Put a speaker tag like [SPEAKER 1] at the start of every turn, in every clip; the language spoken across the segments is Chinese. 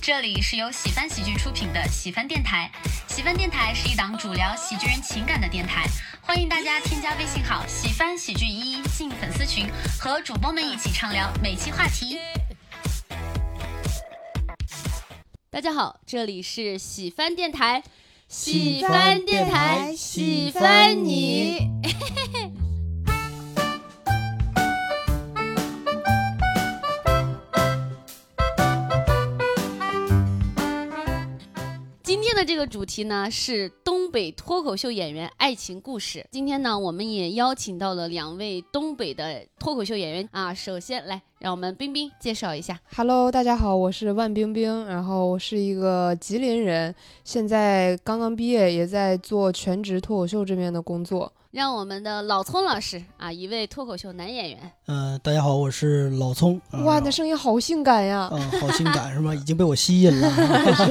[SPEAKER 1] 这里是由喜翻喜剧出品的喜翻电台。喜翻电台是一档主聊喜剧人情感的电台，欢迎大家添加微信号“喜翻喜剧一”进粉丝群，和主播们一起畅聊每期话题。大家好，这里是喜翻电台，
[SPEAKER 2] 喜翻电台喜欢你。
[SPEAKER 1] 今天的这个主题呢是东北脱口秀演员爱情故事。今天呢，我们也邀请到了两位东北的脱口秀演员啊。首先来，让我们冰冰介绍一下。
[SPEAKER 2] Hello，大家好，我是万冰冰，然后我是一个吉林人，现在刚刚毕业，也在做全职脱口秀这边的工作。
[SPEAKER 1] 让我们的老聪老师啊，一位脱口秀男演员，
[SPEAKER 3] 嗯，大家好，我是老葱。呃
[SPEAKER 2] 哇，你的声音好性感呀！
[SPEAKER 3] 嗯，好性感是吗？已经被我吸引了。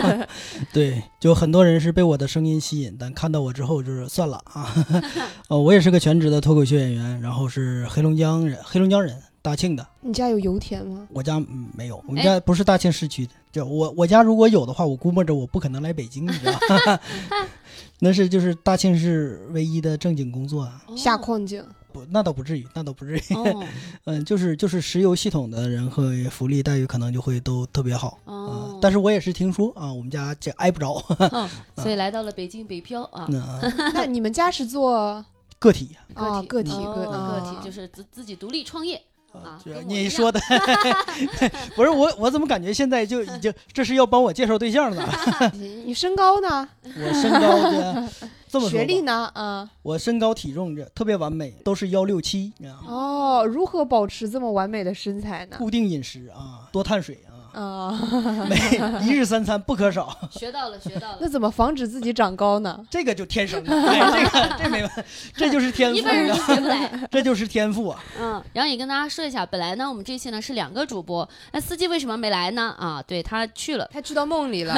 [SPEAKER 3] 对，就很多人是被我的声音吸引，但看到我之后就是算了啊。 呃，我也是个全职的脱口秀演员，然后是黑龙江人，黑龙江人，大庆的。
[SPEAKER 2] 你家有油田吗？
[SPEAKER 3] 我家、嗯没有，我们
[SPEAKER 1] 哎
[SPEAKER 3] 家不是大庆市区的。就我我家如果有的话，我估摸着我不可能来北京，你知道吧？ 那是就是大庆市唯一的正经工作啊，
[SPEAKER 2] 下矿 井。
[SPEAKER 3] 不，那倒不至于，那倒不至于。
[SPEAKER 1] 哦
[SPEAKER 3] 嗯，就是就是石油系统的人和福利待遇可能就会都特别好啊、
[SPEAKER 1] 哦，
[SPEAKER 3] 但
[SPEAKER 1] 是
[SPEAKER 3] 是我也是听说啊，我们家这挨不着。
[SPEAKER 1] 所以来到了北京北漂啊，
[SPEAKER 3] 那、
[SPEAKER 2] 那你们家是 做
[SPEAKER 3] 个体
[SPEAKER 2] 啊
[SPEAKER 1] 个
[SPEAKER 2] 个
[SPEAKER 1] 体
[SPEAKER 2] 体
[SPEAKER 1] 哦
[SPEAKER 2] 个
[SPEAKER 1] 个体就是是自自己独立创业啊
[SPEAKER 3] 这
[SPEAKER 1] 跟我一
[SPEAKER 3] 你
[SPEAKER 1] 样
[SPEAKER 3] 说的 不是我，我怎么感觉现在就已经这是要帮我介绍对象了？
[SPEAKER 2] 你身高呢？
[SPEAKER 3] 我身高的这么说
[SPEAKER 2] 学历
[SPEAKER 3] 吧，
[SPEAKER 2] 呢？啊
[SPEAKER 3] 我身高体重这特别完美，都是幺六七啊，
[SPEAKER 2] 哦，如何保持这么完美的身材呢？
[SPEAKER 3] 固定饮食啊，多碳水啊，
[SPEAKER 2] 啊，
[SPEAKER 3] 每 一日三餐不可少，
[SPEAKER 1] 学到了学到
[SPEAKER 2] 那
[SPEAKER 1] 了，
[SPEAKER 2] 怎么防止自己长高呢？
[SPEAKER 3] 这个就 天生的，哎、这个这没问，这就是天赋，
[SPEAKER 1] 一般人
[SPEAKER 3] 你
[SPEAKER 1] 都
[SPEAKER 3] 知道
[SPEAKER 1] 学不来。
[SPEAKER 3] 这就是天赋啊。
[SPEAKER 1] 嗯，然后也跟大家说一下，本来呢我们这期呢是两个主播，那司机为什么没来呢？啊，对他去了。
[SPEAKER 2] 他去到梦里了。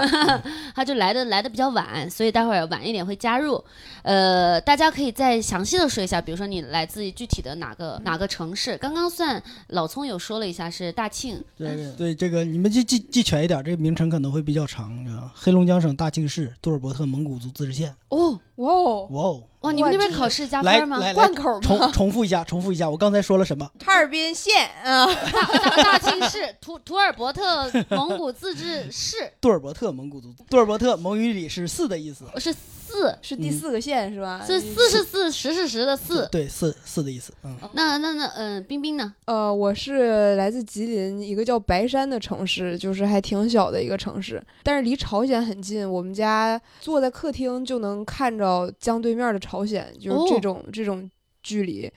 [SPEAKER 1] 他就来的来的比较晚，所以待会儿晚一点会加入。呃，大家可以再详细的说一下，比如说你来自于具体的哪个、哪个城市。刚刚算老葱有说了一下是大庆，
[SPEAKER 3] 对对，这个你们记记记全一点，这个名称可能会比较长啊。黑龙江省大庆市杜尔伯特蒙古族自治县。
[SPEAKER 1] 哦
[SPEAKER 2] 哇哦，
[SPEAKER 3] 哇哦，
[SPEAKER 1] 哇，你们那边
[SPEAKER 2] 这
[SPEAKER 1] 考试加
[SPEAKER 3] 来
[SPEAKER 1] 分吗？
[SPEAKER 3] 来来
[SPEAKER 2] 贯，口吗？
[SPEAKER 3] 哎 重重复一下，重复一下，我刚才说了什么？
[SPEAKER 2] 哈尔滨县啊。
[SPEAKER 1] 大大大庆市土土尔伯特蒙古自治市
[SPEAKER 3] 杜尔伯特蒙古族，杜尔伯特蒙语里是四的意思。
[SPEAKER 1] 是四，
[SPEAKER 2] 是第四个县、是吧？
[SPEAKER 1] 是四是四，十是十的四。
[SPEAKER 3] 对，四四的意思。嗯，
[SPEAKER 1] 那那那嗯、冰冰呢？
[SPEAKER 2] 呃，我是来自吉林一个叫白山的城市，就是还挺小的一个城市，但是离朝鲜很近。我们家坐在客厅就能看着江对面的朝鲜，就是
[SPEAKER 1] 哦
[SPEAKER 2] 这种、这种距离。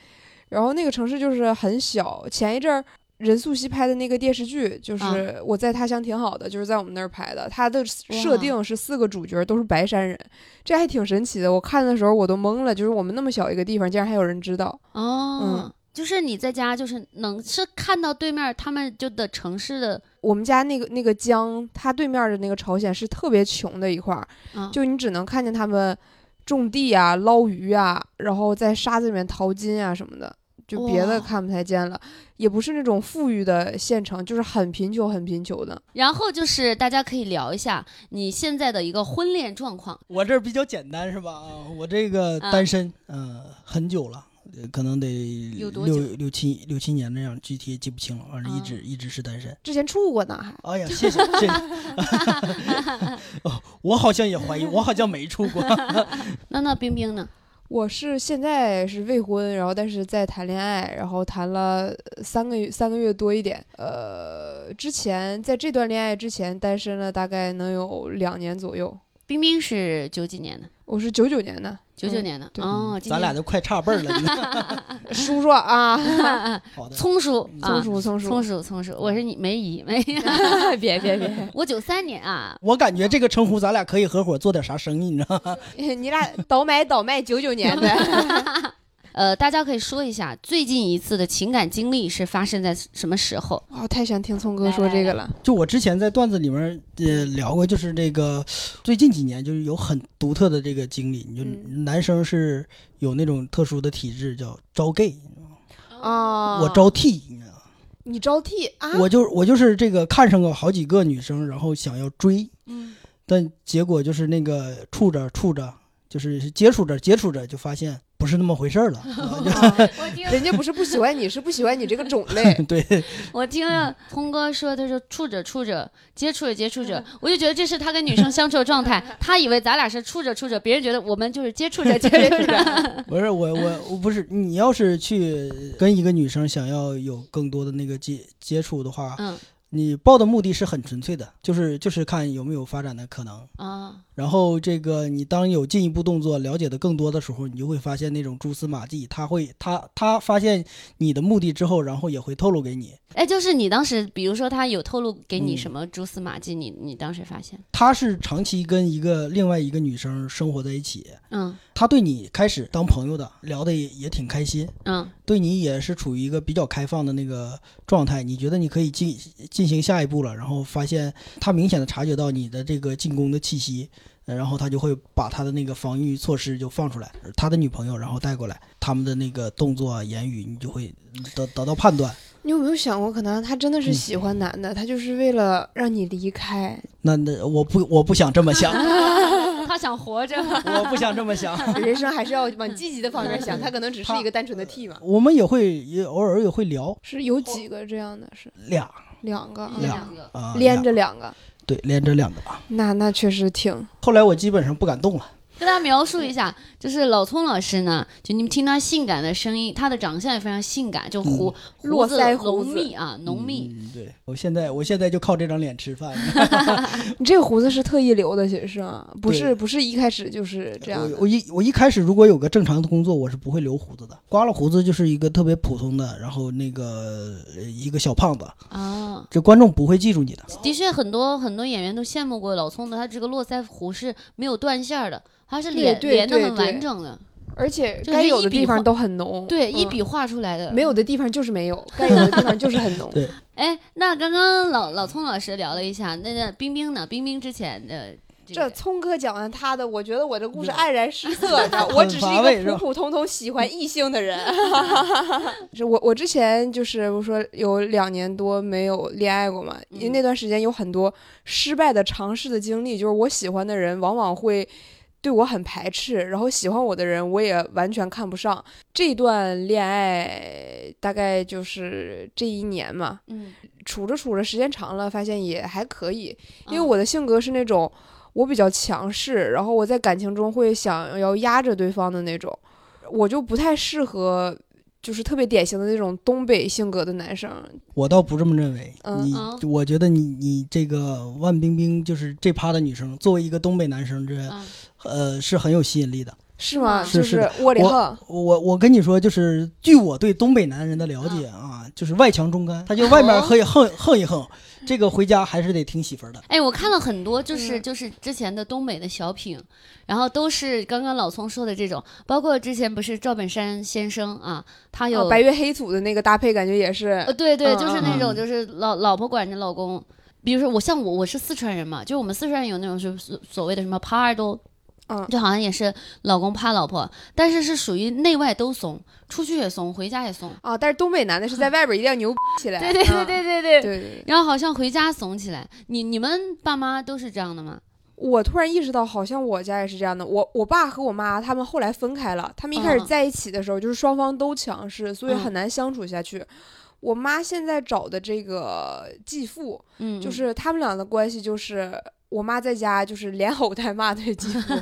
[SPEAKER 2] 然后那个城市就是很小。前一阵儿任素汐拍的那个电视剧，就是《我在他乡挺好的》，就是在我们那儿拍的。它的设定是四个主角都是白山人，这还挺神奇的。我看的时候我都懵了，就是我们那么小一个地方，竟然还有人知道。
[SPEAKER 1] 哦。就是你在家，就是能是看到对面他们就的城市的，
[SPEAKER 2] 我们家那个那个江，它对面的那个朝鲜是特别穷的一块儿，
[SPEAKER 1] 啊、
[SPEAKER 2] 就你只能看见他们种地啊、捞鱼啊，然后在沙子里面淘金啊什么的，就别的
[SPEAKER 1] 哇
[SPEAKER 2] 看不太见了。也不是那种富裕的县城，就是很贫穷、很贫穷的。
[SPEAKER 1] 然后就是大家可以聊一下你现在的一个婚恋状况，
[SPEAKER 3] 我这儿比较简单是吧？啊，我这个
[SPEAKER 1] 啊
[SPEAKER 3] 单身，嗯、很久了。呃可能得
[SPEAKER 1] 有
[SPEAKER 3] 六
[SPEAKER 1] 多久
[SPEAKER 3] 六七六七年那样，具体也记不清了。反正一
[SPEAKER 1] 啊
[SPEAKER 3] 直、一直是 单身。
[SPEAKER 2] 之前处过呢，啊还
[SPEAKER 3] 哎呀，谢谢谢谢。 哦，我好像也怀疑，我好像没处过。
[SPEAKER 1] 那那冰冰呢？
[SPEAKER 2] 我是现在是未婚，然后但是在谈恋爱，然后谈了呃三个月三个月多一点。呃，之前在这段恋爱之前单身了大概能有两年左右。
[SPEAKER 1] 冰冰是九几年的，
[SPEAKER 2] 我是九九年的，
[SPEAKER 1] 九九
[SPEAKER 2] 嗯
[SPEAKER 1] 年的、
[SPEAKER 2] 对
[SPEAKER 1] 哦，今
[SPEAKER 3] 咱俩
[SPEAKER 1] 年
[SPEAKER 3] 都快差辈儿 了。你看
[SPEAKER 2] 叔叔 啊，
[SPEAKER 3] 好的，
[SPEAKER 1] 葱叔啊
[SPEAKER 2] 松，鼠松鼠
[SPEAKER 1] 葱，叔葱叔，我是你梅姨梅姨，
[SPEAKER 2] 别别别，
[SPEAKER 1] 我九三年啊，
[SPEAKER 3] 我感觉这个称呼咱俩可以合伙做点啥生意，你知道吗？
[SPEAKER 2] 你俩倒买倒卖九九 年的，
[SPEAKER 1] 呃，大家可以说一下最近一次的情感经历是发生在什么时候？
[SPEAKER 2] 我太想听聪哥说这个了。
[SPEAKER 3] 就我之前在段子里面呃聊过，就是这个最近几年就是有很独特的这个经历，你就
[SPEAKER 2] 嗯
[SPEAKER 3] 男生是有那种特殊的体质叫招 gay，、
[SPEAKER 2] 啊，
[SPEAKER 3] 我招 T，你知道吗
[SPEAKER 2] 你招替啊？
[SPEAKER 3] 我就我就是这个看上过好几个女生，然后想要追，
[SPEAKER 2] 嗯，
[SPEAKER 3] 但结果就是那个处着处着，就是接触着接触着，就发现不是那么回事 儿了。啊就
[SPEAKER 4] 我听
[SPEAKER 2] 人家不是不喜欢你，是不喜欢你这个种类。
[SPEAKER 3] 对，
[SPEAKER 1] 我听了通哥说，他说处着处着，接触着接触着，我就觉得这是他跟女生相处的状态。他以为咱俩是处着处着，别人觉得我们就是接触着接触着。
[SPEAKER 3] 不是我我我不是你要是去跟一个女生想要有更多的那个接接触的话，
[SPEAKER 1] 嗯
[SPEAKER 3] 你报的目的是很纯粹的，就是就是看有没有发展的可能。
[SPEAKER 1] 啊，
[SPEAKER 3] 然后这个你当有进一步动作了解的更多的时候，你就会发现那种蛛丝马迹，他会他他发现你的目的之后，然后也会透露给你。
[SPEAKER 1] 哎，就是你当时，比如说他有透露给你
[SPEAKER 3] 嗯
[SPEAKER 1] 什么蛛丝马迹，你你当时发现？
[SPEAKER 3] 他是长期跟一个另外一个女生生活在一起，
[SPEAKER 1] 嗯
[SPEAKER 3] 他对你开始当朋友的，聊的也也挺开心，
[SPEAKER 1] 嗯
[SPEAKER 3] 对你也是处于一个比较开放的那个状态。你觉得你可以进进行下一步了，然后发现他明显的察觉到你的这个进攻的气息，呃然后他就会把他的那个防御措施就放出来，他的女朋友然后带过来，他们的那个动作啊、言语，你就会得得到判断。
[SPEAKER 2] 你有没有想过，可能他真的是喜欢男的，他就是为了让你离开。
[SPEAKER 3] 那那我不我不想这么 想，
[SPEAKER 1] 他想活着。
[SPEAKER 3] 我不想这么想。
[SPEAKER 2] 人生还是要往积极的方面 想，他可能只是一个单纯的 T 嘛。
[SPEAKER 3] 我们也会也偶尔也会聊
[SPEAKER 2] 是有几个这样的？是
[SPEAKER 3] 俩
[SPEAKER 2] 两个，
[SPEAKER 3] 俩
[SPEAKER 2] 啊
[SPEAKER 1] 个，
[SPEAKER 3] 啊，
[SPEAKER 2] 连
[SPEAKER 3] 俩
[SPEAKER 2] 着两个，
[SPEAKER 3] 对连着两个吧。
[SPEAKER 2] 那那确实挺。
[SPEAKER 3] 后来我基本上不敢动了。
[SPEAKER 1] 跟大家描述一下，就是老聪老师呢，就你们听他性感的声音，他的长相也非常性感，就胡胡
[SPEAKER 2] 络
[SPEAKER 1] 子
[SPEAKER 2] 腮胡
[SPEAKER 1] 浓
[SPEAKER 2] 子
[SPEAKER 1] 密啊，浓密。
[SPEAKER 3] 嗯，对我现在我现在就靠这张脸吃饭。
[SPEAKER 2] 你这个胡子是特意留的，其实是吗不是
[SPEAKER 3] 对
[SPEAKER 2] 不是一开始就是这样
[SPEAKER 3] 我
[SPEAKER 2] 的。
[SPEAKER 3] 我一我一开始如果有个正常的工作，我是不会留胡子的。刮了胡子就是一个特别普通的，然后那个呃一个小胖子，
[SPEAKER 1] 啊，
[SPEAKER 3] 这观众不会记住你的。
[SPEAKER 1] 的确很多很多演员都羡慕过老聪的，他这个络腮胡是没有断线儿的，他是
[SPEAKER 2] 对
[SPEAKER 1] 连
[SPEAKER 2] 对
[SPEAKER 1] 连的
[SPEAKER 2] 对
[SPEAKER 1] 很完
[SPEAKER 2] 对
[SPEAKER 1] 整的，
[SPEAKER 2] 而且
[SPEAKER 1] 就是
[SPEAKER 2] 该有的
[SPEAKER 1] 一笔
[SPEAKER 2] 地
[SPEAKER 1] 画
[SPEAKER 2] 方都很浓，
[SPEAKER 1] 对，一
[SPEAKER 2] 嗯
[SPEAKER 1] 笔画出来的。
[SPEAKER 2] 没有的地方就是 没有，该有的地方就是很浓。
[SPEAKER 3] 对
[SPEAKER 1] 哎，那刚刚老老聪老师聊了一下，那那冰冰呢？冰冰之前的
[SPEAKER 2] 这
[SPEAKER 1] 个
[SPEAKER 2] 聪哥讲完他的，我觉得我这故事黯然失色，你知道，
[SPEAKER 3] 嗯很
[SPEAKER 2] 我只是
[SPEAKER 3] 乏味
[SPEAKER 2] 一
[SPEAKER 3] 是
[SPEAKER 2] 个
[SPEAKER 3] 吧
[SPEAKER 2] 普普通通喜欢异性的人。 是我我之前就是我说有两年多没有恋爱过嘛，因为
[SPEAKER 1] 嗯
[SPEAKER 2] 那段时间有很多失败的尝试的经历，就是我喜欢的人往往会。对我很排斥，然后喜欢我的人我也完全看不上。这段恋爱大概就是这一年嘛，
[SPEAKER 1] 嗯，
[SPEAKER 2] 处着处着时间长了，发现也还可以。因为
[SPEAKER 1] 嗯
[SPEAKER 2] 我的性格是那种我比较强势，然后我在感情中会想要压着对方的那种，我就不太适合。就是特别典型的那种东北性格的男生，
[SPEAKER 3] 我倒不这么认为，
[SPEAKER 2] 嗯
[SPEAKER 3] 你、
[SPEAKER 1] 嗯
[SPEAKER 3] 我觉得你你这个万冰冰就是这趴的女生，作为一个东北男生，这、
[SPEAKER 1] 嗯
[SPEAKER 3] 呃是很有吸引力的。
[SPEAKER 2] 是吗？
[SPEAKER 1] 是
[SPEAKER 2] 就是
[SPEAKER 3] 的
[SPEAKER 2] 窝里
[SPEAKER 3] 我
[SPEAKER 2] 横，
[SPEAKER 3] 我我跟你说，就是据我对东北男人的了解
[SPEAKER 2] 嗯
[SPEAKER 3] 啊，就是外强中干，他就外
[SPEAKER 2] 哦
[SPEAKER 3] 面可以横横一横，这个回家还是得听媳妇儿的。
[SPEAKER 1] 哎，我看了很多，就是
[SPEAKER 2] 嗯
[SPEAKER 1] 就是之前的东北的小品，然后都是刚刚老聪说的这种，包括之前不是赵本山先生啊，他有、
[SPEAKER 2] 啊白月黑土的那个搭配，感觉也是
[SPEAKER 1] 呃，对对，
[SPEAKER 2] 嗯
[SPEAKER 1] 就是那
[SPEAKER 3] 嗯
[SPEAKER 1] 种，
[SPEAKER 3] 嗯
[SPEAKER 1] 就是老老婆管着老公。比如说我像我我是四川人嘛，就是我们四川人有那种是所所谓的什么耙二都，
[SPEAKER 2] 嗯
[SPEAKER 1] 就好像也是老公怕老婆，但是是属于内外都怂，出去也怂，回家也怂。
[SPEAKER 2] 啊，但是东北男的是在外边一定要牛起来，
[SPEAKER 1] 对对对
[SPEAKER 2] 嗯
[SPEAKER 1] 对对对。
[SPEAKER 2] 对对对。
[SPEAKER 1] 然后好像回家怂起来，你你们爸妈都是这样的吗？
[SPEAKER 2] 我突然意识到，好像我家也是这样的。我我爸和我妈他们后来分开了，他们一开始
[SPEAKER 1] 嗯
[SPEAKER 2] 在一起的时候，就是双方都强势，所以
[SPEAKER 1] 嗯
[SPEAKER 2] 很难相处下去。我妈现在找的这个继父，
[SPEAKER 1] 嗯，
[SPEAKER 2] 就
[SPEAKER 1] 嗯
[SPEAKER 2] 是他们俩的关系，就是我妈在家就是连吼带骂对继 父，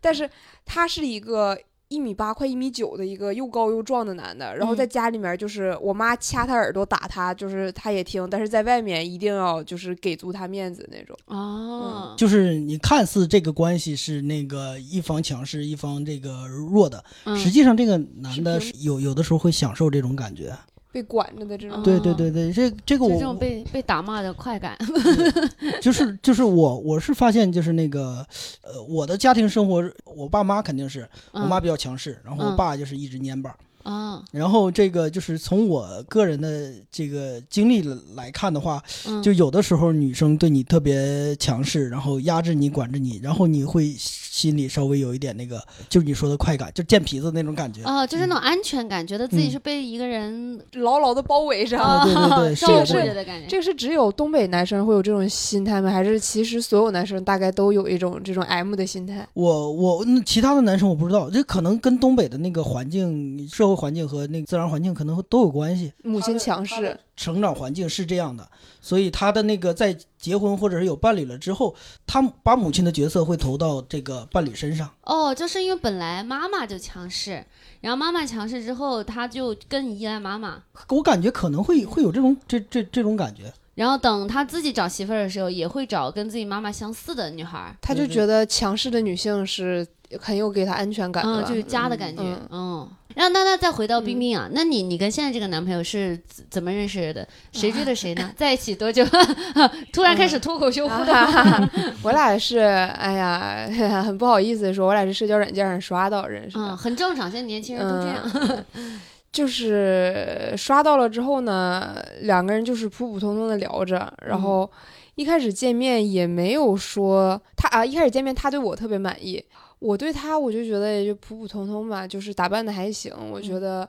[SPEAKER 2] 但是他是一个。一米八快一米九的一个又高又壮的男的，然后
[SPEAKER 1] 嗯
[SPEAKER 2] 在家里面就是我妈掐他耳朵打他，就是他也听，但是在外面一定要就是给足他面子那种。
[SPEAKER 1] 哦，
[SPEAKER 3] 就是你看似这个关系是那个一方强势，一方这个弱的，
[SPEAKER 1] 嗯
[SPEAKER 3] 实际上这个男的
[SPEAKER 2] 是
[SPEAKER 3] 是有有的时候会享受这种感觉。
[SPEAKER 2] 被管着的这种。
[SPEAKER 1] 嗯
[SPEAKER 3] 对对对对，这这个
[SPEAKER 1] 哦就这种
[SPEAKER 3] 我
[SPEAKER 1] 被被打骂的快感。
[SPEAKER 3] 就是就是我我是发现就是那个呃我的家庭生活，我爸妈肯定是我
[SPEAKER 1] 嗯
[SPEAKER 3] 妈比较强势，然后我
[SPEAKER 1] 嗯
[SPEAKER 3] 爸就是一直蔫巴儿，
[SPEAKER 1] 啊，
[SPEAKER 3] 然后这个就是从我个人的这个经历来看的话，
[SPEAKER 1] 嗯
[SPEAKER 3] 就有的时候女生对你特别强势，然后压制你、管制你，然后你会心里稍微有一点那个，就是你说的快感，就贱皮子那种感觉。
[SPEAKER 1] 哦，就是那种安全感，觉得自己
[SPEAKER 3] 嗯
[SPEAKER 1] 是被一个人
[SPEAKER 2] 牢牢的包围着。
[SPEAKER 3] 啊对对 对是
[SPEAKER 1] 照
[SPEAKER 3] 有
[SPEAKER 1] 顾
[SPEAKER 3] 这个
[SPEAKER 1] 着的感觉。
[SPEAKER 2] 这个是只有东北男生会有这种心态吗？还是其实所有男生大概都有一种这种 M 的心态？
[SPEAKER 3] 我我嗯其他的男生我不知道，这可能跟东北的那个环境、社会环境和那个自然环境可能都有关系。
[SPEAKER 2] 母亲强
[SPEAKER 3] 他的
[SPEAKER 2] 势，
[SPEAKER 3] 成长环境是这样的，所以他的那个在结婚或者是有伴侣了之后，他把母亲的角色会投到这个伴侣身上。
[SPEAKER 1] 哦，就是因为本来妈妈就强势，然后妈妈强势之后，她就更依赖妈妈，
[SPEAKER 3] 我感觉可能会会有这种这这这种感觉，
[SPEAKER 1] 然后等她自己找媳妇儿的时候，也会找跟自己妈妈相似的女孩儿，
[SPEAKER 2] 他就
[SPEAKER 3] 对对
[SPEAKER 2] 觉得强势的女性是很有给他安全感的
[SPEAKER 1] 嗯，
[SPEAKER 2] 吧，
[SPEAKER 1] 就是家的感觉，
[SPEAKER 2] 嗯
[SPEAKER 1] 嗯。然后那那再回到冰冰啊，那你你跟现在这个男朋友是怎怎么认识的？谁追的谁 呢？在一起多久？ 突然开
[SPEAKER 2] 嗯
[SPEAKER 1] 始脱口秀互
[SPEAKER 2] 啊
[SPEAKER 1] 动，
[SPEAKER 2] 我俩是，哎呀， 很不好意思地说，我俩是社交软件上刷到认识的，
[SPEAKER 1] 嗯，很正常，现在年轻人都这样。
[SPEAKER 2] 嗯就是刷到了之后呢，两个人就是普普通通的聊着，然后一开始见面也没有说他啊，一开始见面他对我特别满意，我对他我就觉得也就普普通通吧，就是打扮的还行，我觉得。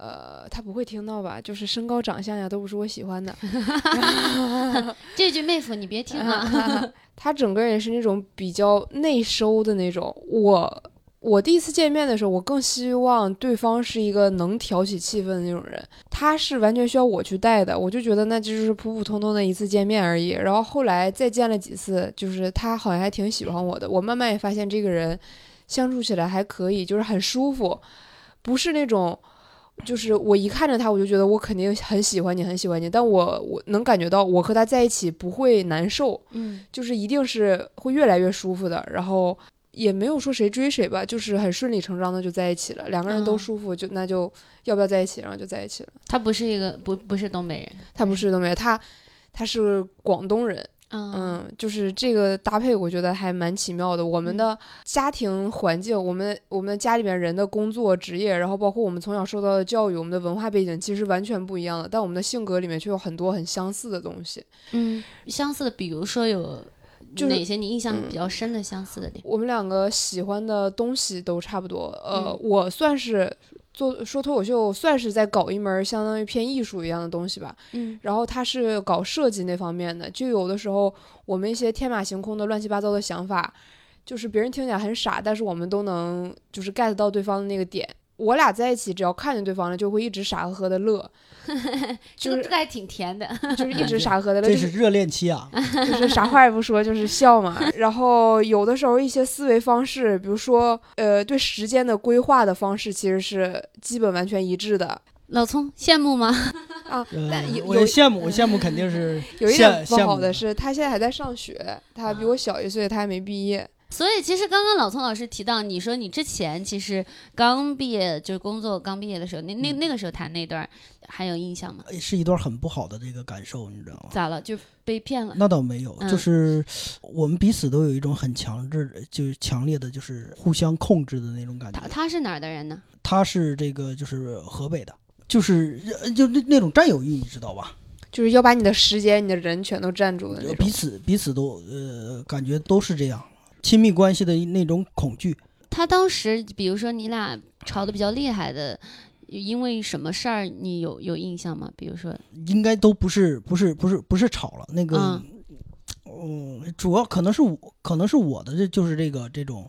[SPEAKER 2] 呃，他不会听到吧？就是身高、长相呀，都不是我喜欢的。
[SPEAKER 1] 这句妹夫你别 听啊，
[SPEAKER 2] 他整个人是那种比较内收的那种。我我第一次见面的时候，我更希望对方是一个能挑起气氛的那种人。他是完全需要我去带的，我就觉得那就是普普通通的一次见面而已。然后后来再见了几次，就是他好像还挺喜欢我的。我慢慢也发现这个人相处起来还可以，就是很舒服，不是那种。就是我一看着他，我就觉得我肯定很喜欢你，很喜欢你。但我我能感觉到，我和他在一起不会难受，
[SPEAKER 1] 嗯
[SPEAKER 2] 就是一定是会越来越舒服的。然后也没有说谁追谁吧，就是很顺理成章的就在一起了。两个人都
[SPEAKER 1] 嗯
[SPEAKER 2] 舒服，就那就要不要在一起，然后就在一起了。
[SPEAKER 1] 他不是一个不不是东北人，
[SPEAKER 2] 他不是东北，他他是广东人，
[SPEAKER 1] 嗯
[SPEAKER 2] 嗯，就是这个搭配，我觉得还蛮奇妙的。我
[SPEAKER 1] 嗯
[SPEAKER 2] 们的家庭环境，我们我们家里面人的工作职业，然后包括我们从小受到的教育，我们的文化背景其实完全不一样的，但我们的性格里面却有很多很相似的东西。
[SPEAKER 1] 嗯，相似的，比如说有
[SPEAKER 2] 就是
[SPEAKER 1] 哪些你印象
[SPEAKER 2] 嗯
[SPEAKER 1] 比较深的相似的点？
[SPEAKER 2] 我们两个喜欢的东西都差不多。呃，
[SPEAKER 1] 嗯
[SPEAKER 2] 我算是做说脱口秀，算是在搞一门相当于偏艺术一样的东西吧。
[SPEAKER 1] 嗯
[SPEAKER 2] 然后他是搞设计那方面的，就有的时候我们一些天马行空的乱七八糟的想法，就是别人听起来很傻，但是我们都能就是 get 到对方的那个点。我俩在一起，只要看见对方了，就会一直傻呵呵的乐，
[SPEAKER 1] 这
[SPEAKER 2] 就
[SPEAKER 1] 个
[SPEAKER 2] 是
[SPEAKER 1] 这个还挺甜的，
[SPEAKER 2] 就是一直傻呵呵的乐，
[SPEAKER 3] 这
[SPEAKER 2] 就是
[SPEAKER 3] 是热恋期啊。
[SPEAKER 2] 就是啥话也不说，就是笑嘛。然后有的时候一些思维方式，比如说呃对时间的规划的方式，其实是基本完全一致的
[SPEAKER 1] 老葱羡慕吗？
[SPEAKER 2] 啊。但
[SPEAKER 3] 呃
[SPEAKER 2] 有
[SPEAKER 3] 我也
[SPEAKER 2] 有
[SPEAKER 3] 羡慕，我羡慕肯定是
[SPEAKER 2] 有一
[SPEAKER 3] 羡
[SPEAKER 2] 点不
[SPEAKER 3] 羡
[SPEAKER 2] 好
[SPEAKER 3] 慕啊
[SPEAKER 2] 的是，他现在还在上学，他比我小一岁，他还没毕业。
[SPEAKER 1] 所以其实刚刚老聪老师提到，你说你之前其实刚毕业，就是工作刚毕业的时候，那那那个时候谈那段还有印象吗？
[SPEAKER 3] 呃是一段很不好的这个感受，你知道吗？
[SPEAKER 1] 咋了？就被骗了？
[SPEAKER 3] 那倒没有，
[SPEAKER 1] 嗯
[SPEAKER 3] 就是我们彼此都有一种很强制、就是强烈的，就是互相控制的那种感觉
[SPEAKER 1] 他。他是哪儿的人呢？
[SPEAKER 3] 他是这个就是河北的，就是呃就那那种占有欲，你知道吧？
[SPEAKER 2] 就是要把你的时间、你的人全都占住的那种
[SPEAKER 3] 彼，此彼此都呃感觉都是这样，亲密关系的那种恐惧。
[SPEAKER 1] 他当时比如说你俩吵得比较厉害的，因为什么事儿你有有印象吗？比如说
[SPEAKER 3] 应该都不是不是不是不是吵了，那个，
[SPEAKER 1] 嗯
[SPEAKER 3] 嗯主要可能是我可能是我的这就是这个这种，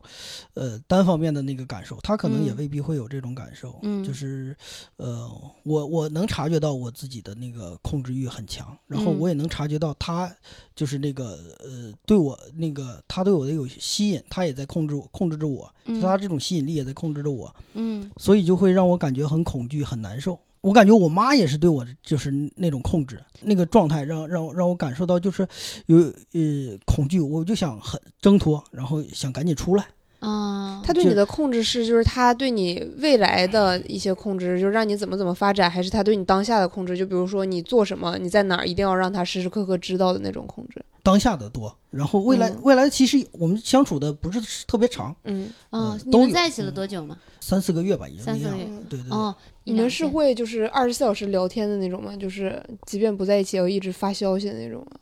[SPEAKER 3] 呃，单方面的那个感受，他可能也
[SPEAKER 1] 嗯
[SPEAKER 3] 未必会有这种感受，
[SPEAKER 1] 嗯
[SPEAKER 3] 就是，呃，我我能察觉到我自己的那个控制欲很强，然后
[SPEAKER 1] 嗯
[SPEAKER 3] 我也能察觉到他就是那个呃对我那个他对我的有吸引，他也在控制我控制着我，
[SPEAKER 1] 嗯
[SPEAKER 3] 他这种吸引力也在控制着我，
[SPEAKER 1] 嗯
[SPEAKER 3] 所以就会让我感觉很恐惧、很难受。我感觉我妈也是对我就是那种控制那个状态让，让让我感受到就是有呃恐惧，我就想很挣脱，然后想赶紧出来。
[SPEAKER 1] 啊，
[SPEAKER 2] 他对
[SPEAKER 3] 就
[SPEAKER 2] 你的控制是，就是他对你未来的一些控制，就是让你怎么怎么发展，还是他对你当下的控制？就比如说你做什么，你在哪儿，一定要让他时时刻刻知道的那种控制。
[SPEAKER 3] 当下的多，然后未来、
[SPEAKER 2] 嗯
[SPEAKER 3] 未来其实我们相处的不是特别长，
[SPEAKER 2] 嗯，
[SPEAKER 1] 嗯
[SPEAKER 3] 嗯，
[SPEAKER 1] 你
[SPEAKER 3] 都
[SPEAKER 1] 们
[SPEAKER 3] 有
[SPEAKER 1] 在一起了多久嘛？
[SPEAKER 3] 三四个月吧，也就那
[SPEAKER 1] 三四个
[SPEAKER 3] 样
[SPEAKER 1] 月。
[SPEAKER 2] 嗯
[SPEAKER 3] 对对对，
[SPEAKER 1] 哦，一
[SPEAKER 2] 你们
[SPEAKER 1] 两
[SPEAKER 2] 是
[SPEAKER 1] 天
[SPEAKER 2] 会就是二十四小时聊天的那种吗？就是即便不在一起，也要一直发消息的那种吗？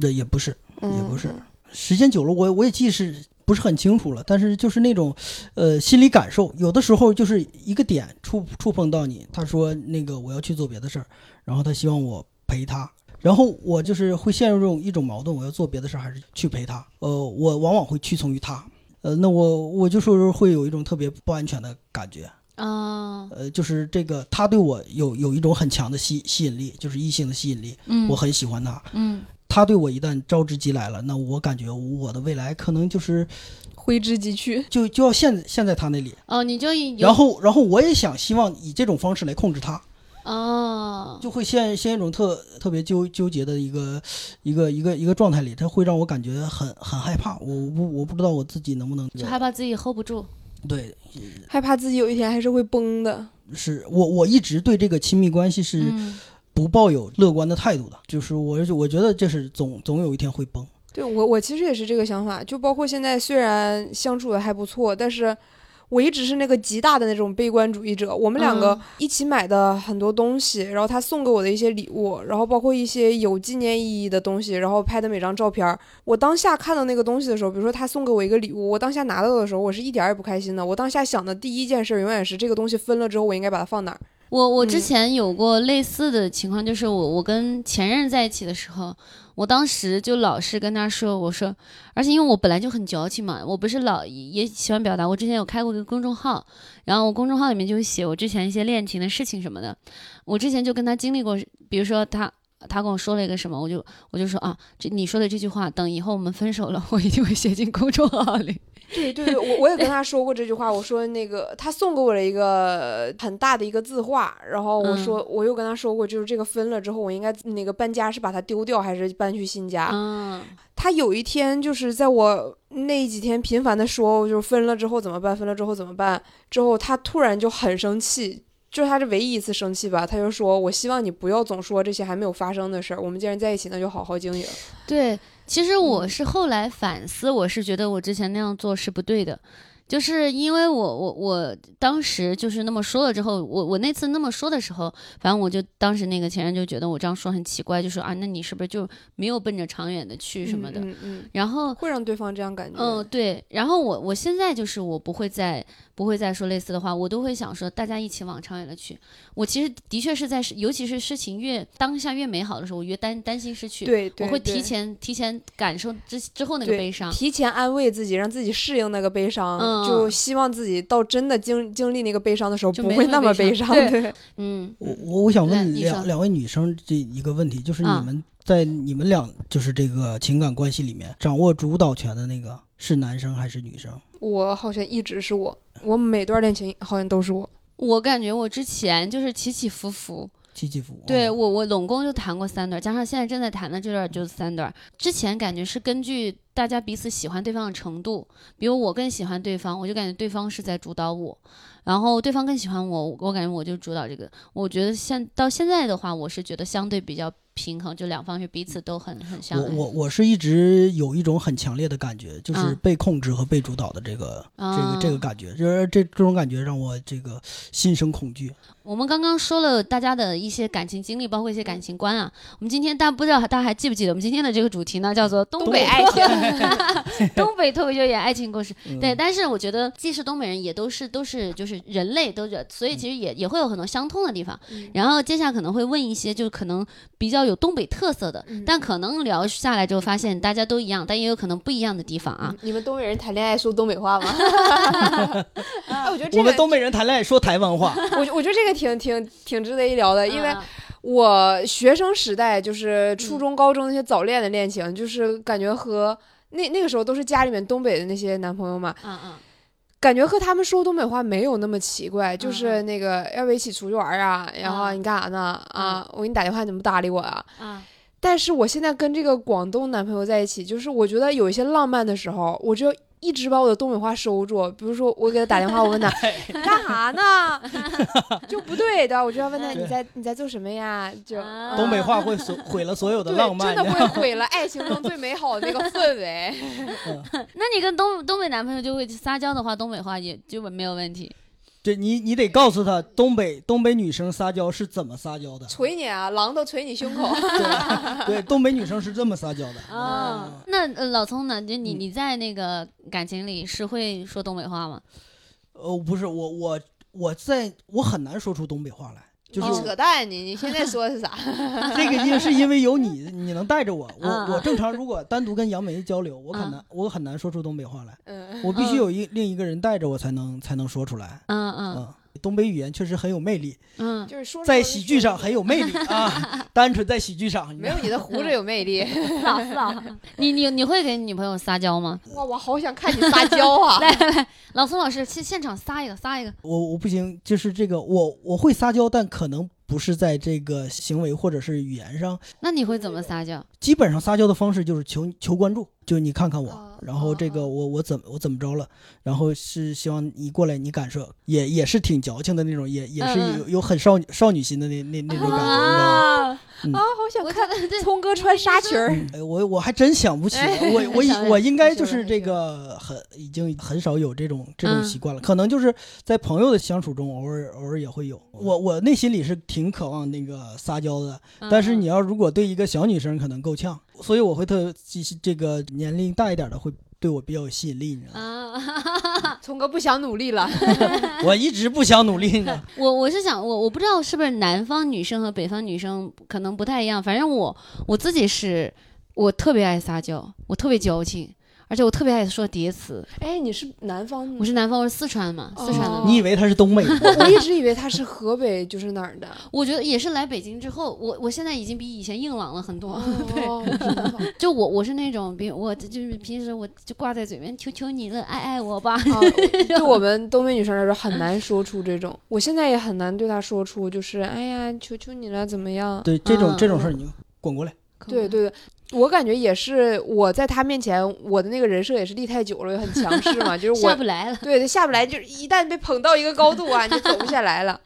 [SPEAKER 3] 对也不是，
[SPEAKER 2] 嗯、
[SPEAKER 3] 也不是时间久了我我也记是不是很清楚了，但是就是那种，呃，心理感受，有的时候就是一个点触触碰到你，他说那个我要去做别的事儿，然后他希望我陪他。然后我就是会陷入这种一种矛盾，我要做别的事儿还是去陪他？呃，我往往会屈从于他，呃，那我我就说会有一种特别不安全的感觉，
[SPEAKER 1] 啊，
[SPEAKER 3] 呃，就是这个他对我有有一种很强的吸吸引力，就是异性的吸引力，
[SPEAKER 1] 嗯，
[SPEAKER 3] 我很喜欢他。
[SPEAKER 1] 嗯，
[SPEAKER 3] 他对我一旦招之即来了，那我感觉我的未来可能就是
[SPEAKER 2] 挥之即去。
[SPEAKER 3] 就就要陷陷在他那里，
[SPEAKER 1] 哦，你就有
[SPEAKER 3] 然后然后我也想希望以这种方式来控制他，
[SPEAKER 1] 哦，
[SPEAKER 3] 就会陷陷一种特特别纠纠结的一个一个一个一个状态里，他会让我感觉很很害怕，我我不我不知道我自己能不能
[SPEAKER 1] 就害怕自己 hold 不住。
[SPEAKER 3] 对，
[SPEAKER 2] 害怕自己有一天还是会崩的。
[SPEAKER 3] 是我我一直对这个亲密关系是
[SPEAKER 1] 嗯，
[SPEAKER 3] 不抱有乐观的态度的，就是我我觉得这是总总有一天会崩，
[SPEAKER 2] 对我，我其实也是这个想法。就包括现在，虽然相处的还不错，但是我一直是那个极大的那种悲观主义者。我们两个
[SPEAKER 1] 嗯
[SPEAKER 2] 一起买的很多东西，然后他送给我的一些礼物，然后包括一些有纪念意义的东西，然后拍的每张照片儿，我当下看到那个东西的时候，比如说他送给我一个礼物，我当下拿到的时候，我是一点儿也不开心的。我当下想的第一件事，永远是这个东西分了之后，我应该把它放哪儿。
[SPEAKER 1] 我我之
[SPEAKER 2] 嗯
[SPEAKER 1] 前有过类似的情况，就是我我跟前任在一起的时候，我当时就老是跟他说，我说，而且因为我本来就很矫情嘛，我不是老也喜欢表达。我之前有开过一个公众号，然后我公众号里面就写我之前一些恋情的事情什么的。我之前就跟他经历过，比如说他他跟我说了一个什么，我就我就说啊，这你说的这句话，等以后我们分手了，我一定会写进公众号里。
[SPEAKER 2] 对对 对，我我也跟他说过这句话，我说那个他送给我了一个很大的一个字画，然后我
[SPEAKER 1] 嗯
[SPEAKER 2] 说、我又跟他说过，就是这个分了之后，我应该那个搬家是把它丢掉还是搬去新家？
[SPEAKER 1] 嗯
[SPEAKER 2] 他有一天就是在我那几天频繁的说，就是分了之后怎么办？分了之后怎么办？之后他突然就很生气。就是他这唯一一次生气吧，他就说：“我希望你不要总说这些还没有发生的事儿。我们既然在一起，那就好好经营。
[SPEAKER 1] 对，其实我
[SPEAKER 2] 嗯
[SPEAKER 1] 是后来反思，我是觉得我之前那样做是不对的，就是因为我我我当时就是那么说了之后，我我那次那么说的时候，反正我就当时那个前任就觉得我这样说很奇怪，就说啊，那你是不是就没有奔着长远的去什么的？
[SPEAKER 2] 嗯嗯
[SPEAKER 1] 然后
[SPEAKER 2] 嗯，会让对方这样感觉。
[SPEAKER 1] 嗯，对。然后我我现在就是我不会再不会再说类似的话，我都会想说大家一起往长远的去。我其实的确是在事，尤其是事情越当下越美好的时候，我越担担心失去。
[SPEAKER 2] 对，对
[SPEAKER 1] 我会提
[SPEAKER 2] 对
[SPEAKER 1] 前提前感受之之后那个
[SPEAKER 2] 对
[SPEAKER 1] 悲伤。
[SPEAKER 2] 提前安慰自己，让自己适应那个悲伤，
[SPEAKER 1] 嗯
[SPEAKER 2] 就希望自己到真的经经历那个悲伤的时候，
[SPEAKER 1] 就
[SPEAKER 2] 不
[SPEAKER 1] 没
[SPEAKER 2] 会
[SPEAKER 1] 那
[SPEAKER 2] 那
[SPEAKER 1] 么
[SPEAKER 2] 么
[SPEAKER 1] 悲
[SPEAKER 2] 悲
[SPEAKER 1] 伤
[SPEAKER 2] 伤。
[SPEAKER 1] 对
[SPEAKER 2] 对，
[SPEAKER 1] 嗯，
[SPEAKER 3] 我我我想
[SPEAKER 1] 来
[SPEAKER 3] 问
[SPEAKER 1] 你说
[SPEAKER 3] 两两位女生这一个问题，就是你
[SPEAKER 1] 啊
[SPEAKER 3] 们在你们俩就是这个情感关系里面掌握主导权的那个是男生还是女生？
[SPEAKER 2] 我好像一直是我，我每段恋情好像都是我。
[SPEAKER 1] 我感觉我之前就是起起伏伏，
[SPEAKER 3] 七七福
[SPEAKER 1] 对
[SPEAKER 3] 哦
[SPEAKER 1] 我我总共就谈过三段，加上现在正在谈的这段就是三段。之前感觉是根据大家彼此喜欢对方的程度，比如我更喜欢对方，我就感觉对方是在主导我，然后对方更喜欢我，我感觉我就主导这个。我觉得现到现在的话，我是觉得相对比较平衡，就两方是彼此都很很相
[SPEAKER 3] 我
[SPEAKER 1] 爱。
[SPEAKER 3] 我我是一直有一种很强烈的感觉，就是
[SPEAKER 1] 嗯
[SPEAKER 3] 被控制和被主导的这个、
[SPEAKER 1] 啊
[SPEAKER 3] 这个这个感觉，就是这这种感觉让我这个心生恐惧。
[SPEAKER 1] 我们刚刚说了大家的一些感情经历，包括一些感情观啊。我们今天但不知道大家还记不记得，我们今天的这个主题呢叫做东北爱情， 嗯东北脱口秀演员爱情故事。对，但是我觉得既是东北人，也都是都是就是人类都是，所以其实也也会有很多相通的地方。然后接下来可能会问一些就可能比较有东北特色的，
[SPEAKER 2] 嗯
[SPEAKER 1] 但可能聊下来之后发现大家都一样，但也有可能不一样的地方啊。
[SPEAKER 2] 你们东北人谈恋爱说东北话 吗？哎，我觉得这
[SPEAKER 3] 我
[SPEAKER 2] 个
[SPEAKER 3] 们，东北人谈恋爱说台湾话，
[SPEAKER 2] 我觉我觉得这个挺挺挺值得一聊的，因为
[SPEAKER 1] 啊
[SPEAKER 2] 我学生时代就是初中、高中那些早恋的恋情，就是感觉和那那个时候都是家里面东北的那些男朋友嘛，
[SPEAKER 1] 啊啊
[SPEAKER 2] 感觉和他们说东北话没有那么奇怪，就
[SPEAKER 1] 嗯
[SPEAKER 2] 是那个要不一起出去玩儿啊，然后
[SPEAKER 1] 嗯
[SPEAKER 2] 你干啥呢？啊，我给你打电话，你怎么不搭理我啊？
[SPEAKER 1] 啊！
[SPEAKER 2] 但是我现在跟这个广东男朋友在一起，就是我觉得有一些浪漫的时候，我只要一直把我的东北话收住。比如说，我给他打电话，我问他干啥呢，就不对的，我就要问他
[SPEAKER 3] 对
[SPEAKER 2] 你在你在做什么呀？就
[SPEAKER 1] 啊
[SPEAKER 3] 东北话会 所毁了所有的
[SPEAKER 2] 嗯对，
[SPEAKER 3] 浪漫
[SPEAKER 2] 真。的会毁了爱情中最美好的那个氛围。
[SPEAKER 1] 那你跟东东北男朋友就会撒娇的话，东北话也就没有问题。
[SPEAKER 3] 对你，你得告诉他东北东北女生撒娇是怎么撒娇的。
[SPEAKER 2] 捶你啊，狼都捶你胸口。
[SPEAKER 3] 对，对，东北女生是这么撒娇的。
[SPEAKER 2] 嗯
[SPEAKER 1] 啊，那呃老聪呢？就你
[SPEAKER 3] 嗯
[SPEAKER 1] 你在那个感情里是会说东北话吗？
[SPEAKER 3] 呃，不是我，我我在我很难说出东北话来，就
[SPEAKER 2] 你
[SPEAKER 3] 是
[SPEAKER 2] 扯淡，你你现在说的是啥？
[SPEAKER 3] 这个因是因为有你，你能带着我。
[SPEAKER 1] 啊
[SPEAKER 2] 嗯
[SPEAKER 3] 我我正常如果单独跟杨梅交流，我很
[SPEAKER 1] 啊
[SPEAKER 3] 难我很难说出东北话来，
[SPEAKER 2] 嗯，
[SPEAKER 3] 我必须
[SPEAKER 1] 嗯
[SPEAKER 3] 有一另一个人带着我才能才能说出来。
[SPEAKER 1] 嗯嗯
[SPEAKER 3] 嗯，东北语言确实很有魅力，
[SPEAKER 1] 嗯，
[SPEAKER 2] 就是说
[SPEAKER 3] 在喜剧上很有魅力啊，单纯在喜剧上
[SPEAKER 2] 没有你的胡子有魅力。
[SPEAKER 1] 嫂嫂，你你你会给女朋友撒娇吗？
[SPEAKER 2] 哇，我好想看你撒娇 啊！
[SPEAKER 1] 来来来，老聪老师现现场撒一个撒一个。
[SPEAKER 3] 我我不行，就是这个我我会撒娇，但可能不是在这个行为或者是语言上，
[SPEAKER 1] 那你会怎么撒娇？
[SPEAKER 3] 基本上撒娇的方式就是求求关注，就你看看
[SPEAKER 2] 哦
[SPEAKER 3] 我，然后这
[SPEAKER 2] 哦
[SPEAKER 3] 个我我怎么我怎么着了，然后是希望你过来你感受，也也是挺矫情的那种，也也是
[SPEAKER 1] 嗯
[SPEAKER 3] 有有很少女少女心的那那那种感觉，你知道吗？
[SPEAKER 1] 啊，
[SPEAKER 2] 啊，好想
[SPEAKER 1] 我
[SPEAKER 2] 看
[SPEAKER 1] 看对，
[SPEAKER 2] 聪哥穿纱裙儿。
[SPEAKER 3] 哎，我我还真想不起来，
[SPEAKER 2] 哎
[SPEAKER 3] 我我
[SPEAKER 2] 你
[SPEAKER 3] 以
[SPEAKER 2] 嗯想想
[SPEAKER 3] 我应该
[SPEAKER 2] 你
[SPEAKER 3] 就
[SPEAKER 2] 说
[SPEAKER 3] 是
[SPEAKER 2] 的还
[SPEAKER 3] 这
[SPEAKER 2] 行
[SPEAKER 3] 个很已经很少有这种这
[SPEAKER 1] 嗯
[SPEAKER 3] 种习惯了，可能就是在朋友的相处中偶尔偶尔也会有。我我内心里是挺渴望那个撒娇的，
[SPEAKER 2] 嗯
[SPEAKER 3] 但是你要如果对一个小女生可能够呛，所以我会特这这个年龄大一点的会对我比较有吸引力，你知 道吗？
[SPEAKER 1] 啊，
[SPEAKER 2] 聪哥不想努力 了，
[SPEAKER 3] 我一直不想努力，你知道 吗
[SPEAKER 1] 我我是想我我不知道是不是南方女生和北方女生可能不太一样，反正我我自己是我特别爱撒娇，我特别矫情，而且我特别爱说叠词。
[SPEAKER 2] 哎，你是南方
[SPEAKER 1] 我是南方，我是四川嘛，四川的
[SPEAKER 2] 哦
[SPEAKER 1] 嘛。
[SPEAKER 3] 你以为她是东北的？
[SPEAKER 2] 我一直以为他是河北，就是哪儿的。
[SPEAKER 1] 我觉得也是来北京之后，我我现在已经比以前硬朗了很多。
[SPEAKER 2] 哦，我是南方。
[SPEAKER 1] 就我我是那种，比我就是平时我就挂在嘴边，求求你了，爱爱我吧。
[SPEAKER 2] 啊， 对我们东北女生来说很难说出这种，我现在也很难对她说出，就是哎呀，求求你了，怎么样？
[SPEAKER 3] 对，这种
[SPEAKER 1] 嗯
[SPEAKER 3] 这种事儿你就滚过来。
[SPEAKER 2] 对，对对，我感觉也是，我在她面前，我的那个人设也是立太久了，也很强势嘛， 就 是
[SPEAKER 1] 下
[SPEAKER 2] 我
[SPEAKER 1] 不来了。
[SPEAKER 2] 对下不来，就是一旦被捧到一个高度啊，你就走不下来了。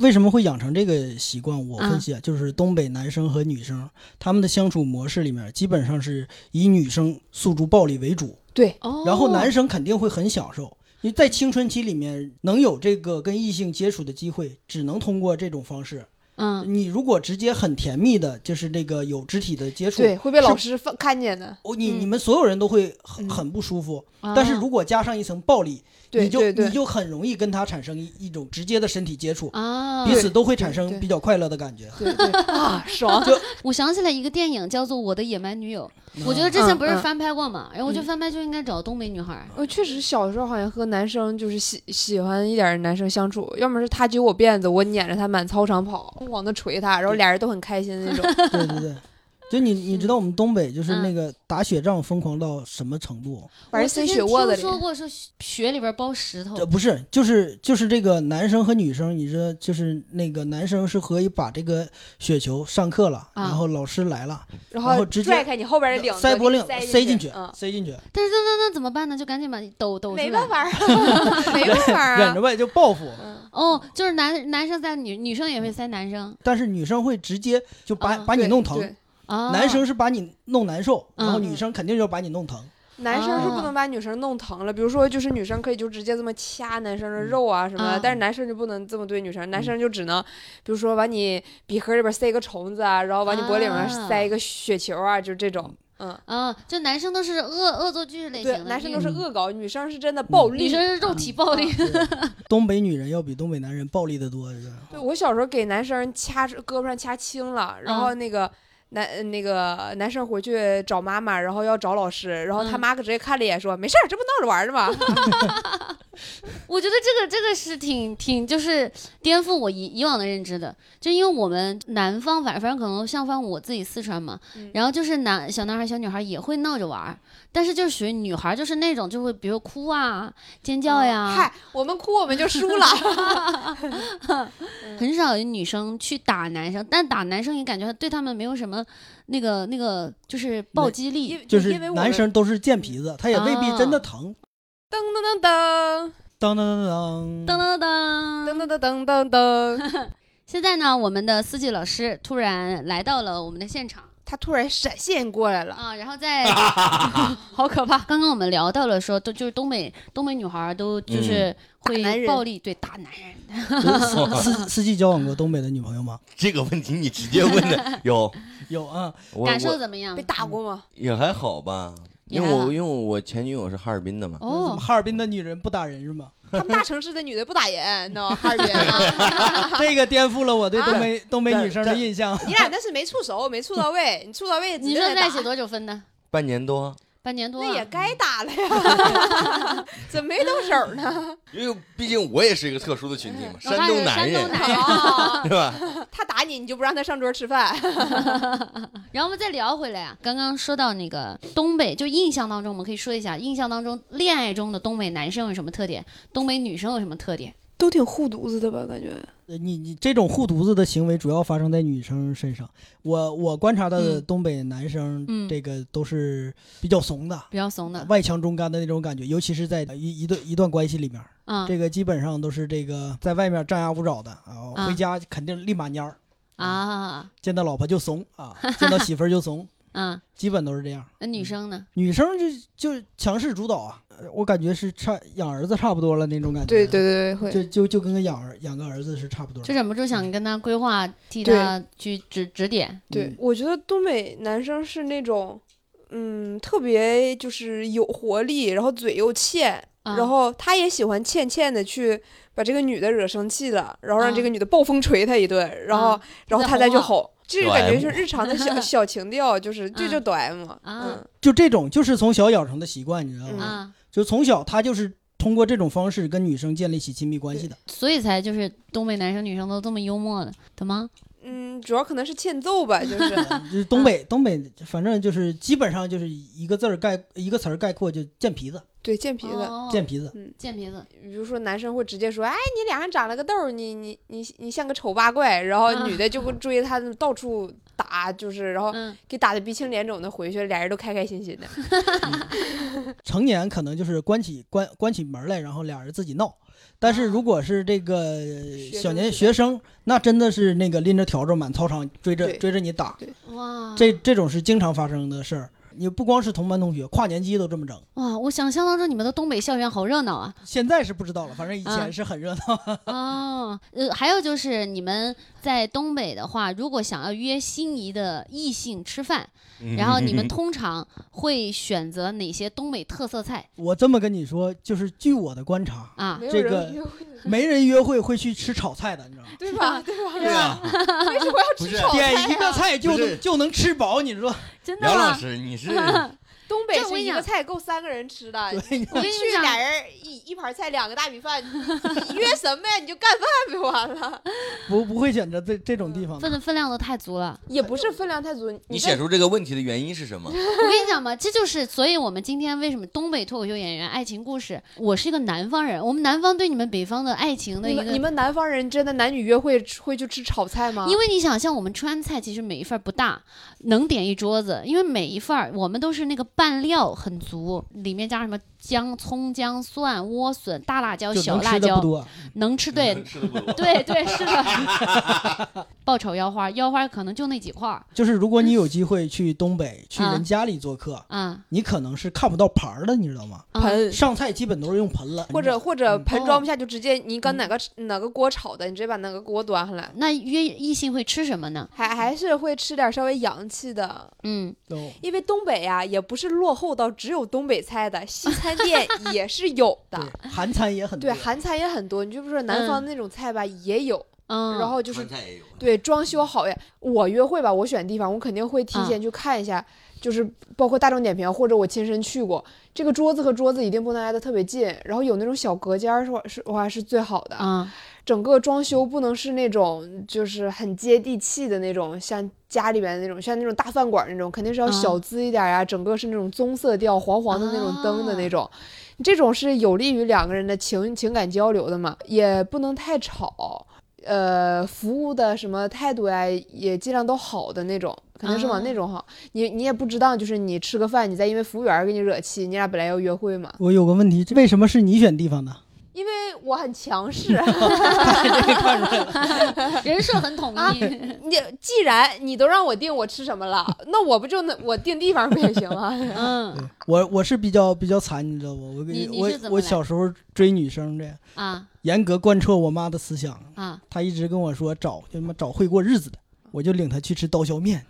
[SPEAKER 3] 为什么会养成这个习惯？我
[SPEAKER 1] 啊
[SPEAKER 3] 分
[SPEAKER 2] 嗯
[SPEAKER 3] 析啊，就是东北男生和女生他们的相处模式里面，基本上是以女生诉诸暴力为主，
[SPEAKER 2] 对，
[SPEAKER 1] 哦
[SPEAKER 3] 然后男生肯定会很享受。因为在青春期里面，能有这个跟异性接触的机会，只能通过这种方式。
[SPEAKER 1] 嗯，
[SPEAKER 3] 你如果直接很甜蜜的，就是这个有肢体的接触，
[SPEAKER 2] 对，会被老
[SPEAKER 3] 是
[SPEAKER 2] 师放看见的。
[SPEAKER 3] 我你
[SPEAKER 1] 嗯
[SPEAKER 3] 你们所有人都会很
[SPEAKER 2] 嗯
[SPEAKER 3] 很不舒服。
[SPEAKER 1] 啊
[SPEAKER 3] 但是如果加上一层暴力，
[SPEAKER 2] 对
[SPEAKER 3] 你就
[SPEAKER 2] 对
[SPEAKER 3] 你
[SPEAKER 2] 对，
[SPEAKER 3] 就很容易跟他产生一一种直接的身体接触，
[SPEAKER 1] 啊
[SPEAKER 3] 彼，此都会产
[SPEAKER 2] 嗯对
[SPEAKER 3] 生
[SPEAKER 2] 对
[SPEAKER 3] 比较快乐的感觉。
[SPEAKER 2] 对 对啊，爽！
[SPEAKER 1] 我想起来一个电影叫做《我的野蛮女友》，我觉得之前不是
[SPEAKER 2] 嗯嗯
[SPEAKER 1] 翻拍过嘛，然后我觉得
[SPEAKER 2] 嗯
[SPEAKER 1] 翻拍就应该找东北女孩儿。
[SPEAKER 2] 我确实小时候好像和男生就是喜喜欢一点儿男生相处，要么是他揪我辫子，我撵着他满操场跑，疯狂的捶他，然后俩人都很开心 的那种。
[SPEAKER 3] 对对对，就你你知道我们东北
[SPEAKER 1] 嗯
[SPEAKER 3] 就是那个打雪仗疯狂到什么程度？
[SPEAKER 2] 反
[SPEAKER 1] 我
[SPEAKER 2] 正
[SPEAKER 1] 之
[SPEAKER 2] 塞
[SPEAKER 1] 前
[SPEAKER 2] 雪窝
[SPEAKER 1] 听
[SPEAKER 2] 子里，
[SPEAKER 1] 说过说雪里边包石头
[SPEAKER 3] 这、，不是，就是就是这个男生和女生，你知道，就是那个男生是可以把这个雪球上课了，
[SPEAKER 1] 啊
[SPEAKER 3] 然后老师来了，
[SPEAKER 2] 然
[SPEAKER 3] 然
[SPEAKER 2] 后
[SPEAKER 3] 后直接
[SPEAKER 2] 拽开你后边的领子，
[SPEAKER 3] 塞脖
[SPEAKER 2] 给
[SPEAKER 3] 领
[SPEAKER 2] 你塞
[SPEAKER 3] 塞进
[SPEAKER 2] 去
[SPEAKER 3] 去，，
[SPEAKER 2] 嗯，
[SPEAKER 3] 塞进去，
[SPEAKER 1] 但是那那那怎么办呢？就赶紧把你抖抖出
[SPEAKER 2] 没
[SPEAKER 1] 来。
[SPEAKER 2] 办法儿 啊，没办法儿
[SPEAKER 3] 忍着
[SPEAKER 2] 啊。
[SPEAKER 3] 呗，就报复。
[SPEAKER 2] 嗯
[SPEAKER 1] 哦，就是男男生在女女生也会塞男生
[SPEAKER 3] 但是女生会直接就把、
[SPEAKER 1] 啊
[SPEAKER 3] 把你
[SPEAKER 2] 对
[SPEAKER 3] 弄疼，
[SPEAKER 2] 对
[SPEAKER 1] 啊，
[SPEAKER 3] 男生是把你弄难受，然后
[SPEAKER 1] 嗯
[SPEAKER 3] 女生肯定就把你 弄疼。
[SPEAKER 2] 男生是
[SPEAKER 1] 啊
[SPEAKER 2] 不能把女生弄疼了，比如说就是女生可以就直接这么掐男生的肉啊什么
[SPEAKER 1] 啊
[SPEAKER 2] 的，但是男生就不能这么对女生，
[SPEAKER 1] 嗯
[SPEAKER 2] 男生就只能，比如说往你鼻壳里边塞一个虫子啊，然后往你脖领上
[SPEAKER 1] 啊
[SPEAKER 2] 塞一个雪球啊，就这种，嗯，
[SPEAKER 1] 啊，就男生都是恶恶作剧类型
[SPEAKER 2] 对，
[SPEAKER 1] 的，
[SPEAKER 2] 男生
[SPEAKER 1] 女
[SPEAKER 2] 都是嗯
[SPEAKER 3] 嗯
[SPEAKER 2] 恶搞，女生是真的暴
[SPEAKER 1] 女
[SPEAKER 2] 力。
[SPEAKER 1] 生是肉体暴力。
[SPEAKER 3] 东北女人要比东北男人暴力的多，就是
[SPEAKER 2] 对我小时候给男生掐胳膊上掐青了，然
[SPEAKER 1] 嗯
[SPEAKER 2] 后那个。男那个男生回去找妈妈，然后要找老师，然后他
[SPEAKER 1] 嗯
[SPEAKER 2] 妈可直接看了一眼说：“没事儿，这不闹着玩儿的吗？”
[SPEAKER 1] 我觉得这个这个是挺挺就是颠覆我以以往的认知的，就因为我们南方反反正可能像反正我自己四川嘛，
[SPEAKER 2] 嗯
[SPEAKER 1] 然后就是男小男孩小女孩也会闹着玩儿，但是就是属于女孩就是那种就会比如哭啊尖叫呀，
[SPEAKER 2] 哦嗨，我们哭我们就 输了。
[SPEAKER 1] 很少有女生去打男生，但打男生也感觉对他们没有什么那个那个就是暴击力。
[SPEAKER 2] 因
[SPEAKER 3] 就是
[SPEAKER 2] 因为我们
[SPEAKER 3] 男生都是贱皮子，他也未必
[SPEAKER 1] 啊
[SPEAKER 3] 真的疼。
[SPEAKER 2] 噔噔噔
[SPEAKER 3] 当当当
[SPEAKER 1] 噔噔
[SPEAKER 3] 当，
[SPEAKER 1] 噔！
[SPEAKER 2] 噔噔噔噔噔噔，
[SPEAKER 1] 现在呢，我们的司机老师突然来到了我们的现场
[SPEAKER 2] 他突然闪现过来了，
[SPEAKER 1] 啊，然后在
[SPEAKER 2] 好可怕！
[SPEAKER 1] 刚刚我们聊到了说，都就是东北东北女孩都就是
[SPEAKER 2] 打嗯男
[SPEAKER 1] 会
[SPEAKER 2] 人
[SPEAKER 1] 暴力对打男人，
[SPEAKER 3] 哦司司机交往过东北的女朋友吗？
[SPEAKER 5] 这个问题你直接问 的有
[SPEAKER 3] 有啊，
[SPEAKER 5] 我
[SPEAKER 1] 感受
[SPEAKER 5] 我
[SPEAKER 1] 怎么样
[SPEAKER 2] 被？打过吗？
[SPEAKER 5] 也还好吧，
[SPEAKER 1] 也
[SPEAKER 5] 因
[SPEAKER 1] 还
[SPEAKER 5] 为
[SPEAKER 1] 好
[SPEAKER 5] 我因为我前女友是哈尔滨的嘛，
[SPEAKER 3] 怎么
[SPEAKER 1] 哦，
[SPEAKER 3] 哈尔滨的女人不打人是吗？
[SPEAKER 2] 他们大城市的女的不打 人，你知道吗？哈尔滨 啊，
[SPEAKER 3] 这个颠覆了我对东北东北女生的印象。
[SPEAKER 2] 你俩那是没处熟，没处到位，你处到位，
[SPEAKER 1] 你
[SPEAKER 2] 真
[SPEAKER 1] 说
[SPEAKER 2] 得
[SPEAKER 1] 在一
[SPEAKER 2] 打
[SPEAKER 1] 起多久分的？
[SPEAKER 5] 半年多，
[SPEAKER 1] 半年多、
[SPEAKER 2] 那也
[SPEAKER 1] 啊。
[SPEAKER 2] 该打 了呀，怎么没动手呢？
[SPEAKER 5] 因为毕竟我也是一个特殊的群体嘛，
[SPEAKER 1] 老
[SPEAKER 5] 山
[SPEAKER 1] 大
[SPEAKER 5] 东
[SPEAKER 1] 哦是
[SPEAKER 5] 男
[SPEAKER 1] 山
[SPEAKER 5] 人
[SPEAKER 1] 东，男人。
[SPEAKER 2] 啊
[SPEAKER 5] 对吧？
[SPEAKER 2] 他打你，你就不让他上桌吃饭？
[SPEAKER 1] 然后我们再聊回来啊，刚刚说到那个东北，就印象当中，我们可以说一下印象当中恋爱中的东北男生有什么特点，东北女生有什么特点？
[SPEAKER 2] 都挺护犊子的吧？感觉
[SPEAKER 3] 呃你你这种护犊子的行为主要发生在女生身上。我我观察到的
[SPEAKER 1] 嗯
[SPEAKER 3] 东北男生，
[SPEAKER 1] 嗯
[SPEAKER 3] 这个都是比较怂的，
[SPEAKER 1] 比较怂的，
[SPEAKER 3] 外强中干的那种感觉，尤其是在一一段一段关系里面，
[SPEAKER 1] 啊
[SPEAKER 3] 这个基本上都是这个在外面张牙舞爪的啊，
[SPEAKER 1] 啊
[SPEAKER 3] 回家肯定立马蔫儿，
[SPEAKER 1] 啊
[SPEAKER 3] 见到老婆就怂啊，见到媳妇儿就怂，
[SPEAKER 1] 啊！
[SPEAKER 3] 基本都是这样。
[SPEAKER 1] 那女生呢？
[SPEAKER 3] 女生就就强势主导啊，呃我感觉是差养儿子差不多了那种感觉。
[SPEAKER 2] 对对对，会
[SPEAKER 3] 就就就跟个养儿养个儿子是差不
[SPEAKER 2] 嗯
[SPEAKER 3] 多的
[SPEAKER 1] 就。忍不住想跟他规划，替他去指指点。
[SPEAKER 2] 对，
[SPEAKER 3] 嗯
[SPEAKER 2] 我觉得东北男生是那种，嗯，特别就是有活力，然后嘴又欠，
[SPEAKER 1] 啊、
[SPEAKER 2] 然后他也喜欢欠欠的去把这个女的惹生气了，然后让这
[SPEAKER 1] 啊
[SPEAKER 2] 个女的暴风锤他一顿，然后、
[SPEAKER 1] 啊
[SPEAKER 2] 然后
[SPEAKER 1] 再
[SPEAKER 2] 他再
[SPEAKER 1] 哄
[SPEAKER 2] 去
[SPEAKER 1] 好
[SPEAKER 2] 吼，这个
[SPEAKER 5] 哆
[SPEAKER 2] 感觉
[SPEAKER 5] M
[SPEAKER 2] 就是日常的 小小情调，就是这
[SPEAKER 1] 啊
[SPEAKER 2] 就抖 M 嘛，嗯
[SPEAKER 1] 啊
[SPEAKER 3] 就这种就是从小养成的习惯，你知道吗？
[SPEAKER 1] 啊，
[SPEAKER 3] 就从小他就是通过这种方式跟女生建立起亲密关系的。
[SPEAKER 1] 所以才就是东北男生女生都这么幽默的，懂吗？
[SPEAKER 2] 嗯嗯，主要可能是欠揍 吧，就是
[SPEAKER 3] 呃就是东北，
[SPEAKER 2] 嗯
[SPEAKER 3] 东北，反正就是基本上就是一个字儿概一个词儿概括，就贱皮子，
[SPEAKER 2] 对贱皮子。
[SPEAKER 1] 哦
[SPEAKER 3] 贱皮子。
[SPEAKER 1] 贱皮子，
[SPEAKER 2] 比如说男生会直接说：“哎，你脸上长了个痘儿，你你你你像个丑八怪。”然后
[SPEAKER 1] 啊
[SPEAKER 2] 女的就会追他到处打，就是然后
[SPEAKER 1] 嗯，
[SPEAKER 2] 给打的鼻青脸肿的回去，俩人都开开 心心的。
[SPEAKER 3] 成年可能就是关起关关起门来，然后俩人自己闹。但是如果是这个
[SPEAKER 2] 生
[SPEAKER 3] 小年
[SPEAKER 2] 时代
[SPEAKER 3] 学生，那真的是那个拎着笤帚满操场追着
[SPEAKER 2] 对
[SPEAKER 3] 追着你打，
[SPEAKER 1] 哇，
[SPEAKER 3] 这这种是经常发生的事儿。你不光是同班同学，跨年级都这么整。
[SPEAKER 1] 哇，我想象当中你们的东北校园好热闹 啊！
[SPEAKER 3] 现在是不知道了，反正以
[SPEAKER 1] 啊
[SPEAKER 3] 前是很热闹。
[SPEAKER 1] 哦，呃，还有就是你们在东北的话，如果想要约心仪的异性吃饭，
[SPEAKER 5] 嗯
[SPEAKER 1] 然后你 们通常会选择哪些东北特色菜
[SPEAKER 3] 我这么跟你说，就是据我的 观察，
[SPEAKER 1] 啊
[SPEAKER 2] 没？有
[SPEAKER 3] 这
[SPEAKER 2] 人
[SPEAKER 3] 个
[SPEAKER 2] 约会的，
[SPEAKER 3] 没人约会会去吃炒菜的，你知道吗？
[SPEAKER 2] 对吧？对吧？
[SPEAKER 5] 对啊，
[SPEAKER 2] 为什么要
[SPEAKER 5] 不
[SPEAKER 2] 吃
[SPEAKER 5] 是
[SPEAKER 2] 炒菜？啊
[SPEAKER 3] 点一个菜就
[SPEAKER 5] 不是
[SPEAKER 3] 能就能吃饱，你说？
[SPEAKER 1] 真
[SPEAKER 5] 梁老？师 你是
[SPEAKER 2] 东北
[SPEAKER 1] 这我
[SPEAKER 2] 是
[SPEAKER 1] 跟你
[SPEAKER 2] 一个
[SPEAKER 1] 讲
[SPEAKER 2] 菜够三个人吃的。
[SPEAKER 3] 对，
[SPEAKER 1] 我跟你
[SPEAKER 2] 去
[SPEAKER 1] 讲
[SPEAKER 2] 俩人一一盘菜，两个大米饭，你约什么呀？你就干饭不就完了？
[SPEAKER 3] 不不会选择这这种地方的。
[SPEAKER 1] 分的分量都太足了，
[SPEAKER 2] 也不是分量太足，
[SPEAKER 5] 你
[SPEAKER 2] 在
[SPEAKER 5] 写出这个问题的原因是什么？
[SPEAKER 1] 我跟你讲吧，这就是，所以我们今天为什么东北脱口秀演员爱情故事，我是一个南方人，我们南方对你们北方的爱情的
[SPEAKER 2] 你
[SPEAKER 1] 一
[SPEAKER 2] 们你啊
[SPEAKER 1] 个，
[SPEAKER 2] 们南方人真的男女约会吃会去吃炒菜吗？
[SPEAKER 1] 因
[SPEAKER 2] 为
[SPEAKER 1] 为你想，像我们川菜其实每一份儿不大，能点一桌子，因为每一份儿我们都是那个拌料很足，里面加什么姜、葱、姜、蒜、莴笋、大辣椒、
[SPEAKER 3] 就
[SPEAKER 1] 小
[SPEAKER 3] 能
[SPEAKER 1] 辣
[SPEAKER 3] 吃 的不
[SPEAKER 1] 椒，
[SPEAKER 3] 多，
[SPEAKER 1] 能吃对，
[SPEAKER 5] 吃的不多。
[SPEAKER 1] 对对是的，爆炒腰花，腰花可能就那几块儿
[SPEAKER 3] 就是如果你有机会去东北去
[SPEAKER 1] 啊
[SPEAKER 3] 人家里做客，
[SPEAKER 1] 啊，
[SPEAKER 3] 你可能是看不到盘儿的，你知道吗？
[SPEAKER 1] 啊
[SPEAKER 2] 盆
[SPEAKER 3] 上菜基本都是用盆了，
[SPEAKER 2] 或者或者
[SPEAKER 3] 嗯
[SPEAKER 2] 盆
[SPEAKER 1] 哦
[SPEAKER 2] 装不下，就直接你跟哪个哪个锅炒的，你直接把哪个锅端上来。
[SPEAKER 1] 那约异性会吃什么呢？
[SPEAKER 2] 还还是会吃点稍微洋气的，
[SPEAKER 1] 嗯，
[SPEAKER 3] 都
[SPEAKER 2] 因为东北呀、也不是落后到只有东北菜的，西餐店 也是有的。
[SPEAKER 3] 对，韩餐也很
[SPEAKER 2] 对，
[SPEAKER 3] 多。
[SPEAKER 2] 韩餐也很多，你就不说南方那种菜吧，也有。
[SPEAKER 1] 嗯
[SPEAKER 2] 然后就是
[SPEAKER 5] 川菜也有啊，
[SPEAKER 2] 对装修好呀，我约会吧，我选地方，我肯定会提前去看一下就是包括大众点评或者我亲身去过，这个桌子和桌子一定不能挨得特别近，然后有那种小隔间儿是吧是哇是最好的。
[SPEAKER 1] 啊，
[SPEAKER 2] 整个装修不能是那种就是很接地气的那种，像家里边那种，像那种大饭馆那种，肯定是要
[SPEAKER 1] 啊
[SPEAKER 2] 小资一点呀、整个是那种棕色调、黄黄的那种灯的那种，这种是有利于两个人的情情感交流的嘛，也不能太吵。呃，服务的什么态度呀，也尽量都好的那种，肯定是往那种好。你你也不知道，就是你吃个饭，你再因为服务员给你惹气，你俩本来要约会嘛，
[SPEAKER 3] 我有个问题，这为什么是你选地方呢？
[SPEAKER 2] 因为我很强势。
[SPEAKER 1] 人设很统一，
[SPEAKER 2] 你既然你都让我定我吃什么了，那我不就能我定地方不也行吗？
[SPEAKER 1] 嗯
[SPEAKER 3] 我我是比较比较惨，你知道不？我
[SPEAKER 1] 你
[SPEAKER 3] 给
[SPEAKER 1] 你
[SPEAKER 3] 我
[SPEAKER 1] 是怎么
[SPEAKER 3] 我
[SPEAKER 1] 来
[SPEAKER 3] 小时候追女生的，
[SPEAKER 1] 啊
[SPEAKER 3] 严格贯彻我妈的思想，
[SPEAKER 1] 啊，
[SPEAKER 3] 她一直跟我说找就他妈找会过日子的，我就领她去吃刀削面，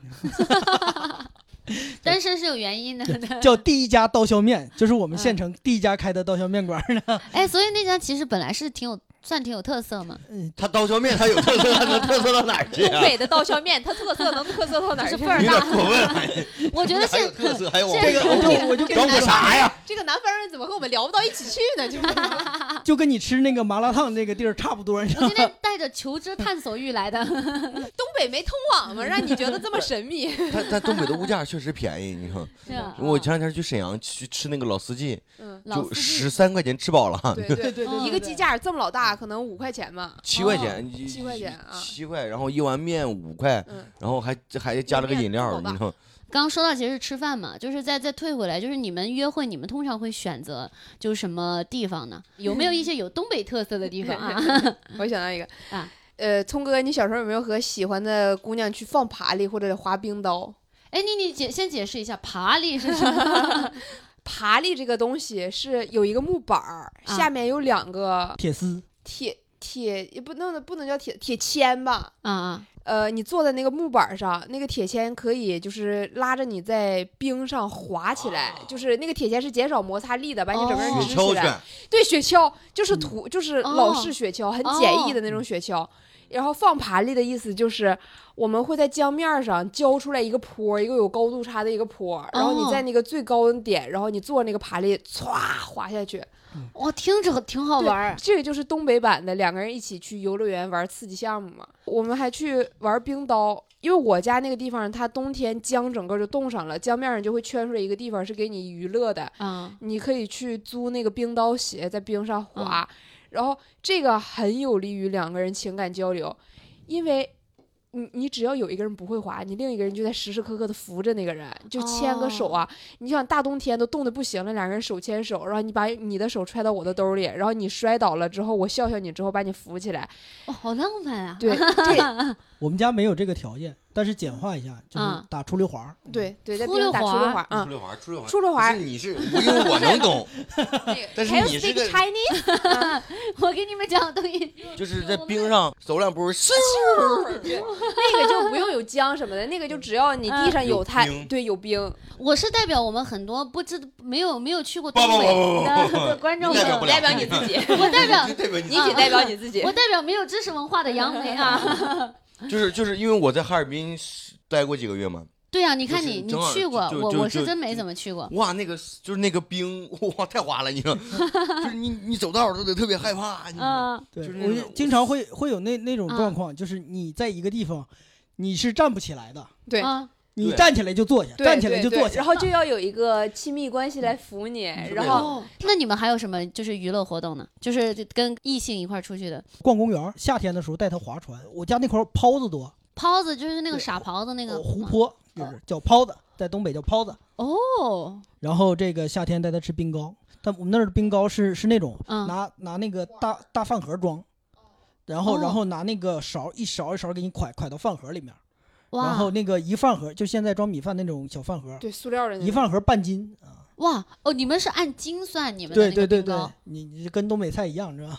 [SPEAKER 1] 单身是有原因的。
[SPEAKER 3] 叫第一家刀削面，就是我们县城第一家开的刀削面馆儿呢。
[SPEAKER 1] 哎，所以那家其实本来是挺有，算挺有特色嘛，
[SPEAKER 5] 他刀削面他有特色，他能特色到哪儿去 啊？
[SPEAKER 2] 的刀削面，它特色能特色到哪
[SPEAKER 1] 是
[SPEAKER 2] 去
[SPEAKER 1] 份？儿
[SPEAKER 5] 你有点
[SPEAKER 1] 大。
[SPEAKER 5] 过分了，
[SPEAKER 1] 我觉得
[SPEAKER 5] 还有
[SPEAKER 1] 现
[SPEAKER 5] 特色，还有我
[SPEAKER 1] 这
[SPEAKER 5] 这
[SPEAKER 1] 个
[SPEAKER 3] 我
[SPEAKER 5] 个
[SPEAKER 3] 就我就跟
[SPEAKER 5] 装
[SPEAKER 3] 你
[SPEAKER 5] 个啥呀？
[SPEAKER 2] 这个南方人怎么和我们聊不到一起去呢？就是
[SPEAKER 3] 就跟你吃那个麻辣烫那个地儿差不多，你知
[SPEAKER 1] 我
[SPEAKER 3] 道
[SPEAKER 1] 今天带着求知探索欲来的，
[SPEAKER 2] 东北没通网吗？让你觉得这么神秘？
[SPEAKER 5] 但但东北的物价确实便宜，你说，
[SPEAKER 1] 是啊
[SPEAKER 5] 我前两天去沈阳去吃那个老司机，
[SPEAKER 2] 嗯，
[SPEAKER 1] 老
[SPEAKER 5] 就
[SPEAKER 1] 司
[SPEAKER 5] 十
[SPEAKER 1] 机
[SPEAKER 5] 三块钱吃饱了，
[SPEAKER 2] 对
[SPEAKER 3] 对对对，
[SPEAKER 1] 嗯
[SPEAKER 2] 一个鸡架这么老大，可能五块钱嘛。
[SPEAKER 5] 七块
[SPEAKER 1] 哦
[SPEAKER 5] 钱，一
[SPEAKER 2] 七块钱啊
[SPEAKER 5] 七块，然后一碗面五块，
[SPEAKER 2] 嗯，
[SPEAKER 5] 然后还还加了个饮料，你说
[SPEAKER 1] 刚刚说到其实是吃饭嘛，就是再再退回来，就是你们约会，你们通常会选择就是什么地方呢？有没有一些有东北特色的地方 啊？
[SPEAKER 2] 我想到一个
[SPEAKER 1] 啊。
[SPEAKER 2] 呃，聪哥，你小时候有没有和喜欢的姑娘去放爬犁或者滑冰刀？
[SPEAKER 1] 哎，你你解先解释一下爬犁是什 么？
[SPEAKER 2] 爬犁这个东西是有一个木板儿，
[SPEAKER 1] 啊
[SPEAKER 2] 下面有两个
[SPEAKER 3] 铁丝
[SPEAKER 2] 铁铁也不那不能叫铁铁签吧？
[SPEAKER 1] 啊啊
[SPEAKER 2] 呃，你坐在那个木板上，那个铁签可以就是拉着你在冰上滑起来，就是那个铁签是减少摩擦力的，把你整个人
[SPEAKER 1] 哦
[SPEAKER 2] 支
[SPEAKER 5] 雪
[SPEAKER 2] 起
[SPEAKER 5] 橇
[SPEAKER 2] 来。
[SPEAKER 5] 犬，
[SPEAKER 2] 对，雪橇就是土，就是老式雪橇，很简易的那种雪橇。然后放爬犁的意思就是，我们会在江面上浇出来一个坡，一个有高度差的一个坡，然后你在那个最高的点，然后你坐那个爬犁，歘滑下去。
[SPEAKER 1] 我听着挺好玩儿
[SPEAKER 2] 这个就是东北版的两个人一起去游乐园玩刺激项目嘛。我们还去玩冰刀，因为我家那个地方，它冬天江整个就冻上了，江面上就会圈出来一个地方是给你娱乐的，
[SPEAKER 1] 啊
[SPEAKER 2] 你可以去租那个冰刀鞋，在冰上滑，然后这个很有利于两个人情感交流，因为。你你只要有一个人不会滑，你另一个人就在时时刻刻的扶着那个人，就牵个手啊。你想大冬天都冻得不行了，两个人手牵手，然后你把你的手揣到我的兜里，然后你摔倒了之后，我笑笑你之后把你扶起来。
[SPEAKER 1] 哦，好浪漫啊！
[SPEAKER 2] 对，这
[SPEAKER 3] 我们家没有这个条件，但是简化一下，就是
[SPEAKER 1] 啊
[SPEAKER 3] 打出溜滑儿。
[SPEAKER 2] 对对，在
[SPEAKER 1] 出
[SPEAKER 2] 冰
[SPEAKER 1] 溜
[SPEAKER 2] 上打出溜
[SPEAKER 1] 滑
[SPEAKER 2] 滑啊，
[SPEAKER 5] 溜滑，嗯出溜滑
[SPEAKER 2] 出溜滑
[SPEAKER 5] 不是你是，我因为我能懂， 但是
[SPEAKER 2] Can you
[SPEAKER 5] 你是
[SPEAKER 2] speak
[SPEAKER 5] 个
[SPEAKER 2] Chinese？
[SPEAKER 1] 我给你们讲东西，
[SPEAKER 5] 就是在冰上走两步，咻
[SPEAKER 2] 嗯那个就不用有浆什么的，那个就只要你地上有
[SPEAKER 5] 有
[SPEAKER 2] 它，
[SPEAKER 5] 冰
[SPEAKER 2] 对，有冰。
[SPEAKER 1] 我是代表我们很多不知没有没有去过
[SPEAKER 5] 不
[SPEAKER 1] 东
[SPEAKER 5] 不不
[SPEAKER 1] 北
[SPEAKER 5] 不不
[SPEAKER 1] 的的观众
[SPEAKER 5] 你代表不
[SPEAKER 1] 们，
[SPEAKER 5] 了
[SPEAKER 2] 你自己，
[SPEAKER 1] 我代表
[SPEAKER 5] 对 吧？你
[SPEAKER 1] 啊
[SPEAKER 2] 表你自己
[SPEAKER 1] 我代表没有知识文化的杨梅 啊。
[SPEAKER 5] 就是就是因为我在哈尔滨待过几个月嘛，
[SPEAKER 1] 对啊呀、你看
[SPEAKER 5] 就是
[SPEAKER 1] 你你
[SPEAKER 5] 正好
[SPEAKER 1] 去过，
[SPEAKER 5] 就
[SPEAKER 1] 我
[SPEAKER 5] 就
[SPEAKER 1] 我是
[SPEAKER 5] 就
[SPEAKER 1] 真没怎么去过。
[SPEAKER 5] 哇，那个就是那个冰，哇，太滑了，你说，就是你你走道儿都得特别害怕，你说
[SPEAKER 1] 嗯，
[SPEAKER 3] 对，
[SPEAKER 5] 就是那
[SPEAKER 3] 我就
[SPEAKER 5] 种
[SPEAKER 3] 经常会会有那那种
[SPEAKER 1] 啊
[SPEAKER 3] 状况，就是你在一个地方，你是站不起来的，
[SPEAKER 2] 对
[SPEAKER 1] 啊，
[SPEAKER 3] 你
[SPEAKER 5] 对
[SPEAKER 3] 站起来就坐下，
[SPEAKER 2] 对
[SPEAKER 3] 站起来嗯
[SPEAKER 2] 对
[SPEAKER 3] 就
[SPEAKER 2] 对
[SPEAKER 3] 坐下
[SPEAKER 2] 然。后就要有一个亲密关系来扶你，
[SPEAKER 5] 是
[SPEAKER 2] 然
[SPEAKER 5] 为
[SPEAKER 2] 后
[SPEAKER 5] 了
[SPEAKER 1] 哦，那你们还有什么就是娱乐活动呢？就是跟异性一块儿出去的
[SPEAKER 3] 逛公园儿，夏天的时候带他划船。我家那块儿泡子多，
[SPEAKER 1] 抛子，就是那个
[SPEAKER 3] 对
[SPEAKER 1] 傻狍子那个
[SPEAKER 5] 哦
[SPEAKER 3] 呃湖
[SPEAKER 1] 吗
[SPEAKER 3] 泊就是叫泡子，在东北叫泡子。
[SPEAKER 1] 哦，
[SPEAKER 3] 然后这个夏天带他吃冰糕，但我们那儿的冰糕是是那种
[SPEAKER 1] 嗯
[SPEAKER 3] 拿拿那个大大饭盒装，然
[SPEAKER 1] 哦
[SPEAKER 3] 后然后拿那个勺一勺一勺给你蒯蒯到饭盒里面，然后
[SPEAKER 1] 哇
[SPEAKER 3] 那个一饭盒就现在装米饭那种小饭盒，
[SPEAKER 2] 对塑料的那
[SPEAKER 3] 一
[SPEAKER 2] 种。
[SPEAKER 3] 饭盒半斤啊。
[SPEAKER 1] 哇哦，你们是按斤算你们的
[SPEAKER 3] 对
[SPEAKER 1] 那个
[SPEAKER 3] 对对
[SPEAKER 1] 冰
[SPEAKER 3] 对
[SPEAKER 1] 糕，
[SPEAKER 3] 你你跟东北菜一样，知道吧？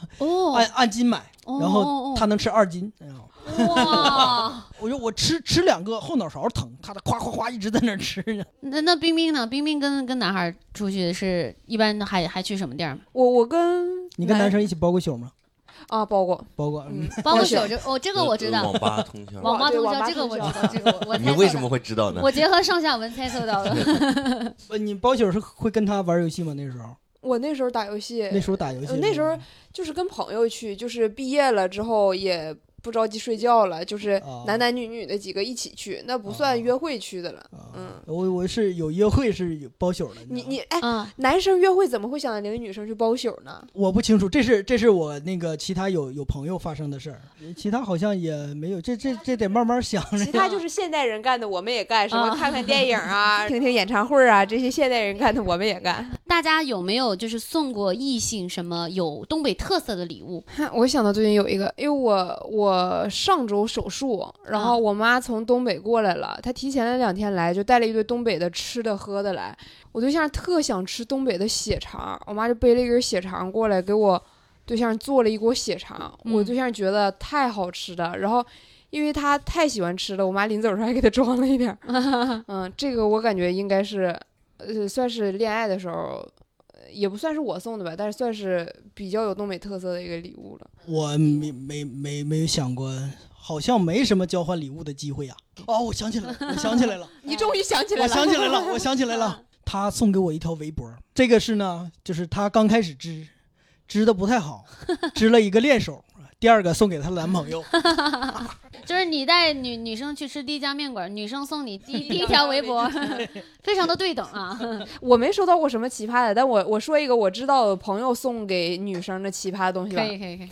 [SPEAKER 3] 按
[SPEAKER 5] 哎
[SPEAKER 1] 哦，
[SPEAKER 3] 按斤买，然后
[SPEAKER 1] 哦
[SPEAKER 3] 他能吃二斤。哎呦
[SPEAKER 1] 哇，
[SPEAKER 3] 我就我吃吃两个后脑勺疼，他的夸夸夸一直在那儿 吃呢。
[SPEAKER 1] 那那冰冰呢？冰冰跟跟男孩儿出去是一般还还去什么地儿吗？
[SPEAKER 2] 我我跟
[SPEAKER 3] 你跟男生一起包过宿吗？
[SPEAKER 2] 啊，包过，
[SPEAKER 3] 包括
[SPEAKER 2] 嗯，
[SPEAKER 1] 包括
[SPEAKER 2] 而
[SPEAKER 1] 手
[SPEAKER 2] 且
[SPEAKER 1] 这，哦，这个我知道，
[SPEAKER 5] 网吧通宵。
[SPEAKER 1] 网吧
[SPEAKER 2] 对
[SPEAKER 1] 通
[SPEAKER 2] 网
[SPEAKER 1] 宵
[SPEAKER 2] 吧啊
[SPEAKER 1] 这个我
[SPEAKER 2] 通
[SPEAKER 1] 知
[SPEAKER 2] 宵
[SPEAKER 1] 道，这个我我猜
[SPEAKER 5] 啊你
[SPEAKER 1] 测
[SPEAKER 5] 为什
[SPEAKER 1] 的
[SPEAKER 5] 么会知道呢？
[SPEAKER 1] 我结合上下文猜测到的，
[SPEAKER 3] 呃你包宿是会跟他玩游戏吗？那时候，
[SPEAKER 2] 我那时候打游戏，
[SPEAKER 3] 那时候打游戏
[SPEAKER 2] 呃
[SPEAKER 3] 吗，
[SPEAKER 2] 那时候就是跟朋友去，就是毕业了之后也不着急睡觉了，就是
[SPEAKER 3] 哦
[SPEAKER 2] 男男女女的几个一起去，那不
[SPEAKER 3] 哦
[SPEAKER 2] 算约会去的了。
[SPEAKER 3] 啊
[SPEAKER 2] 嗯，
[SPEAKER 3] 我我是有约会是有包宿的，知
[SPEAKER 2] 你
[SPEAKER 3] 道吗
[SPEAKER 2] 你哎，
[SPEAKER 1] 嗯，
[SPEAKER 2] 男生约会怎么会想领女生去包宿呢？
[SPEAKER 3] 我不清楚，这是这是我那个其他有有朋友发生的事儿，其他好像也没有，这这这得慢慢想。
[SPEAKER 2] 其他就是现代人干的，我们也干，什么
[SPEAKER 1] 啊
[SPEAKER 2] 看看电影啊、哦 听听演唱会啊，这些现代人干的我们也干。
[SPEAKER 1] 大家有没有就是送过异性什么有东北特色的礼物？
[SPEAKER 2] 我想到最近有一个，因为我我上周手术，然
[SPEAKER 1] 啊
[SPEAKER 2] 后我妈从东北过来了，她提前了两天来，就带了一堆东北的吃的喝的来。我对象特想吃东北的血肠，我妈就背了一根血肠过来给我对象做了一锅血肠，我
[SPEAKER 1] 嗯
[SPEAKER 2] 对象觉得太好吃了，然后。因为他太喜欢吃了，我妈临走时候还给他装了一点儿。嗯，这个我感觉应该是，呃，算是恋爱的时候，呃也不算是我送的吧，但是算是比较有东北特色的一个礼物了。
[SPEAKER 3] 我没没没没有想过，好像没什么交换礼物的机会呀、哦，我想起来了，我想起来 了，
[SPEAKER 2] 你终于想起来
[SPEAKER 3] 我
[SPEAKER 2] 了，
[SPEAKER 3] 想起来了，我想起来了。他送给我一条围脖，这个是呢，就是他刚开始织，织的不太好，织了一个练手。第二个送给她男朋友，
[SPEAKER 1] 就是你带女女生去吃第一家面馆，女生送你第 第一条围脖，非常的对等啊。
[SPEAKER 2] 我没收到过什么奇葩的，但我我说一个我知道朋友送给女生的奇葩的东西吧
[SPEAKER 1] 可，以可以可以，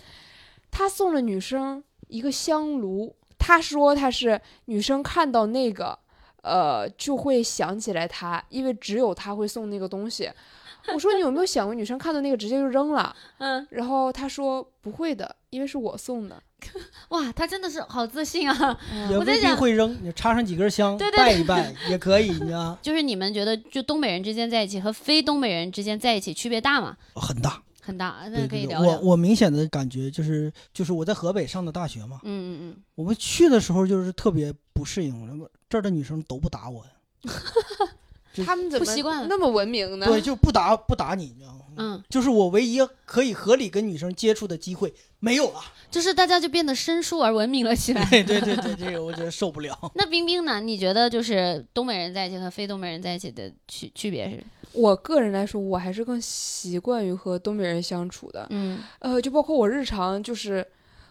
[SPEAKER 2] 他送了女生一个香炉，他说他是女生看到那个，呃，就会想起来他，因为只有他会送那个东 西。我说你有没有想过女生看到那个直接就扔了？
[SPEAKER 1] 嗯，
[SPEAKER 2] 然后他说不会的，因为是我送的。
[SPEAKER 1] 哇，他真的是好自信啊。
[SPEAKER 3] 也
[SPEAKER 1] 我在
[SPEAKER 3] 未必
[SPEAKER 1] 想
[SPEAKER 3] 会扔，你插上几根香，
[SPEAKER 1] 对对
[SPEAKER 3] 拜 一拜也可以，你知道吗
[SPEAKER 1] 就是你们觉得就东北人之间在一起和非东北人之间在一起区别大吗？
[SPEAKER 3] 很大。
[SPEAKER 1] 很大，
[SPEAKER 3] 对
[SPEAKER 1] 那可
[SPEAKER 3] 对
[SPEAKER 1] 以
[SPEAKER 3] 对，
[SPEAKER 1] 聊聊。
[SPEAKER 3] 我我明显的感觉就是，就是我在河北上的大学嘛，
[SPEAKER 1] 嗯嗯
[SPEAKER 3] 我们去的时候就是特别不适应，那么这儿的女生都不打我，就
[SPEAKER 2] 他们怎
[SPEAKER 1] 不
[SPEAKER 2] 么
[SPEAKER 1] 习惯了
[SPEAKER 2] 那么文明呢？
[SPEAKER 3] 对，就不打不打你，你知道吗？
[SPEAKER 1] 嗯嗯，
[SPEAKER 3] 就是我唯一可以合理跟女生接触的机会没有了。
[SPEAKER 1] 就是大家就变得生疏而文明了起来。
[SPEAKER 3] 对对对对，这个我觉得受不了。
[SPEAKER 1] 那冰冰呢？你觉得就是东北人在一起和非东北人在一起的区区别是？
[SPEAKER 2] 我个人来说，我还是更习惯于和东北人相处的。
[SPEAKER 1] 嗯
[SPEAKER 2] 呃，就包括我日常就是。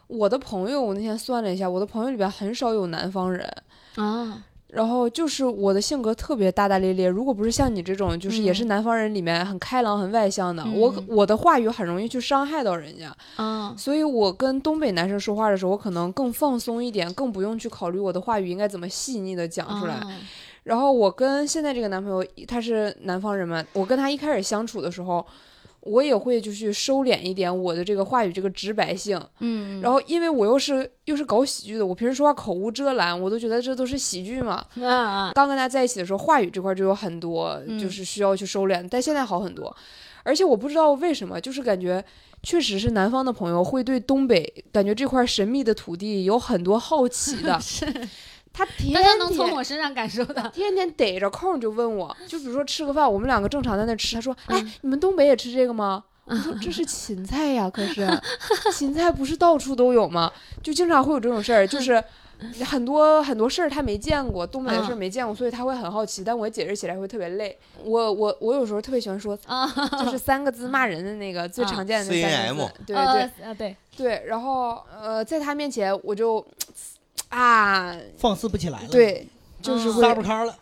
[SPEAKER 2] 我的朋友，我那天算了一下，我的朋友里边很少有南方人，
[SPEAKER 1] 啊，
[SPEAKER 2] 然后就是我的性格特别大大咧咧，如果不是像你这种，就是也是
[SPEAKER 1] 嗯
[SPEAKER 2] 南方人里面很开朗、很外向的，我可
[SPEAKER 1] 嗯
[SPEAKER 2] 我的话语很容易去伤害到人家，
[SPEAKER 1] 啊，
[SPEAKER 2] 所以我跟东北男生说话的时候，我可能更放松一点，更不用去考虑我的话语应该怎么细腻的讲出来。
[SPEAKER 1] 啊
[SPEAKER 2] 然后我跟现在这个男朋友，他是南方人嘛，我跟他一开始相处的时候，我也会就去收敛一点我的这个话语这个直白性，
[SPEAKER 1] 嗯，
[SPEAKER 2] 然后因为我又是又是搞喜剧的，我平时说话口无遮拦，我都觉得这都是喜 剧嘛。
[SPEAKER 1] 后啊，
[SPEAKER 2] 刚跟他在一起的时候，话语这块就有很多
[SPEAKER 1] 嗯。
[SPEAKER 2] 就是需要去收敛，但现在好很多。而且我不知道为什么，就是感觉确实是南方的朋友会对东北感觉这块神秘的土地有很多好奇的
[SPEAKER 1] 是，
[SPEAKER 2] 他天
[SPEAKER 1] 大家能从
[SPEAKER 2] 天
[SPEAKER 1] 我身上感受到。
[SPEAKER 2] 天天逮着空就问我，就比如说吃个饭，我们两个正常在那吃，他说：“哎
[SPEAKER 1] 嗯，
[SPEAKER 2] 你们东北也吃这个吗？”我说：“这是芹菜呀，可是芹菜不是到处都有吗？就经常会有这种 事儿，就是。”很多很多事儿他没见过，东北的事儿
[SPEAKER 1] 嗯
[SPEAKER 2] 没见过，所以他会很好奇，但我解释起来会特别累。我我我有时候特别喜 欢说，
[SPEAKER 1] 啊，
[SPEAKER 2] 就是三个字骂人的那个最
[SPEAKER 1] 啊
[SPEAKER 2] 常见的那三个
[SPEAKER 5] CNM
[SPEAKER 2] 字，对对
[SPEAKER 1] 呃啊，对，
[SPEAKER 2] 对。然后呃，在他面前我就啊，
[SPEAKER 3] 放肆不起来了，，
[SPEAKER 2] 对，就是
[SPEAKER 1] 嗯
[SPEAKER 2] 会
[SPEAKER 3] 撒不开了。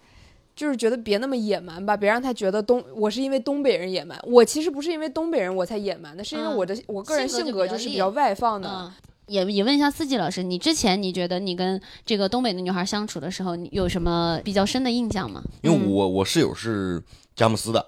[SPEAKER 2] 就是觉得别那么野蛮吧，别让他觉得东我是因为东北人野蛮。我其实不是因为东北人我才野蛮的，是因为
[SPEAKER 1] 嗯
[SPEAKER 2] 我的、我个人
[SPEAKER 1] 性
[SPEAKER 2] 性
[SPEAKER 1] 格
[SPEAKER 2] 格
[SPEAKER 1] 就比较
[SPEAKER 2] 就是比
[SPEAKER 1] 烈
[SPEAKER 2] 较外放的。
[SPEAKER 1] 嗯。也也问一下四季老师，你之前你觉得你跟这个东北的女孩相处的时候，你有什么比较深的印象吗？
[SPEAKER 5] 因为
[SPEAKER 2] 嗯
[SPEAKER 5] 我我室友是佳木斯的，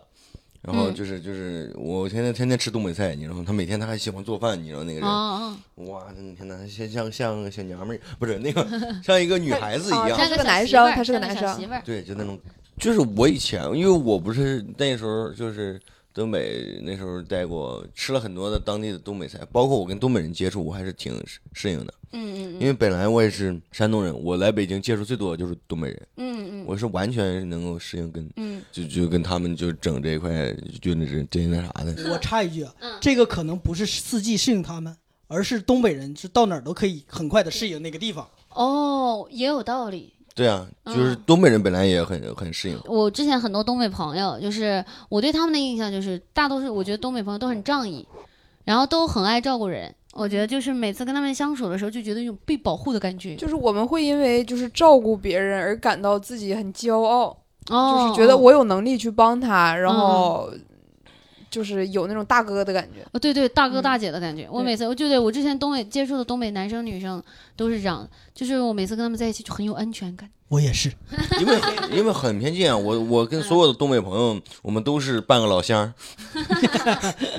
[SPEAKER 5] 然后
[SPEAKER 1] 嗯
[SPEAKER 5] 就是就是我天天天天吃东北菜，你知道吗？他每天他还喜欢做饭，你知道那个人，
[SPEAKER 1] 哦，
[SPEAKER 5] 哇，真的天哪，像像像个小娘们儿，不是那个像一个女孩子一
[SPEAKER 2] 啊
[SPEAKER 5] 样
[SPEAKER 2] 他，
[SPEAKER 1] 像
[SPEAKER 2] 是
[SPEAKER 1] 哦个
[SPEAKER 2] 个
[SPEAKER 1] 小
[SPEAKER 2] 男
[SPEAKER 1] 媳
[SPEAKER 2] 生
[SPEAKER 1] 妇儿
[SPEAKER 2] 他是
[SPEAKER 1] 像
[SPEAKER 2] 个男
[SPEAKER 1] 小
[SPEAKER 2] 生
[SPEAKER 1] 媳妇儿
[SPEAKER 5] 对，就那种，就是我以前，因为我不是那时候就是东北那时候待过，吃了很多的当地的东北菜，包括我跟东北人接触，我还是挺适适应的，
[SPEAKER 1] 嗯嗯
[SPEAKER 5] 因为本来我也是山东人，我来北京接触最多的就是东北人，
[SPEAKER 1] 嗯嗯
[SPEAKER 5] 我是完全能够适应跟
[SPEAKER 1] 嗯
[SPEAKER 5] 就就跟他们就整这一块就那是真那啥的，
[SPEAKER 3] 我插一句啊
[SPEAKER 1] 嗯，
[SPEAKER 3] 这个可能不是四季适应他们，而是东北人是到哪儿都可以很快的适应那个地方。
[SPEAKER 1] 哦，也有道理。
[SPEAKER 5] 对啊，就是
[SPEAKER 1] 嗯
[SPEAKER 5] 东北人本来也很很适应，
[SPEAKER 1] 我之前很多东北朋友，就是我对他们的印象就是，大多数我觉得东北朋友都很仗义，然后都很爱照顾人。我觉得就是每次跟他们相处的时候，就觉得有被保护的感觉，
[SPEAKER 2] 就是我们会因为就是照顾别人而感到自己很骄傲，
[SPEAKER 1] 哦，
[SPEAKER 2] 就是觉得
[SPEAKER 1] 哦嗯
[SPEAKER 2] 我有能力去帮他，然后就是有那种大哥哥的感觉。
[SPEAKER 1] 哦，对对，大哥
[SPEAKER 2] 嗯
[SPEAKER 1] 大姐的感觉。我
[SPEAKER 2] 对
[SPEAKER 1] 每次，就对我之前东北接触的东北男生女生都是这样，就是我每次跟他们在一起就很有安全感。
[SPEAKER 3] 我也是，
[SPEAKER 5] 因为因为很偏见啊。我我跟所有的东北朋友，我们都是半个老乡儿。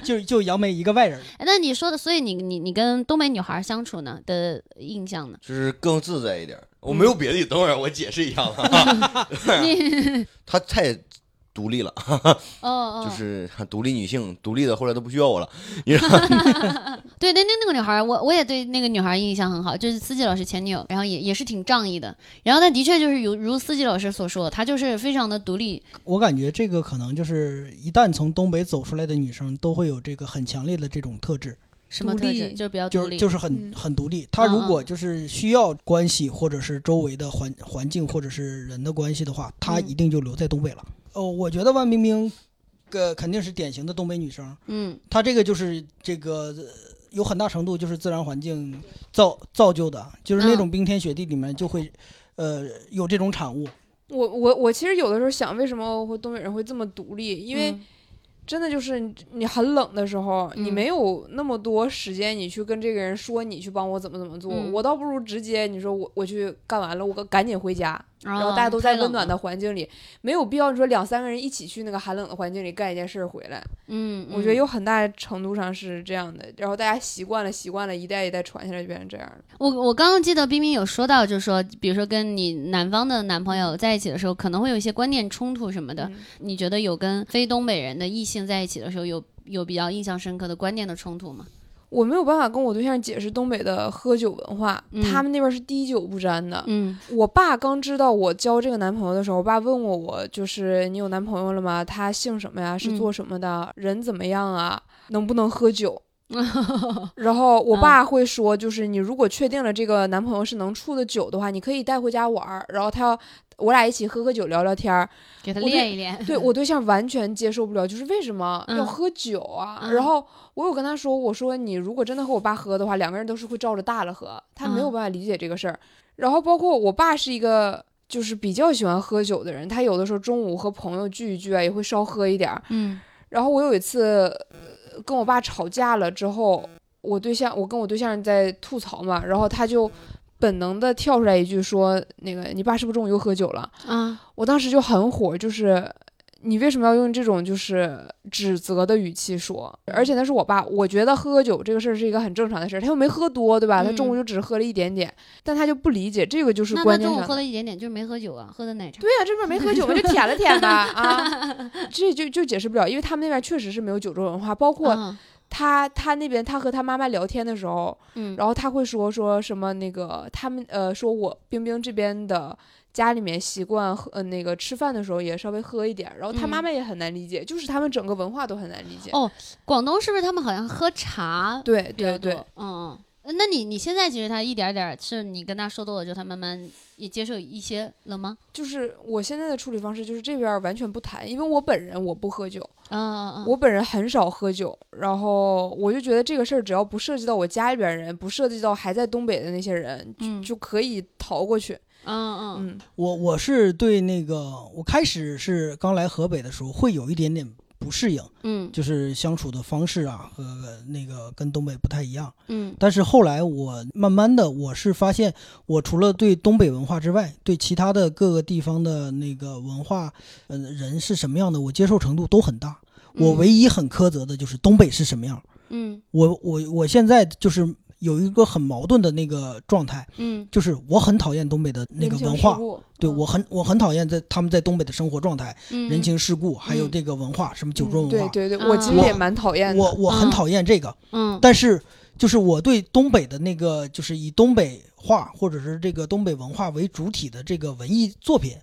[SPEAKER 3] 就就杨梅一个外人，
[SPEAKER 1] 哎，那你说的，所以你你你跟东北女孩相处呢的印象呢？
[SPEAKER 5] 就是更自在一点
[SPEAKER 1] 嗯
[SPEAKER 5] 儿。我没有别的，等会儿我解释一下吧。啊
[SPEAKER 1] 嗯
[SPEAKER 5] 她太独立了，
[SPEAKER 1] 哦哦，
[SPEAKER 5] 就是独立女性，独立的后来都不需要我了。
[SPEAKER 1] 对，那那那个女孩儿，我我也对那个女孩儿印象很好，就是司机老师前女友，然后也也是挺仗义的，然后她的确就是如如司机老师所说，她就是非常的独立，
[SPEAKER 3] 我感觉这个可能就是一旦从东北走出来的女生都会有这个很强烈的这种特质，
[SPEAKER 1] 什么
[SPEAKER 2] 独
[SPEAKER 1] 特质
[SPEAKER 2] 立
[SPEAKER 1] 就是比较独
[SPEAKER 3] 就是
[SPEAKER 1] 立，
[SPEAKER 3] 就是很
[SPEAKER 2] 嗯
[SPEAKER 3] 很独立。她如
[SPEAKER 1] 嗯
[SPEAKER 3] 果就是需要关系或者是周围的环环境或者是人的关系的话，她
[SPEAKER 1] 嗯
[SPEAKER 3] 一定就留在东北了。哦，我觉得万冰冰，呃，肯定是典型的东北女生，
[SPEAKER 1] 嗯
[SPEAKER 3] 她这个就是这个。呃有很大程度就是自然环境造造就的，就是那
[SPEAKER 1] 嗯
[SPEAKER 3] 种冰天雪地里面就会，呃，有这种产物。
[SPEAKER 2] 我我我其实有的时候想，为什么会东北人会这么独立？因为
[SPEAKER 1] 嗯
[SPEAKER 2] 真的就是你你很冷的时候，
[SPEAKER 1] 嗯
[SPEAKER 2] 你没有那么多时间，你去跟这个人说你去帮我怎么怎么做。
[SPEAKER 1] 嗯
[SPEAKER 2] 我倒不如直接你说我我去干完了，我赶紧回家，
[SPEAKER 1] 然
[SPEAKER 2] 然后大家都在温暖的，环境里，没有必要你说两三个人一起去那个寒冷的环境里干一件事儿回来。
[SPEAKER 1] 嗯，
[SPEAKER 2] 我觉得
[SPEAKER 1] 有
[SPEAKER 2] 有很大程度上是这样的，然后大家习惯了，习惯了，一代一代传下来就变成这样了。
[SPEAKER 1] 我我刚刚记得冰冰有说到，就是说，比如说跟你南方的男朋友在一起的时候，可能会有一些观念冲突什么的，
[SPEAKER 2] 嗯
[SPEAKER 1] 你觉得有跟非东北人的异性在一起的时候有有比较印象深刻的观念的冲突吗？
[SPEAKER 2] 我没有办法跟我对象解释东北的喝酒文化，
[SPEAKER 1] 嗯
[SPEAKER 2] 他们那边是滴酒不沾的。
[SPEAKER 1] 嗯
[SPEAKER 2] 我爸刚知道我交这个男朋友的时候，我爸问过我，就是你有男朋友了吗？他姓什么呀？是做什么的？人怎么样啊？能不能喝酒？
[SPEAKER 1] 嗯
[SPEAKER 2] 然后我爸会说，就是你如果确定了这个男朋友是能处的酒的话，你可以带回家玩儿，然后他要我俩一起喝喝酒聊聊天儿。
[SPEAKER 1] 给他
[SPEAKER 2] 我对
[SPEAKER 1] 练一 练。
[SPEAKER 2] 对我对象完全接受不了，就是为什么要
[SPEAKER 1] 嗯
[SPEAKER 2] 喝酒啊？
[SPEAKER 1] 嗯
[SPEAKER 2] 然后我有跟他说，我说你如果真的和我爸喝的话，两个人都是会照着大了喝，他没有
[SPEAKER 1] 嗯
[SPEAKER 2] 办法理解这个事儿。然后包括我爸是一个就是比较喜欢喝酒的人，他有的时候中午和朋友聚一聚啊，也会稍喝一点儿。
[SPEAKER 1] 嗯
[SPEAKER 2] 然后我有一次呃跟我爸吵架了之后，我对象我跟我对象在吐槽嘛，然后他就本能的跳出来一句说，那个你爸是不是中午又喝酒了？
[SPEAKER 1] 啊，
[SPEAKER 2] 我当时就很火，就是你为什么要用这种就是指责的语气说？而
[SPEAKER 1] 嗯
[SPEAKER 2] 且他是我爸，我觉得喝酒这个事儿是一个很正常的事儿，他又没喝多，对吧？他中午
[SPEAKER 1] 嗯
[SPEAKER 2] 就只喝了一点点，但他就不理解这个就是
[SPEAKER 1] 那他
[SPEAKER 2] 关键
[SPEAKER 1] 中午
[SPEAKER 2] 上
[SPEAKER 1] 喝
[SPEAKER 2] 的。
[SPEAKER 1] 了一点点，就是没喝酒啊，喝的奶茶。
[SPEAKER 2] 对呀、这边没喝酒嘛，就舔了 舔吧啊，这就就解释不了，因为他们那边确实是没有酒桌文化，包括
[SPEAKER 1] 啊
[SPEAKER 2] 他他那边他和他妈妈聊天的时候，
[SPEAKER 1] 嗯，
[SPEAKER 2] 然后他会说说什么那个他们呃说我冰冰这边的家里面习惯喝呃那个吃饭的时候也稍微喝一点儿，然后他妈
[SPEAKER 1] 嗯
[SPEAKER 2] 妈也很难理解，就是他们整个文化都很难理解。
[SPEAKER 1] 哦广东是不是他们好像喝茶
[SPEAKER 2] 对
[SPEAKER 1] 比较多？
[SPEAKER 2] 对对，
[SPEAKER 1] 嗯嗯。那你你现在其实他一点儿点儿是你跟他说多了之后，他慢慢也接受一些了吗？
[SPEAKER 2] 就是我现在的处理方式就是这边儿完全不谈，因为我本人我不喝酒，
[SPEAKER 1] 啊啊啊！
[SPEAKER 2] 我本人很少喝酒，然后我就觉得这个事儿只要不涉及到我家里边儿人，不涉及到还在东北的那些人，
[SPEAKER 1] 嗯
[SPEAKER 2] 就可以逃过去。
[SPEAKER 1] 嗯嗯
[SPEAKER 2] 嗯
[SPEAKER 3] 我我是对那个，我开始是刚来河北的时候会有一点点不适应，
[SPEAKER 1] 嗯
[SPEAKER 3] 就是相处的方式啊和那个跟东北不太一样。
[SPEAKER 1] 嗯
[SPEAKER 3] 但是后来我慢慢的，我是发现我除了对东北文化之外，对其他的各个地方的那个文化，嗯、人是什么样的，我接受程度都很大。我
[SPEAKER 1] 嗯
[SPEAKER 3] 唯一很苛责的就是东北是什么样。
[SPEAKER 1] 嗯
[SPEAKER 3] 我我我现在就是有一个很矛盾的那个状态，
[SPEAKER 1] 嗯
[SPEAKER 3] 就是我很讨厌东北的那个
[SPEAKER 2] 人情
[SPEAKER 3] 文
[SPEAKER 2] 世
[SPEAKER 3] 化，
[SPEAKER 2] 故
[SPEAKER 3] 对
[SPEAKER 2] 嗯
[SPEAKER 3] 我很我很讨厌在他们在东北的生活状态、
[SPEAKER 1] 嗯，
[SPEAKER 3] 人情世故，还有
[SPEAKER 1] 嗯
[SPEAKER 3] 这个文化，什么酒
[SPEAKER 2] 嗯
[SPEAKER 3] 桌文
[SPEAKER 2] 对
[SPEAKER 3] 化，
[SPEAKER 2] 对对，我其实
[SPEAKER 3] 啊
[SPEAKER 2] 也蛮讨厌的。
[SPEAKER 3] 我我很
[SPEAKER 1] 嗯
[SPEAKER 3] 讨厌这个。
[SPEAKER 1] 嗯
[SPEAKER 3] 但是就是我对东北的那个，就是以东北话或者是这个东北文化为主体的这个文艺作品，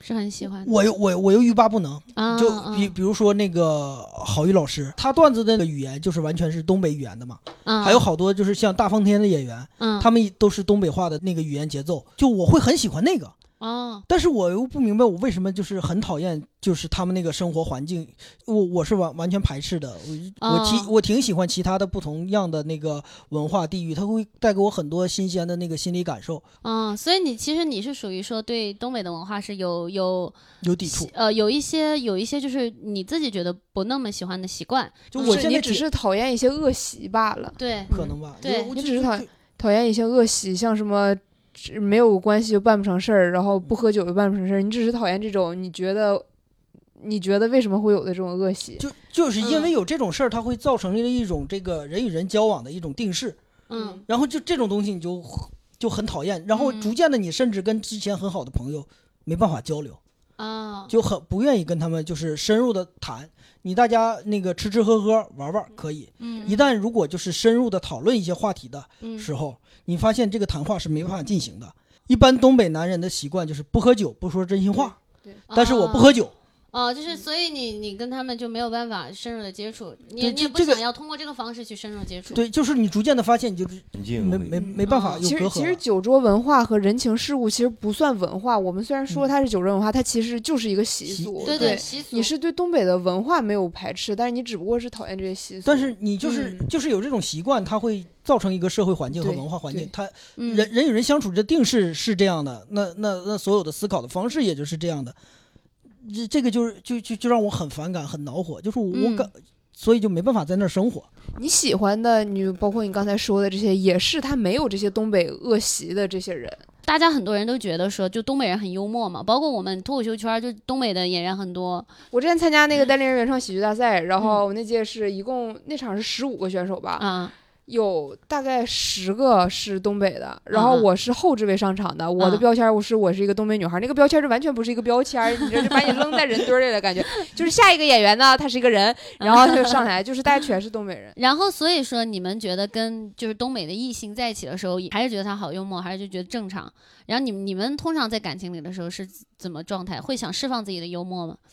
[SPEAKER 1] 是很喜欢的
[SPEAKER 3] 我又我我又欲罢不能，
[SPEAKER 1] 啊。
[SPEAKER 3] 嗯就
[SPEAKER 1] 啊
[SPEAKER 3] 比比如说那个郝宇老师，他段子的那个语言就是完全是东北语言的嘛，
[SPEAKER 1] 啊
[SPEAKER 3] 还有好多就是像大风天的演员，
[SPEAKER 1] 嗯，
[SPEAKER 3] 他们都是东北话的那个语言节奏，就我会很喜欢那个，
[SPEAKER 1] 哦
[SPEAKER 3] 但是我又不明白我为什么就是很讨厌就是他们那个生活环境，我我是完完全排斥的，我我
[SPEAKER 1] 哦
[SPEAKER 3] 挺我挺喜欢其他的不同样的那个文化地域，它会带给我很多新鲜的那个心理感受，
[SPEAKER 1] 哦，所以你其实你是属于说对东北的文化是有有
[SPEAKER 3] 有抵触。
[SPEAKER 1] 呃有一些有一些就是你自己觉得不那么喜欢的习惯，
[SPEAKER 3] 就
[SPEAKER 2] 不
[SPEAKER 3] 我
[SPEAKER 2] 是
[SPEAKER 3] 现
[SPEAKER 2] 你
[SPEAKER 3] 在
[SPEAKER 2] 只
[SPEAKER 3] 挺
[SPEAKER 2] 是讨厌一些恶习罢了，
[SPEAKER 1] 对，
[SPEAKER 3] 可能吧，
[SPEAKER 1] 对
[SPEAKER 3] 我
[SPEAKER 2] 你
[SPEAKER 3] 就
[SPEAKER 2] 只是讨
[SPEAKER 3] 就
[SPEAKER 2] 讨厌一些恶习，像什么。只没有关系就办不成事儿，然后不喝酒就办不成事儿。你只是讨厌这种，你觉得，你觉得为什么会有的这种恶习？
[SPEAKER 3] 就就是因
[SPEAKER 1] 嗯
[SPEAKER 3] 为有这种事儿，它会造成了一种这个人与人交往的一种定式，
[SPEAKER 1] 嗯
[SPEAKER 3] 然后就这种东西你就就很讨厌，然后
[SPEAKER 1] 嗯
[SPEAKER 3] 逐渐的你甚至跟之前很好的朋友没办法交流，
[SPEAKER 1] 啊
[SPEAKER 3] 就很不愿意跟他们就是深入的谈。你大家那个吃吃喝喝玩玩可以，
[SPEAKER 1] 嗯
[SPEAKER 3] 一旦如果就是深入的讨论一些话题的
[SPEAKER 1] 嗯
[SPEAKER 3] 时候，你发现这个谈话是没办法进行的。一般东北男人的习惯就是不喝酒不说真心话，但是我不
[SPEAKER 1] 啊
[SPEAKER 3] 喝酒，
[SPEAKER 1] 哦，就是所以你你跟他们就没有办法深入的接触，你
[SPEAKER 3] 对
[SPEAKER 1] 你
[SPEAKER 3] 这
[SPEAKER 1] 也不
[SPEAKER 3] 这个
[SPEAKER 1] 想要通过这个方式去深入接触。
[SPEAKER 3] 对，就是你逐渐的发现，你就是
[SPEAKER 5] 很近
[SPEAKER 3] 没
[SPEAKER 5] 我
[SPEAKER 3] 没没办法有
[SPEAKER 2] 啊其
[SPEAKER 3] 隔
[SPEAKER 2] 实
[SPEAKER 3] 阂
[SPEAKER 2] 其实
[SPEAKER 3] 了。
[SPEAKER 2] 酒桌文化和人情世故其实不算文化，我们虽然
[SPEAKER 3] 嗯
[SPEAKER 2] 说它是酒桌文化，它其实就是一个习
[SPEAKER 3] 习
[SPEAKER 2] 俗。
[SPEAKER 1] 对
[SPEAKER 2] 对，
[SPEAKER 1] 习俗
[SPEAKER 2] 你是对东北的文化没有排斥，但是你只不过是讨厌这些习俗。
[SPEAKER 3] 但是你就是、
[SPEAKER 2] 嗯
[SPEAKER 3] 就是有这种习惯，它会造成一个社会环境和
[SPEAKER 2] 对
[SPEAKER 3] 文化环
[SPEAKER 2] 对
[SPEAKER 3] 境，它
[SPEAKER 1] 嗯
[SPEAKER 3] 人人与人相处这定式是这样的，那那那所有的思考的方式也就是这样的，这这个就是就就就让我很反感，很恼火，就是我
[SPEAKER 1] 嗯
[SPEAKER 3] 我感，所以就没办法在那儿生活。
[SPEAKER 2] 你喜欢的，你包括你刚才说的这些，也是他没有这些东北恶习的这些人。
[SPEAKER 1] 大家很多人都觉得说，就东北人很幽默嘛，包括我们脱口秀圈儿，就东北的演员很多，
[SPEAKER 2] 我之前参加那个单立人原创喜剧大赛，然后我那届是一共那场是十五个选手吧，
[SPEAKER 1] 啊
[SPEAKER 2] 有大概十个是东北的，然
[SPEAKER 1] 嗯
[SPEAKER 2] 后
[SPEAKER 1] 嗯
[SPEAKER 2] 我是后置位上场的。我的
[SPEAKER 1] 嗯
[SPEAKER 2] 标签儿我是我是一个东北女孩儿，那个标签儿就完全不是一个标签儿，你这是把你扔在人堆儿里的感觉。 就是下一个演员呢，他是一个人，然后他就上来，就是大家全是东北人。
[SPEAKER 1] 然后所以说，你们觉得跟就是东北的异性在一起的时候，还是觉得他好幽默，还是就觉得正常？然后你们你们通常在感情里的时候是怎么状态？会想释放自己的幽默吗？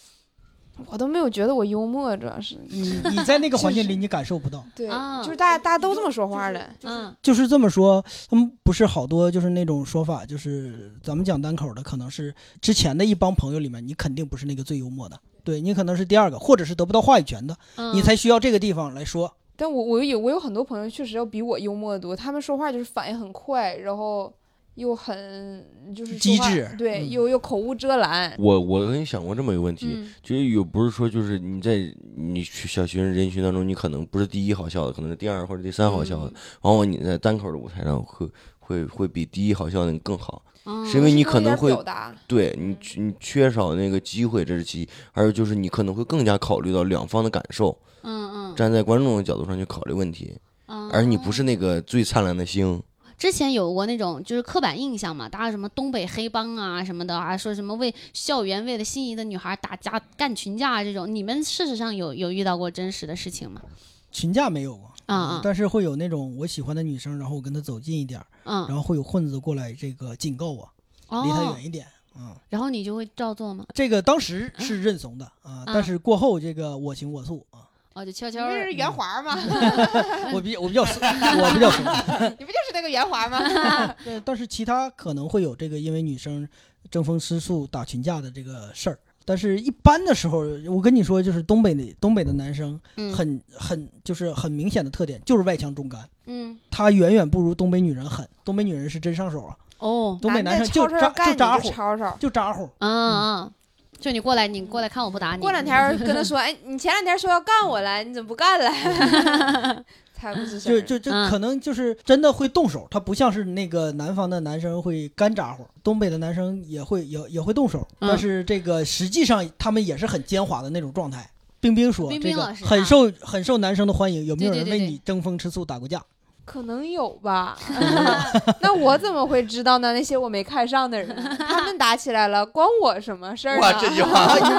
[SPEAKER 2] 我都没有觉得我幽默，主要是
[SPEAKER 3] 你你在 那个环境
[SPEAKER 2] 是
[SPEAKER 3] 里，你感受不到。
[SPEAKER 2] 对，
[SPEAKER 1] 啊
[SPEAKER 2] 就是大家大家都这么说话的。
[SPEAKER 1] 嗯
[SPEAKER 3] 就是这么说，他们不是好多就是那种说法，就是咱们讲单口的，可能是之前的一帮朋友里面，你肯定不是那个最幽默的，对你可能是第二个，或者是得不到话语权的，
[SPEAKER 1] 嗯，
[SPEAKER 3] 你才需要这个地方来说。
[SPEAKER 2] 但我我有我有很多朋友确实要比我幽默的多，他们说话就是反应很快，然后又很就是说话
[SPEAKER 3] 机智
[SPEAKER 2] 对，
[SPEAKER 3] 嗯
[SPEAKER 2] 又又口无遮拦。
[SPEAKER 5] 我我跟你想过这么一个问题，
[SPEAKER 1] 嗯
[SPEAKER 5] 就是有不是说就是你在你去小学人群当中，你可能不是第一好笑的，可能是第二或者第三好笑的，往往你在单口的舞台上会会会比第一好笑的人更好，
[SPEAKER 1] 嗯
[SPEAKER 5] 是因为你
[SPEAKER 2] 多
[SPEAKER 5] 可
[SPEAKER 2] 一点
[SPEAKER 5] 能会
[SPEAKER 2] 表达，
[SPEAKER 5] 对你缺你缺少那个机会，这是其一；还有就是你可能会更加考虑到两方的感受，
[SPEAKER 1] 嗯嗯
[SPEAKER 5] 站在观众的角度上去考虑问题，
[SPEAKER 1] 嗯，
[SPEAKER 5] 而你不是那个最灿烂的星。
[SPEAKER 1] 之前有过那种就是刻板印象嘛，大家什么东北黑帮啊什么的啊，说什么为校园为了心仪的女孩打架干群架啊这种，你们事实上有有遇到过真实的事情吗？
[SPEAKER 3] 群架没有过
[SPEAKER 1] 啊啊
[SPEAKER 3] 但是会有那种我喜欢的女生，然后我跟她走近一点儿，然
[SPEAKER 1] 嗯，
[SPEAKER 3] 后会有混子过来这个警告我，离她
[SPEAKER 1] 哦，
[SPEAKER 3] 远一点。嗯，
[SPEAKER 1] 然后你就会照做吗？
[SPEAKER 3] 这个当时是认怂的
[SPEAKER 1] 嗯
[SPEAKER 3] 啊，但是过后这个我行我素啊，
[SPEAKER 1] 哦，就悄
[SPEAKER 2] 你
[SPEAKER 1] 悄
[SPEAKER 2] 不
[SPEAKER 1] 地
[SPEAKER 2] 是圆滑 吗？
[SPEAKER 1] 嗯
[SPEAKER 3] 我比我比较怂， 我比较怂。
[SPEAKER 2] 你不就是那个圆 滑吗？
[SPEAKER 3] 对，但是其他可能会有这个因为女生争风吃醋打群架的这个事儿。但是，一般的时候，我跟你说，就是东北的东北的男生
[SPEAKER 1] 嗯
[SPEAKER 3] 很很就是很明显的特点，就是外强中干，
[SPEAKER 1] 嗯
[SPEAKER 3] 他远远不如东北女人狠。东北女人是真上手啊，
[SPEAKER 1] 哦
[SPEAKER 3] 东北男
[SPEAKER 2] 男的
[SPEAKER 3] 生就
[SPEAKER 2] 吵吵要
[SPEAKER 3] 扎
[SPEAKER 2] 干
[SPEAKER 3] 就
[SPEAKER 2] 你
[SPEAKER 3] 扎
[SPEAKER 2] 就
[SPEAKER 3] 呼
[SPEAKER 2] 吵吵。
[SPEAKER 3] 就扎呼。
[SPEAKER 1] 啊啊，就你过来，你过来看我不打你。
[SPEAKER 2] 过两天儿跟他说，哎，你前两天说要干我了，你怎么不干 了？才不是小
[SPEAKER 3] 就
[SPEAKER 2] 人
[SPEAKER 3] 就就
[SPEAKER 1] 嗯
[SPEAKER 3] 可能就是真的会动手，他不像是那个南方的男生会干咋呼，东北的男生也会也也会动手，
[SPEAKER 1] 嗯
[SPEAKER 3] 但是这个实际上他们也是很奸猾的那种状态。冰冰说：“
[SPEAKER 1] 冰
[SPEAKER 3] 这
[SPEAKER 1] 冰
[SPEAKER 3] 个
[SPEAKER 1] 老师啊
[SPEAKER 3] 很受很受男生的欢迎，有没有
[SPEAKER 1] 对对
[SPEAKER 3] 人
[SPEAKER 1] 对
[SPEAKER 3] 为
[SPEAKER 1] 对
[SPEAKER 3] 你争风吃醋打过架？
[SPEAKER 2] 可能有吧。 那我怎么会知道呢？那些我没看上的人，他们打起来了，关我什么事儿啊
[SPEAKER 5] 哇，这
[SPEAKER 2] 呢？
[SPEAKER 5] 句
[SPEAKER 3] 啊
[SPEAKER 5] 话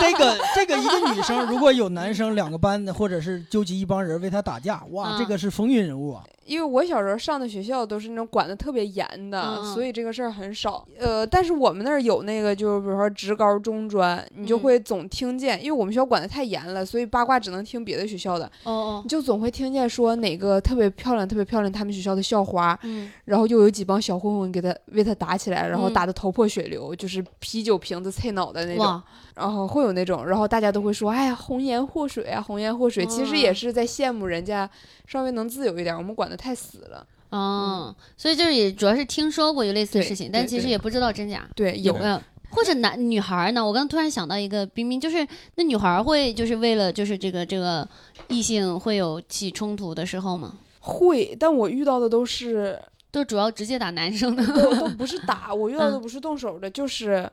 [SPEAKER 3] 这个这个一个女生如果有男生两个班的，或者是纠集一帮人为她打架，哇，
[SPEAKER 1] 嗯
[SPEAKER 3] 这个是风云人物啊！
[SPEAKER 2] 因为我小时候上的学校都是那种管的特别严的，
[SPEAKER 1] 嗯嗯
[SPEAKER 2] 所以这个事儿很少。呃，但是我们那儿有那个，就是比如说职高、中专，你
[SPEAKER 1] 嗯
[SPEAKER 2] 就会总听见，因为我们学校管的太严了，所以八卦只能听别的学校的，
[SPEAKER 1] 哦哦
[SPEAKER 2] 你，就总会听见说哪个特别漂亮、特别漂亮，他们学校的校花，
[SPEAKER 1] 嗯，
[SPEAKER 2] 然后又有几帮小混混给他为他打起来，然后
[SPEAKER 1] 嗯
[SPEAKER 2] 打得头破血流，就是啤酒瓶子啐脑袋那种。
[SPEAKER 1] 哇，
[SPEAKER 2] 然后会有那种，然后大家都会说，哎呀，红颜祸水啊，红颜祸水，其实也
[SPEAKER 1] 嗯
[SPEAKER 2] 是在羡慕人家稍微能自由一点，我们管得太死了。
[SPEAKER 1] 哦，所以就是也主要是听说过有类似的
[SPEAKER 2] 对
[SPEAKER 1] 事情，
[SPEAKER 2] 对
[SPEAKER 1] 但其实
[SPEAKER 5] 对
[SPEAKER 1] 也不知道真假。
[SPEAKER 2] 对，
[SPEAKER 1] 有
[SPEAKER 2] 有
[SPEAKER 1] 没有？或者男女孩儿呢？我刚突然想到一个冰冰，就是那女孩儿会就是为了就是这个这个异性会有起冲突的时候吗？
[SPEAKER 2] 会，但我遇到的都是
[SPEAKER 1] 都主要直接打男生的。
[SPEAKER 2] 都都不是打，我遇到的
[SPEAKER 1] 嗯
[SPEAKER 2] 不是动手的，就是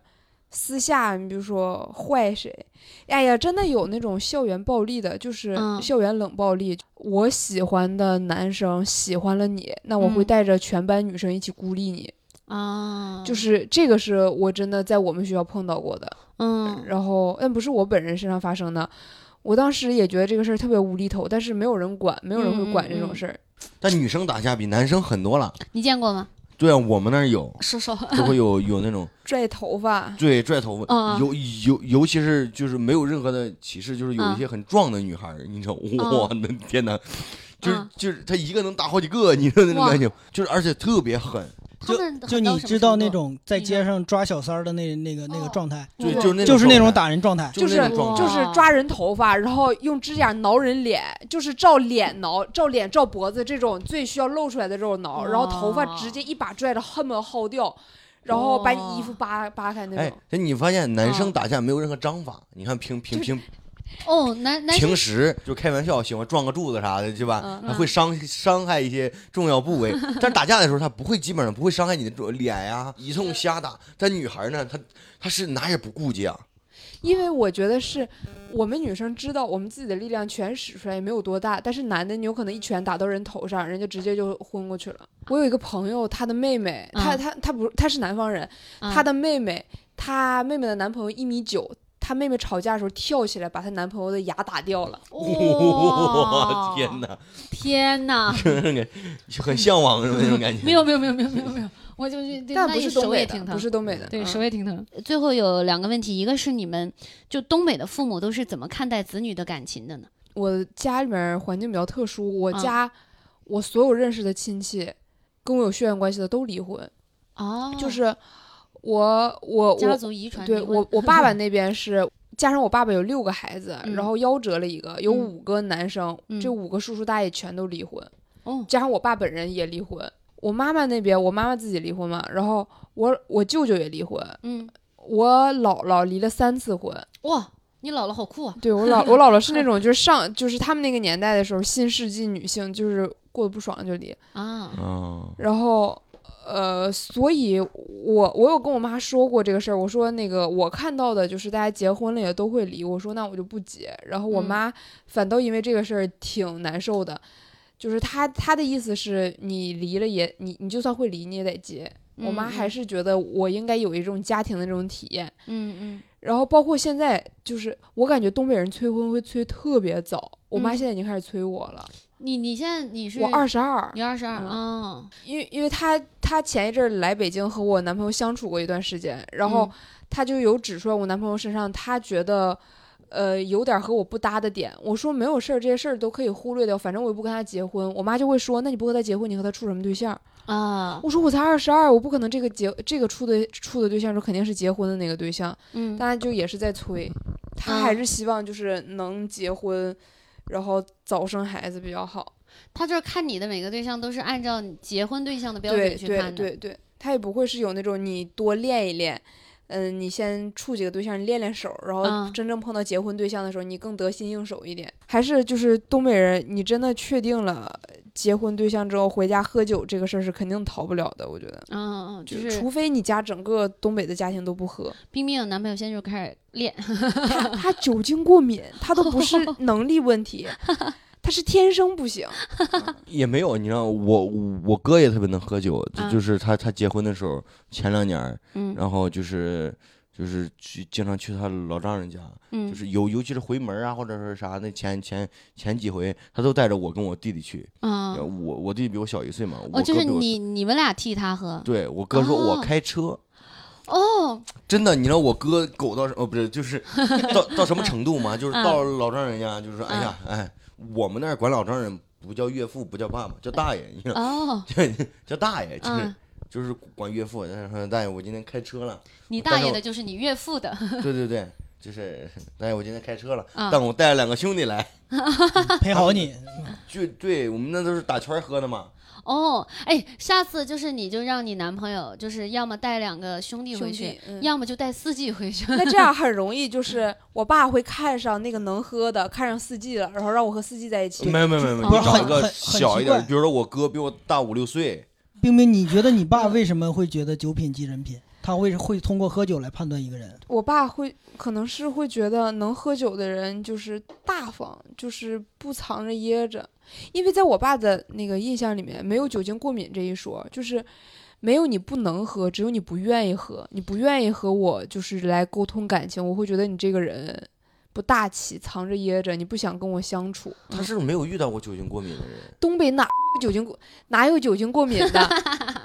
[SPEAKER 2] 私下，你比如说坏谁，哎呀，真的有那种校园暴力的，就是
[SPEAKER 1] 嗯
[SPEAKER 2] 校园冷暴力。我喜欢的男生喜欢了你，那我会
[SPEAKER 1] 嗯
[SPEAKER 2] 带着全班女生一起孤立你，
[SPEAKER 1] 啊，
[SPEAKER 2] 就是这个是我真的在我们学校碰到过的。
[SPEAKER 1] 嗯
[SPEAKER 2] 然后，但不是我本人身上发生的。我当时也觉得这个事儿特别无厘头，但是没有人管，没有人会管
[SPEAKER 1] 嗯嗯
[SPEAKER 2] 这种
[SPEAKER 1] 嗯
[SPEAKER 2] 事儿。
[SPEAKER 5] 但女生打架比男生狠多了。
[SPEAKER 1] 你见过吗？
[SPEAKER 5] 对啊，我们那儿有，
[SPEAKER 1] 说说，
[SPEAKER 5] 就会有有那种
[SPEAKER 2] 拽头发，
[SPEAKER 5] 对拽头发，
[SPEAKER 1] 嗯
[SPEAKER 5] 尤尤尤其是就是没有任何的歧视，就是
[SPEAKER 1] 嗯
[SPEAKER 5] 有一些很壮的女孩儿，你知道，我的天哪，就是
[SPEAKER 1] 嗯
[SPEAKER 5] 就是她一个能打好几个，你说那种
[SPEAKER 1] 哇
[SPEAKER 5] 感觉，就是而且特别狠，
[SPEAKER 1] 他们
[SPEAKER 3] 就
[SPEAKER 1] 狠到
[SPEAKER 3] 你
[SPEAKER 1] 什么
[SPEAKER 3] 知道
[SPEAKER 1] 程度
[SPEAKER 3] 那种在
[SPEAKER 1] 你
[SPEAKER 3] 街上抓小三儿的那那个那个
[SPEAKER 1] 哦
[SPEAKER 3] 状态，
[SPEAKER 5] 对，
[SPEAKER 2] 哇
[SPEAKER 5] 就是那
[SPEAKER 3] 就是那种
[SPEAKER 5] 状态，
[SPEAKER 3] 打人状 态。
[SPEAKER 5] 就是那种
[SPEAKER 1] 就是
[SPEAKER 5] 状态
[SPEAKER 2] 就。
[SPEAKER 1] 哇
[SPEAKER 2] 是抓人头发，然后用指甲挠人脸，就是照脸挠，照脸、照脖子这种最需要露出来的这种挠，然后头发直接一把拽着，恨不得薅掉，然后把你衣服扒扒开那
[SPEAKER 5] 哎
[SPEAKER 2] 种。，
[SPEAKER 5] 但你发现男生
[SPEAKER 1] 嗯
[SPEAKER 5] 打架没有任何章法，你看平平平
[SPEAKER 1] 哦，男男生
[SPEAKER 5] 平时就开玩笑，喜欢撞个柱子啥的，对吧？
[SPEAKER 2] 嗯
[SPEAKER 5] 还会伤伤害一些重要部 位。但是打架的时候，他不会，基本上不会伤害你的重脸呀、一通瞎打。但女孩呢，她她是哪也不顾忌啊，
[SPEAKER 2] 因为我觉得是我们女生知道我们自己的力量全使出来也没有多大，但是男的你有可能一拳打到人头上，人家直接就昏过去了。我有一个朋友，她的妹妹，她
[SPEAKER 1] 嗯
[SPEAKER 2] 她她不是她是南方人，她的妹妹，她妹妹的男朋友一米九。她妹妹吵架的时候跳起来把她男朋友的牙打掉了，
[SPEAKER 5] 哇
[SPEAKER 1] 哇，
[SPEAKER 5] 天哪，
[SPEAKER 1] 哦 天哪！
[SPEAKER 5] 就是那个很向往的那种感觉。
[SPEAKER 1] 没有没有没有没有没有没有，我就是
[SPEAKER 2] 但不
[SPEAKER 1] 那
[SPEAKER 2] 是东
[SPEAKER 1] 手也
[SPEAKER 2] 北
[SPEAKER 1] 挺
[SPEAKER 2] 的，
[SPEAKER 1] 疼，
[SPEAKER 2] 不是东北的，
[SPEAKER 1] 对
[SPEAKER 2] 嗯
[SPEAKER 1] 手也挺疼。最后有两个问题，一个是你们就东北的父母都是怎么看待子女的感情的呢？
[SPEAKER 2] 我家里面环境比较特殊，我
[SPEAKER 1] 嗯
[SPEAKER 2] 家、我所有认识的亲戚跟我有血缘关系的都离婚，
[SPEAKER 1] 哦，
[SPEAKER 2] 就是我我
[SPEAKER 1] 家
[SPEAKER 2] 我
[SPEAKER 1] 族遗传
[SPEAKER 2] 对
[SPEAKER 1] 离婚
[SPEAKER 2] 我，我 爸爸那边是加上我爸爸有六个孩子，
[SPEAKER 1] 嗯
[SPEAKER 2] 然后夭折了一个，有
[SPEAKER 1] 嗯
[SPEAKER 2] 五个男生，
[SPEAKER 1] 嗯
[SPEAKER 2] 这五个叔叔大爷全都离婚，
[SPEAKER 1] 哦，
[SPEAKER 2] 加上我爸本人也离婚。我妈妈那边，我妈妈自己离婚嘛，然后我我舅舅也离婚，
[SPEAKER 1] 嗯，
[SPEAKER 2] 我姥姥离了三次 婚。
[SPEAKER 1] 哇，你姥姥好酷啊！
[SPEAKER 2] 对我姥我姥姥 是那种就是上就是他们那个年代的时候，新世纪女性就是过得不爽就离，
[SPEAKER 1] 啊，
[SPEAKER 5] 哦，
[SPEAKER 2] 然后，呃，所以我我有跟我妈说过这个事儿，我说那个我看到的就是大家结婚了也都会离，我说那我就不结。然后我
[SPEAKER 1] 嗯
[SPEAKER 2] 妈反倒因为这个事儿挺难受的，就是她她的意思是你离了也你你就算会离你也得结。我妈
[SPEAKER 1] 嗯
[SPEAKER 2] 还，是觉得我应该有一种家庭的这种体验。
[SPEAKER 1] 嗯嗯
[SPEAKER 2] 然后包括现在，就是我感觉东北人催婚会催特别早，我妈
[SPEAKER 1] 嗯
[SPEAKER 2] 现在已经开始催我了，
[SPEAKER 1] 嗯，你你现在你是
[SPEAKER 2] 我二，十二，
[SPEAKER 1] 你二十二
[SPEAKER 2] 嗯
[SPEAKER 1] 啊，
[SPEAKER 2] 因为因为她她前一阵儿来北京和我男朋友相处过一段时间，然
[SPEAKER 4] 嗯
[SPEAKER 2] 后她就有指出来我男朋友身上她觉得，呃，有点和我不搭的点。我说没有事儿，这些事儿都可以忽略掉，反正我也不跟他结婚。我妈就会说，那你不和他结婚，你和他处什么对象？
[SPEAKER 1] 嗯啊，
[SPEAKER 2] 我说我才二十二，我不可能这个结这个处的处的对象说肯定是结婚的那个对象，
[SPEAKER 1] 嗯
[SPEAKER 2] 但就也是在催，她
[SPEAKER 1] 啊
[SPEAKER 2] 还是希望就是能结婚，然后早生孩子比较好。
[SPEAKER 1] 他就是看你的每个对象都是按照你结婚对象的标
[SPEAKER 2] 对
[SPEAKER 1] 准去
[SPEAKER 2] 对
[SPEAKER 1] 看的。
[SPEAKER 2] 对对，他也不会是有那种你多练一练，嗯，你先处几个对象，你练练手，然后
[SPEAKER 1] 嗯
[SPEAKER 2] 真正碰到结婚对象的时候，你更得心应手一点。还是就是东北人，你真的确定了结婚对象之后，回家喝酒这个事儿是肯定逃不了的，我觉得。
[SPEAKER 1] 嗯嗯，就
[SPEAKER 2] 就是除非你家整个东北的家庭都不喝，
[SPEAKER 1] 冰冰有男朋友，现在就开始练，
[SPEAKER 2] 他他酒精过敏，他都 不是能力问题，他是天生不行。
[SPEAKER 5] 也没有，你知道，我我哥
[SPEAKER 4] 嗯
[SPEAKER 5] 也特别能喝酒，就
[SPEAKER 1] 啊
[SPEAKER 5] 就是他他结婚的时候前两年儿，
[SPEAKER 1] 嗯
[SPEAKER 5] 然后就是。就是去经常去他老丈人家，
[SPEAKER 4] 嗯，
[SPEAKER 5] 就是尤尤其是回门啊，或者是啥那前前前几回，他都带着我跟我弟弟去。
[SPEAKER 4] 啊，
[SPEAKER 5] 我我弟弟比我小一岁嘛，我
[SPEAKER 4] 哦，就
[SPEAKER 5] 哥
[SPEAKER 4] 是
[SPEAKER 5] 比我
[SPEAKER 4] 你你们俩替他喝
[SPEAKER 5] 对我哥说
[SPEAKER 4] 哦
[SPEAKER 5] 我开车，
[SPEAKER 4] 哦，
[SPEAKER 5] 真的，你知道我哥狗到什哦不是就是 到到什么程度吗？
[SPEAKER 2] 嗯
[SPEAKER 5] 就是到老丈人家，就是说哎呀哎，我们那儿管老丈人不叫岳父，不叫爸爸，叫大爷，你知道
[SPEAKER 4] 哦，
[SPEAKER 5] 叫大爷，就是
[SPEAKER 4] 嗯，
[SPEAKER 5] 就是管岳父，但是说大爷我今天开车了，
[SPEAKER 4] 你
[SPEAKER 5] 但
[SPEAKER 4] 大
[SPEAKER 5] 是
[SPEAKER 4] 爷
[SPEAKER 5] 我
[SPEAKER 4] 的就是你岳父的，
[SPEAKER 5] 对对对，就是大爷我今天开车了，
[SPEAKER 2] 嗯
[SPEAKER 4] 啊
[SPEAKER 5] 但我带了两个兄弟来，
[SPEAKER 3] 陪好你，
[SPEAKER 5] 就对我们那都是打圈儿喝的嘛，
[SPEAKER 4] 哦，哎，下次就是你就让你男朋友就是要么带两个兄弟回
[SPEAKER 2] 兄
[SPEAKER 4] 去
[SPEAKER 2] 弟，嗯
[SPEAKER 4] 要么就带四季回去。
[SPEAKER 2] 那这样很容易，就是我爸会看上那个能喝的，看上四季了，然后让我和四季在一起。
[SPEAKER 5] 没有没有没有没有，
[SPEAKER 4] 不是
[SPEAKER 5] 你找
[SPEAKER 4] 很
[SPEAKER 5] 一个
[SPEAKER 3] 很很
[SPEAKER 5] 小一
[SPEAKER 3] 奇
[SPEAKER 5] 点儿，
[SPEAKER 3] 怪
[SPEAKER 5] 比如说我哥比我大五六岁，
[SPEAKER 3] 冰冰，你觉得你爸为什么会觉得酒品即人品？他会会通过喝酒来判断一个人，
[SPEAKER 2] 我爸会可能是会觉得能喝酒的人就是大方，就是不藏着掖着，因为在我爸的那个印象里面，没有酒精过敏这一说，就是没有你不能喝，只有你不愿意喝。你不愿意和我就是来沟通感情，我会觉得你这个人不大气，藏着掖着，你不想跟我相处。
[SPEAKER 5] 他是不是没有遇到过酒精过敏的人？
[SPEAKER 2] 东北哪有酒精过哪有酒精过敏的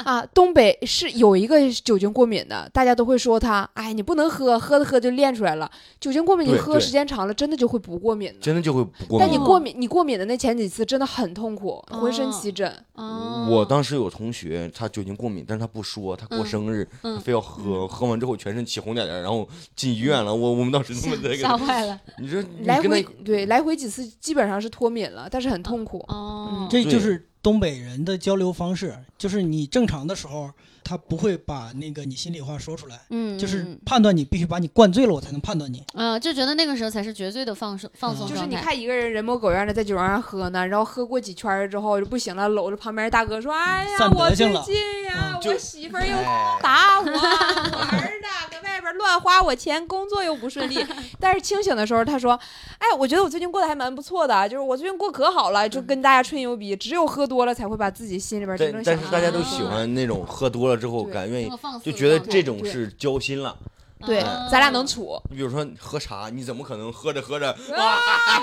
[SPEAKER 2] 啊？东北是有一个酒精过敏的，大家都会说他，哎，你不能喝，喝着喝就练出来了。酒精过敏你
[SPEAKER 5] 对
[SPEAKER 2] 喝
[SPEAKER 5] 对
[SPEAKER 2] 时间长了，真的就会不过敏的。
[SPEAKER 5] 真的就会不过敏
[SPEAKER 2] 但你过敏，你过敏的那前几次真的很痛苦，
[SPEAKER 4] 哦
[SPEAKER 2] 浑身起疹。
[SPEAKER 4] 哦，
[SPEAKER 5] 我当时有同学，他酒精过敏，但是他不说，他过
[SPEAKER 4] 嗯
[SPEAKER 5] 生日，
[SPEAKER 4] 嗯
[SPEAKER 5] 他非要喝，喝完之后全身起红点点，然后进医院了。我我们当时他妈在给
[SPEAKER 4] 吓
[SPEAKER 5] 他，
[SPEAKER 4] 坏了。
[SPEAKER 5] 你说你
[SPEAKER 2] 来
[SPEAKER 5] 跟
[SPEAKER 2] 回
[SPEAKER 5] 他
[SPEAKER 2] 对来回几次基本上是脱敏了，但是很痛苦。
[SPEAKER 4] 哦，
[SPEAKER 3] 这就
[SPEAKER 5] 对
[SPEAKER 3] 是东北人的交流方式，就是你正常的时候，他不会把那个你心里话说出来，
[SPEAKER 4] 嗯，
[SPEAKER 3] 就是
[SPEAKER 4] 嗯
[SPEAKER 3] 判断你必须把你灌醉了，我才能判断你。
[SPEAKER 4] 嗯啊，就觉得那个时候才是绝对的放松放松
[SPEAKER 2] 就
[SPEAKER 4] 状
[SPEAKER 2] 是
[SPEAKER 4] 态。
[SPEAKER 2] 你看一个人人模狗样的在酒桌上喝呢，然后喝过几圈儿之后就不行了，搂着旁边大哥说：“哎呀，
[SPEAKER 3] 散
[SPEAKER 2] 我
[SPEAKER 3] 德
[SPEAKER 2] 最
[SPEAKER 3] 性了
[SPEAKER 2] 近呀，
[SPEAKER 3] 嗯
[SPEAKER 5] 就
[SPEAKER 2] 我媳妇儿又
[SPEAKER 5] 哎
[SPEAKER 2] 打我，我儿子搁外边乱花我钱，工作又不 顺利。但是清醒的时候，他说：“哎，我觉得我最近过得还蛮不错的，就是我最近过可好了，
[SPEAKER 4] 嗯
[SPEAKER 2] 就跟大家吹牛逼。只有喝多了才会把自己心里边真正
[SPEAKER 5] 但但
[SPEAKER 2] 想
[SPEAKER 5] 是
[SPEAKER 2] 的
[SPEAKER 5] 大家都
[SPEAKER 4] 嗯
[SPEAKER 5] 喜欢那种喝多了之后
[SPEAKER 2] 对
[SPEAKER 5] 敢愿
[SPEAKER 4] 这
[SPEAKER 5] 意
[SPEAKER 4] 个，放肆
[SPEAKER 5] 就
[SPEAKER 4] 的
[SPEAKER 5] 觉得
[SPEAKER 4] 状态
[SPEAKER 5] 这种
[SPEAKER 2] 对
[SPEAKER 5] 是交心了。
[SPEAKER 2] 对
[SPEAKER 4] 啊，
[SPEAKER 2] 咱俩能处。
[SPEAKER 5] 你比如说喝茶，你怎么可能喝着喝着
[SPEAKER 4] 嗯
[SPEAKER 2] 啊，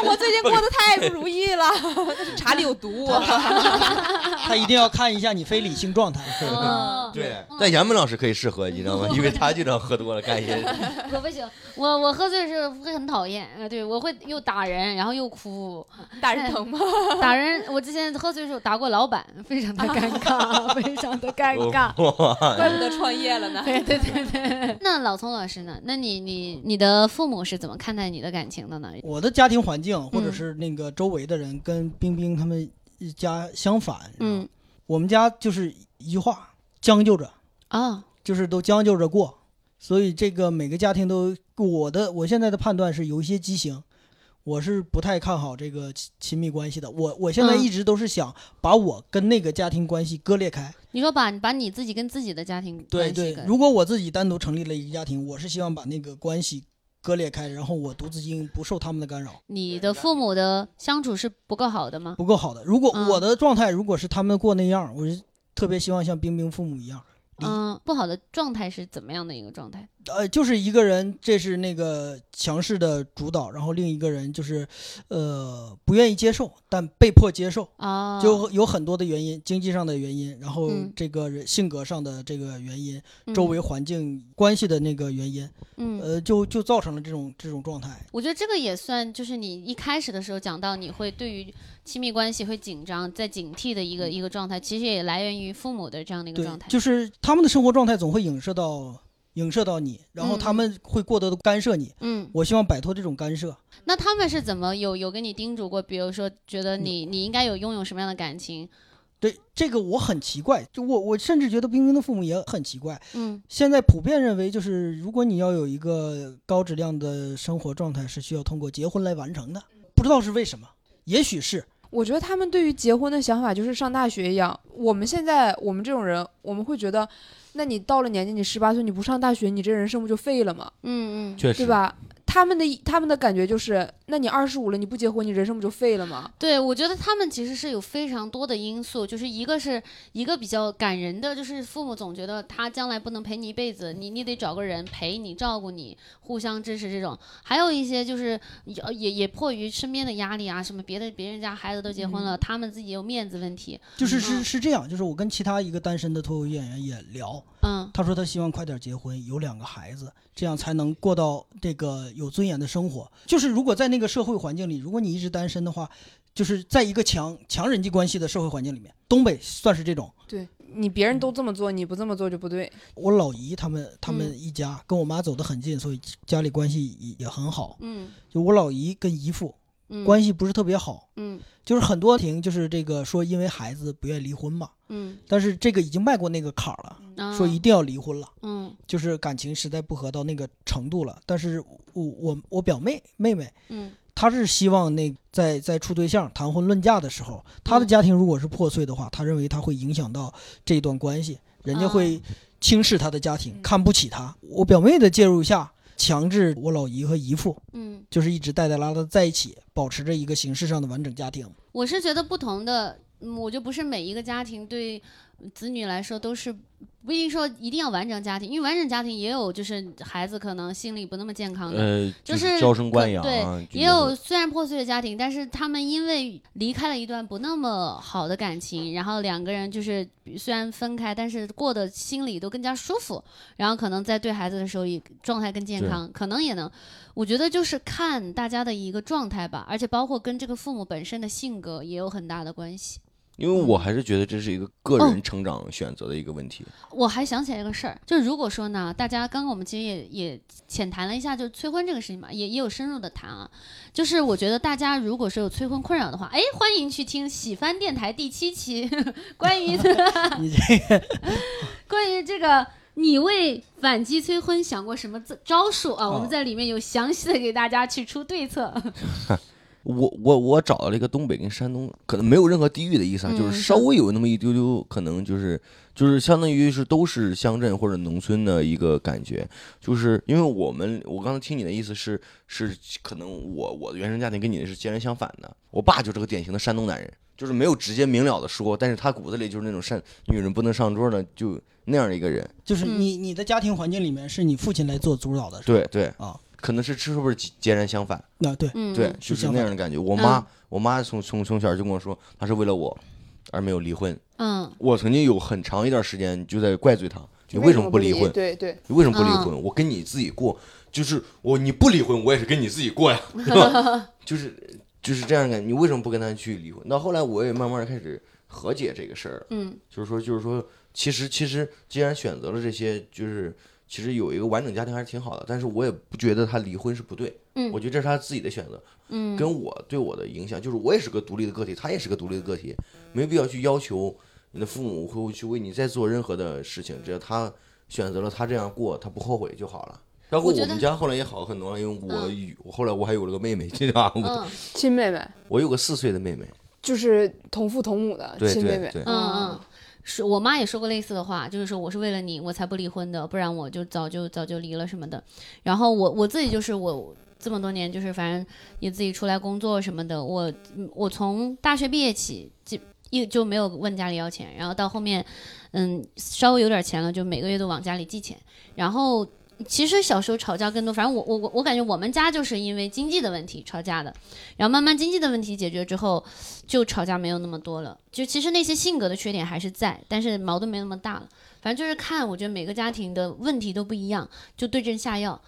[SPEAKER 2] 我最近过得太不如 意了，那是茶里有毒。啊
[SPEAKER 3] 他一定要看一下你非理性状态。
[SPEAKER 4] 哦，
[SPEAKER 5] 对？但杨梅老师可以适合，你知道吗？因为他经常喝多了干一 些事。
[SPEAKER 4] 我不行，我我喝醉是会很讨厌，啊，对我会又打人，然后又哭，
[SPEAKER 2] 打人疼吗？
[SPEAKER 4] 打人。我之前喝醉的时候打过老板，非常的尴尬，非常的尴尬。
[SPEAKER 2] 怪不得创业了呢。
[SPEAKER 4] 对对对对。那老丛老师呢？那你你你的父母是怎么看待你的感情的呢？
[SPEAKER 3] 我的家庭环境或者是那个周围的人跟冰冰他们一家相反，
[SPEAKER 4] 嗯，
[SPEAKER 3] 我们家就是一句话，将就着，
[SPEAKER 4] 哦，
[SPEAKER 3] 就是都将就着过。所以这个每个家庭都，我的我现在的判断是有一些畸形，我是不太看好这个亲亲密关系的。我我现在
[SPEAKER 4] 嗯
[SPEAKER 3] 一直都是想把我跟那个家庭关系割裂开。
[SPEAKER 4] 你说把把你自己跟自己的家庭
[SPEAKER 3] 对
[SPEAKER 4] 关系
[SPEAKER 3] 对
[SPEAKER 4] 跟，
[SPEAKER 3] 如果我自己单独成立了一个家庭，我是希望把那个关系割裂开，然后我独自经营，不受他们的干扰，
[SPEAKER 4] 你的父母的相处是不够好的吗？
[SPEAKER 3] 不够好的。如果
[SPEAKER 4] 嗯
[SPEAKER 3] 我的状态如果是他们过那样，我是特别希望像冰冰父母一样。理
[SPEAKER 4] 嗯，不好的状态是怎么样的一个状态？
[SPEAKER 3] 呃，就是一个人，这是那个强势的主导，然后另一个人就是，呃，不愿意接受，但被迫接受，
[SPEAKER 4] 哦，
[SPEAKER 3] 就有很多的原因，经济上的原因，然后
[SPEAKER 4] 嗯
[SPEAKER 3] 这个人性格上的这个原因，
[SPEAKER 4] 嗯
[SPEAKER 3] 周围环境关系的那个原因，
[SPEAKER 4] 嗯。
[SPEAKER 3] 呃，就就造成了这种这种状态。
[SPEAKER 4] 我觉得这个也算，就是你一开始的时候讲到你会对于亲密关系会紧张、在警惕的一个一个状态，其实也来源于父母的这样的一个
[SPEAKER 3] 嗯对
[SPEAKER 4] 状，态。
[SPEAKER 3] 就是他们的生活状态总会影射到影射到你，然后他
[SPEAKER 4] 嗯
[SPEAKER 3] 们会过多的干涉你。
[SPEAKER 4] 嗯，
[SPEAKER 3] 我希望摆脱这种干涉。
[SPEAKER 4] 那他们是怎么有有跟你叮嘱过？比如说，觉得你
[SPEAKER 3] 嗯
[SPEAKER 4] 你应该有拥有什么样的感情？
[SPEAKER 3] 对这个我很奇怪，就我我甚至觉得冰冰的父母也很奇怪。
[SPEAKER 4] 嗯
[SPEAKER 3] 现在普遍认为，就是如果你要有一个高质量的生活状态，是需要通过结婚来完成的。
[SPEAKER 4] 嗯
[SPEAKER 3] 不知道是为什么，也许是
[SPEAKER 2] 我觉得他们对于结婚的想法就是上大学一样。我们现在我们这种人，我们会觉得，那你到了年纪，你十八岁，你不上大学，你这人生不就废了吗？
[SPEAKER 4] 嗯嗯，
[SPEAKER 5] 确
[SPEAKER 2] 对吧？他们的他们的感觉就是，那你二十五了，你不结婚，你人生不就废了吗？
[SPEAKER 4] 对，我觉得他们其实是有非常多的因素，就是一个是一个比较感人的，就是父母总觉得他将来不能陪你一辈子，你你得找个人陪你、照顾你、互相支持这种。还有一些就是也也也迫于身边的压力啊，什么别的别人家孩子都结婚了，他们自己也有面子问题，
[SPEAKER 3] 就是
[SPEAKER 4] 嗯
[SPEAKER 3] 是是这样，就是我跟其他一个单身的脱口秀演员也聊，
[SPEAKER 4] 嗯
[SPEAKER 3] 他说他希望快点结婚，有两个孩子，这样才能过到这个有尊严的生活。就是如果在那个社会环境里，如果你一直单身的话，就是在一个强强人际关系的社会环境里面，东北算是这种。
[SPEAKER 2] 对你别人都这么做，你不这么做就不对。
[SPEAKER 3] 我老姨他们他们
[SPEAKER 4] 嗯
[SPEAKER 3] 一家、跟我妈走得很近，所以家里关系也也很好。
[SPEAKER 4] 嗯
[SPEAKER 3] 就我老姨跟姨父
[SPEAKER 4] 嗯，
[SPEAKER 3] 关系不是特别好，
[SPEAKER 4] 嗯
[SPEAKER 3] 就是很多庭就是这个说因为孩子不愿意离婚嘛，
[SPEAKER 4] 嗯，
[SPEAKER 3] 但是这个已经迈过那个坎儿了，
[SPEAKER 4] 啊
[SPEAKER 3] 说一定要离婚了。
[SPEAKER 4] 嗯
[SPEAKER 3] 就是感情实在不合到那个程度了。但是我我我表妹妹妹，
[SPEAKER 4] 嗯
[SPEAKER 3] 她是希望那在在处对象、谈婚论嫁的时候，她
[SPEAKER 4] 嗯
[SPEAKER 3] 的家庭如果是破碎的话，她认为她会影响到这段关系，
[SPEAKER 4] 啊
[SPEAKER 3] 人家会轻视她的家
[SPEAKER 4] 嗯
[SPEAKER 3] 庭，看不起她。我表妹的介入下，强制我老姨和姨父
[SPEAKER 4] 嗯，
[SPEAKER 3] 就是一直带带拉拉在一起，保持着一个形式上的完整家庭。
[SPEAKER 4] 我是觉得不同的，嗯我就不是每一个家庭对子女来说都是不一定说一定要完整家庭，因为完整家庭也有就是孩子可能心理不那么健康的。
[SPEAKER 5] 呃，
[SPEAKER 4] 就是是
[SPEAKER 5] 娇生惯
[SPEAKER 4] 可
[SPEAKER 5] 养啊，就
[SPEAKER 4] 也有虽然破碎的家庭，但是他们因为离开了一段不那么好的感情，然后两个人就是虽然分开，但是过得心里都更加舒服，然后可能在对孩子的时候也状态更健康，可能也能，我觉得就是看大家的一个状态吧，而且包括跟这个父母本身的性格也有很大的关系。
[SPEAKER 5] 因为我还是觉得这是一个个
[SPEAKER 4] 哦
[SPEAKER 5] 人成长选择的一个问题。
[SPEAKER 4] 我还想起来一个事儿，就是如果说呢，大家刚刚我们其实也也浅谈了一下，就是催婚这个事情嘛，也也有深入的谈啊。就是我觉得大家如果说有催婚困扰的话，哎，欢迎去听喜翻电台第七期， 关于
[SPEAKER 3] 你这个
[SPEAKER 4] 关于这个你为反击催婚想过什么自招数啊？我们
[SPEAKER 3] 哦
[SPEAKER 4] 在里面有详细的给大家去出对策。
[SPEAKER 5] 我我我找到了一个东北跟山东，可能没有任何地域的意思啊，
[SPEAKER 4] 嗯
[SPEAKER 5] 就是稍微有那么一丢丢，可能就是就是相当于是都是乡镇或者农村的一个感觉，就是因为我们我刚才听你的意思是是可能我我的原生家庭跟你的是截然相反的，我爸就是个典型的山东男人，就是没有直接明了的说，但是他骨子里就是那种山女人不能上桌的就那样一个人，
[SPEAKER 3] 就是
[SPEAKER 4] 嗯
[SPEAKER 3] 你你的家庭环境里面是你父亲来做主导的，是吧
[SPEAKER 5] 对对
[SPEAKER 3] 啊，
[SPEAKER 5] 可能是是不是截截然相反？
[SPEAKER 3] 那对，
[SPEAKER 4] 嗯，
[SPEAKER 5] 对，就是
[SPEAKER 3] 相
[SPEAKER 5] 那
[SPEAKER 3] 反
[SPEAKER 5] 样的感觉。我妈，
[SPEAKER 4] 嗯
[SPEAKER 5] 我妈从从从小就跟我说，她是为了我而没有离婚。
[SPEAKER 4] 嗯
[SPEAKER 5] 我曾经有很长一段时间就在怪罪她，你为什么不离婚？
[SPEAKER 2] 对对，
[SPEAKER 5] 你为什么不离
[SPEAKER 4] 嗯
[SPEAKER 5] 婚？我跟你自己过，就是我你不离婚，我也是跟你自己过呀，对 吧就是就是这样的感觉。你为什么不跟他去离婚？到后来我也慢慢的开始和解这个事儿，
[SPEAKER 4] 嗯
[SPEAKER 5] 就是说就是说，其实其实既然选择了这些，就是其实有一个完整家庭还是挺好的。但是我也不觉得他离婚是不对，
[SPEAKER 4] 嗯
[SPEAKER 5] 我觉得这是他自己的选择。
[SPEAKER 4] 嗯，
[SPEAKER 5] 跟我对我的影响，就是我也是个独立的个体，他也是个独立的个体，没必要去要求你的父母会去为你再做任何的事情，只要他选择了他这样过，他不后悔就好了。包括
[SPEAKER 4] 我觉
[SPEAKER 5] 我
[SPEAKER 4] 得
[SPEAKER 5] 们家后来也好很多了，因为我、
[SPEAKER 4] 嗯
[SPEAKER 5] 有我后来我还有了个妹妹，这吧？我、
[SPEAKER 4] 嗯
[SPEAKER 2] 亲妹妹
[SPEAKER 5] 我有个四岁的妹妹，
[SPEAKER 2] 就是同父同母的
[SPEAKER 5] 对
[SPEAKER 2] 亲妹妹
[SPEAKER 5] 对。对，
[SPEAKER 4] 嗯嗯，是我妈也说过类似的话，就是说我是为了你我才不离婚的，不然我就早就早就离了什么的。然后我我自己就是我这么多年就是反正也自己出来工作什么的，我嗯我从大学毕业起就。一就没有问家里要钱，然后到后面，嗯，稍微有点钱了，就每个月都往家里寄钱。然后其实小时候吵架更多，反正我我我我感觉我们家就是因为经济的问题吵架的，然后慢慢经济的问题解决之后，就吵架没有那么多了。就其实那些性格的缺点还是在，但是矛盾没那么大了。反正就是看，我觉得每个家庭的问题都不一样，就对症下药。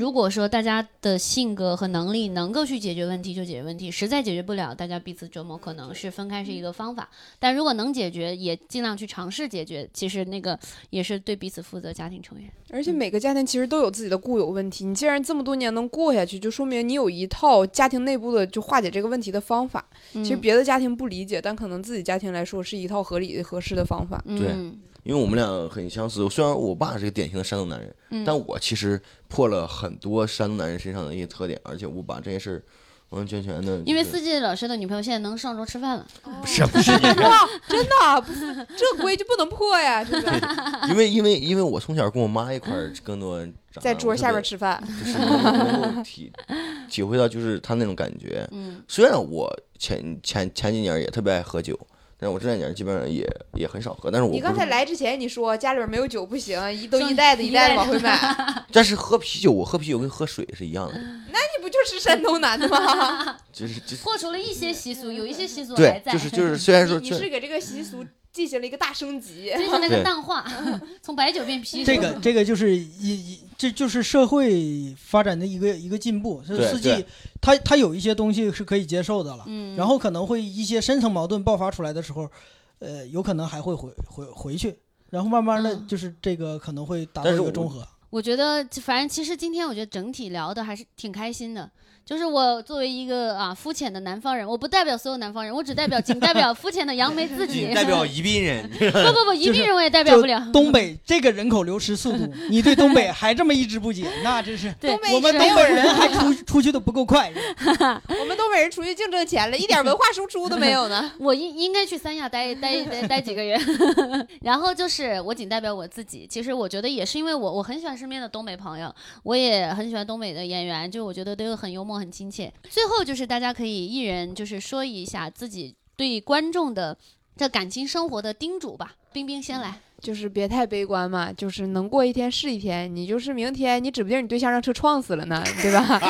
[SPEAKER 4] 如果说大家的性格和能力能够去解决问题，就解决问题；实在解决不了，大家彼此折磨，可能是分开是一个方法。但如果能解决，也尽量去尝试解决。其实那个也是对彼此负责，家庭成员。
[SPEAKER 2] 而且每个家庭其实都有自己的固有问题，你既然这么多年能过下去，就说明你有一套家庭内部的就化解这个问题的方法。
[SPEAKER 4] 其
[SPEAKER 2] 其实别的家庭不理解，但可能自己家庭来说是一套合理合适的方法。
[SPEAKER 4] 嗯、
[SPEAKER 5] 对
[SPEAKER 4] 嗯
[SPEAKER 5] 因为我们俩很相似。虽然我爸是个典型的山东男
[SPEAKER 4] 嗯
[SPEAKER 5] 人，但我其实破了很多山东男人身上的一些特点，而且我把这些事儿完完全全的，
[SPEAKER 4] 因为
[SPEAKER 5] 就是
[SPEAKER 4] 四季老师的女朋友现在能上桌吃饭了，
[SPEAKER 5] 什么 是
[SPEAKER 2] 哇，真的，不是这规就不能破呀！真的，
[SPEAKER 5] 因为因为因为我从小跟我妈一块
[SPEAKER 4] 嗯
[SPEAKER 5] 儿更多长大
[SPEAKER 2] 在桌下边，吃饭，
[SPEAKER 5] 我特别就是能够体体会到就是她那种感觉。
[SPEAKER 4] 嗯，
[SPEAKER 5] 虽然我前前前几年也特别爱喝酒，但是我这两年基本上也也很少喝，但是我
[SPEAKER 2] 你
[SPEAKER 5] 不
[SPEAKER 2] 刚
[SPEAKER 5] 是
[SPEAKER 2] 才来之前你说家里边没有酒不行，一都
[SPEAKER 4] 就
[SPEAKER 2] 一袋子
[SPEAKER 4] 一
[SPEAKER 2] 一袋
[SPEAKER 4] 袋
[SPEAKER 2] 子往
[SPEAKER 4] 子
[SPEAKER 2] 回买，
[SPEAKER 5] 但是喝啤酒，我喝啤酒跟喝水是一样的，
[SPEAKER 4] 嗯
[SPEAKER 2] 那不就是山东男的吗？
[SPEAKER 5] 就是就是
[SPEAKER 4] 破除了一些习俗，有一些习俗还
[SPEAKER 5] 对，
[SPEAKER 4] 在，
[SPEAKER 5] 就是 就是，虽然说
[SPEAKER 2] 你
[SPEAKER 5] 这
[SPEAKER 2] 是给这个习俗进行了一个大升级。
[SPEAKER 4] 就是那个
[SPEAKER 5] 对
[SPEAKER 4] 淡化， 从白酒变啤酒，
[SPEAKER 3] 这个这个就是一一，这就是社会发展的一个一个进步。这
[SPEAKER 5] 对
[SPEAKER 3] 四季
[SPEAKER 5] 对，
[SPEAKER 3] 它它有一些东西是可以接受的了，
[SPEAKER 4] 嗯，
[SPEAKER 3] 然后可能会一些深层矛盾爆发出来的时候，呃，有可能还会回回回去，然后慢慢的
[SPEAKER 4] 嗯
[SPEAKER 3] 就是这个可能会达到
[SPEAKER 5] 但
[SPEAKER 3] 一
[SPEAKER 5] 是
[SPEAKER 3] 个
[SPEAKER 5] 我
[SPEAKER 3] 中和。
[SPEAKER 4] 我觉得，反正其实今天我觉得整体聊的还是挺开心的。就是我作为一个啊肤浅的南方人，我不代表所有南方人，我只代表仅代表肤浅的杨梅自己。
[SPEAKER 5] 宜宾人，
[SPEAKER 4] 不不不，一
[SPEAKER 3] 就
[SPEAKER 4] 定
[SPEAKER 3] 是
[SPEAKER 4] 人我也代表不了。
[SPEAKER 3] 东北这个人口流失速度，你对东北还这么一知不解，那真是
[SPEAKER 4] 对
[SPEAKER 2] 东北
[SPEAKER 3] 我们
[SPEAKER 2] 是
[SPEAKER 3] 东北人还出出去的不够快。
[SPEAKER 2] 我们东北人出去净挣钱了，一点文化输出都没有呢。
[SPEAKER 4] 我应应该去三亚待待待待几个月， 然后就是我仅代表我自己。其实我觉得也是因为我我很喜欢身边的东北朋友，我也很喜欢东北的演员，就我觉得都很幽默很亲切。最后就是大家可以一人就是说一下自己对观众的这感情生活的叮嘱吧。冰冰先来，
[SPEAKER 2] 就是别太悲观嘛，就是能过一天是一天。你就是明天，你指不定你对象让车撞死了呢，对吧？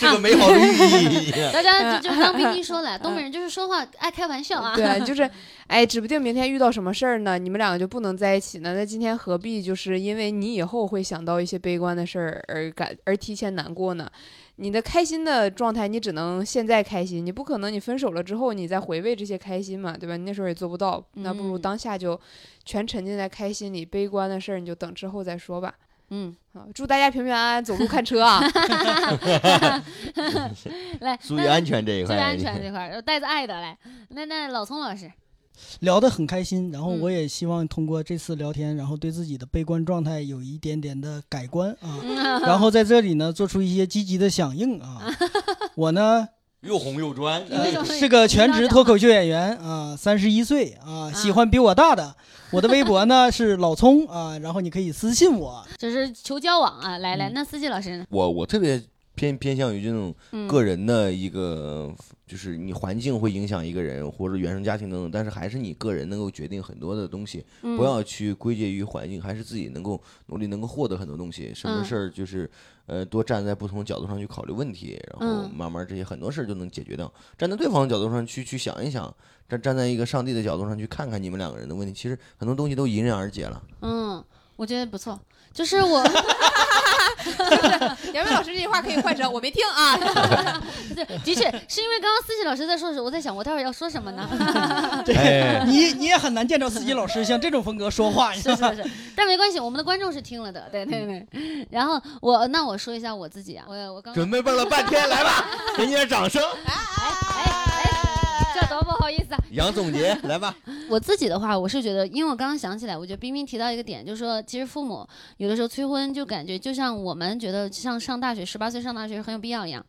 [SPEAKER 5] 这个美好 的寓意。
[SPEAKER 4] 大家就就当冰冰说了，东北人就是说话爱开玩笑啊。
[SPEAKER 2] 对，就是，哎，指不定明天遇到什么事儿呢，你们两个就不能在一起呢。那今天何必就是因为你以后会想到一些悲观的事儿而感而提前难过呢？你的开心的状态，你只能现在开心，你不可能你分手了之后你再回味这些开心嘛，对吧？你那时候也做不到，那不如
[SPEAKER 4] 嗯
[SPEAKER 2] 当下就全沉浸在开心里，悲观的事儿你就等之后再说吧。
[SPEAKER 4] 嗯，
[SPEAKER 2] 好，祝大家平平安安，走路看车啊！
[SPEAKER 4] 来，
[SPEAKER 5] 注
[SPEAKER 4] 那
[SPEAKER 5] 意安全这一
[SPEAKER 4] 注
[SPEAKER 5] 块，
[SPEAKER 4] 意安全这块儿，带着爱的来。那那老聪老师，
[SPEAKER 3] 聊得很开心，然后
[SPEAKER 4] 嗯
[SPEAKER 3] 我也希望通过这次聊天，然后对自己的悲观状态有一点点的改观啊， 然后在这里呢做出一些积极的响应啊。我呢、
[SPEAKER 5] 又红又专
[SPEAKER 4] 为什么
[SPEAKER 3] 呃、是个全职脱口秀演员啊，三十一岁啊，喜欢比我大的。我的微博呢是老葱啊，然后你可以私信我。
[SPEAKER 4] 就是求交往啊，来来，那司机老师呢？
[SPEAKER 5] 我我特别偏偏向于这种
[SPEAKER 4] 嗯，
[SPEAKER 5] 个人的一个，就是你环境会影响一个人，或者原生家庭等等，但是还是你个人能够决定很多的东西，
[SPEAKER 4] 嗯
[SPEAKER 5] 不要去归结于环境，还是自己能够努力能够获得很多东西。什么
[SPEAKER 4] 嗯
[SPEAKER 5] 事儿就是，呃，多站在不同角度上去考虑问题，然后
[SPEAKER 4] 嗯
[SPEAKER 5] 慢慢这些很多事儿就能解决掉。站在对方的角度上去去想一想，站站在一个上帝的角度上去看看你们两个人的问题，其实很多东西都迎刃而解了。
[SPEAKER 4] 嗯，我觉得不错。就是我，
[SPEAKER 2] 杨梅老师这句话可以换成我没听啊，
[SPEAKER 4] 对，的确是因为刚刚思琪老师在说的时候，我在想我待会儿要说什么呢？
[SPEAKER 3] 这个
[SPEAKER 5] 哎
[SPEAKER 3] 你你也很难见着司机老师像这种风格说话，你知
[SPEAKER 4] 是
[SPEAKER 3] 道
[SPEAKER 4] 是
[SPEAKER 3] 吧？
[SPEAKER 4] 是，但没关系，我们的观众是听了的，对对对。 然后我那我说一下我自己啊，我 我刚刚
[SPEAKER 5] 备了半天，来吧，给你点掌声。
[SPEAKER 4] 哎哎，这多不好意思啊，
[SPEAKER 5] 杨总结，来吧。
[SPEAKER 4] 我自己的话，我是觉得，因为我刚刚想起来，我觉得冰冰提到一个点，就是说，其实父母有的时候催婚，就感觉就像我们觉得像上大学，十八岁上大学是很有必要一样。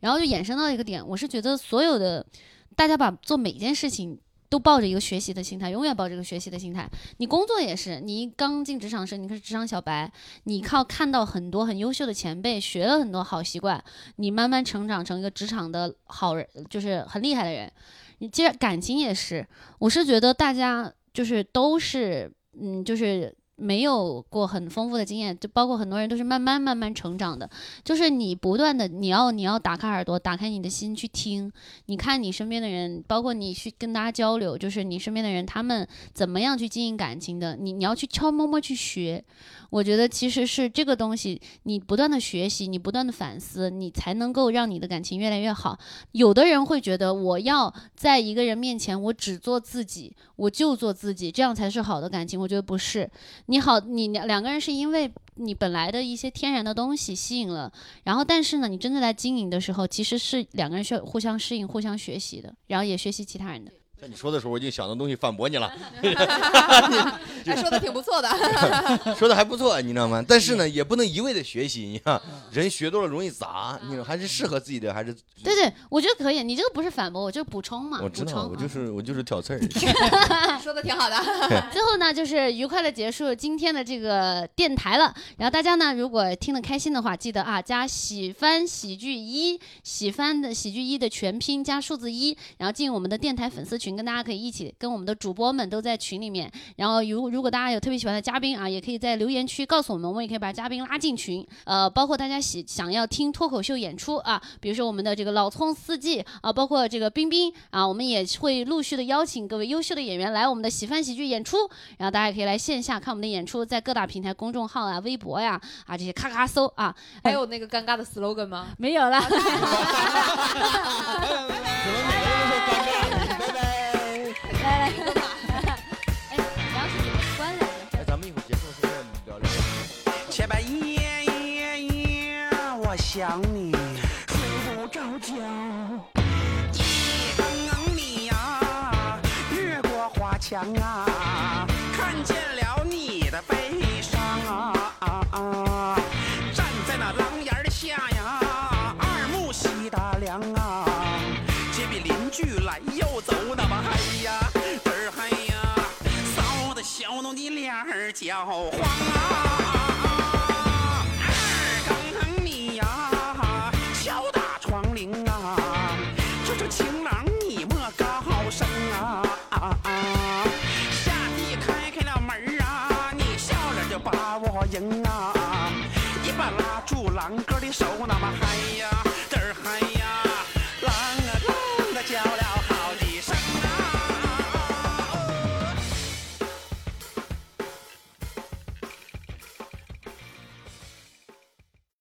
[SPEAKER 4] 然后就衍生到一个点，我是觉得所有的大家把做每件事情都抱着一个学习的心态，永远抱着一个学习的心态。你工作也是，你刚进职场时，你可是职场小白，你靠看到很多很优秀的前辈，学了很多好习惯，你慢慢成长成一个职场的好人，就是很厉害的人。你其实感情也是，我是觉得大家就是都是，嗯，就是没有过很丰富的经验，就包括很多人都是慢慢慢慢成长的。就是你不断的，你要你要打开耳朵，打开你的心去听，你看你身边的人，包括你去跟大家交流，就是你身边的人他们怎么样去经营感情的，你你要去悄摸摸去学。我觉得其实是这个东西，你不断的学习，你不断的反思，你才能够让你的感情越来越好。有的人会觉得我要在一个人面前，我只做自己，我就做自己，这样才是好的感情。我觉得不是，你好，你两两个人是因为你本来的一些天然的东西吸引了，然后但是呢，你真的在经营的时候，其实是两个人需要互相适应、互相学习的，然后也学习其他人的。
[SPEAKER 5] 在你说的时候，我已经想到东西反驳你 了，
[SPEAKER 2] 还说的挺不错的。
[SPEAKER 5] 说的还不错，你知道吗？但是呢，也不能一味的学习，你看人学多了容易杂，你知道还是适合自己的，还是
[SPEAKER 4] 对对，我觉得可以。你这个不是反驳，我就是补充嘛，
[SPEAKER 5] 我知
[SPEAKER 4] 补
[SPEAKER 5] 道，
[SPEAKER 4] 充。
[SPEAKER 5] 我就
[SPEAKER 4] 啊
[SPEAKER 5] 是我就是挑 刺儿。
[SPEAKER 2] 说的挺好的，
[SPEAKER 4] 最后呢，就是愉快的结束今天的这个电台了。然后大家呢，如果听得开心的话，记得啊，加喜翻喜剧一，喜翻的喜剧一的全拼加数字一，然后进我们的电台粉丝群，跟大家可以一起跟我们的主播们都在群里面。然后如如果大家有特别喜欢的嘉宾啊，也可以在留言区告诉我们，我们也可以把嘉宾拉进群。呃，包括大家喜想要听脱口秀演出啊，比如说我们的这个老葱四季啊，包括这个冰冰啊，我们也会陆续的邀请各位优秀的演员来我们的喜翻喜剧演出，然后大家也可以来线下看我们的演出，在各大平台、公众号啊、微博呀啊这些咔咔搜啊，
[SPEAKER 2] 还有那个尴尬的 slogan 吗？
[SPEAKER 4] 没有了。哎，梁师姐关了。
[SPEAKER 5] 哎，咱们一会儿结束顺便聊聊。
[SPEAKER 6] 前半夜夜夜，哎我想你，睡不着觉。一更更你呀、越过花墙啊，看见了你的悲伤啊啊啊！站在那廊檐下呀，二目西大梁啊，街边邻居来又走，那么嗨呀，嘚儿嗨呀，臊得小奴的脸儿焦黄啊！二更疼你呀，敲打窗棂啊，这这情郎你莫高声啊啊啊！下地开开了门儿啊，你笑脸就把我迎啊，一把拉住郎哥的手，那么嗨呀。啊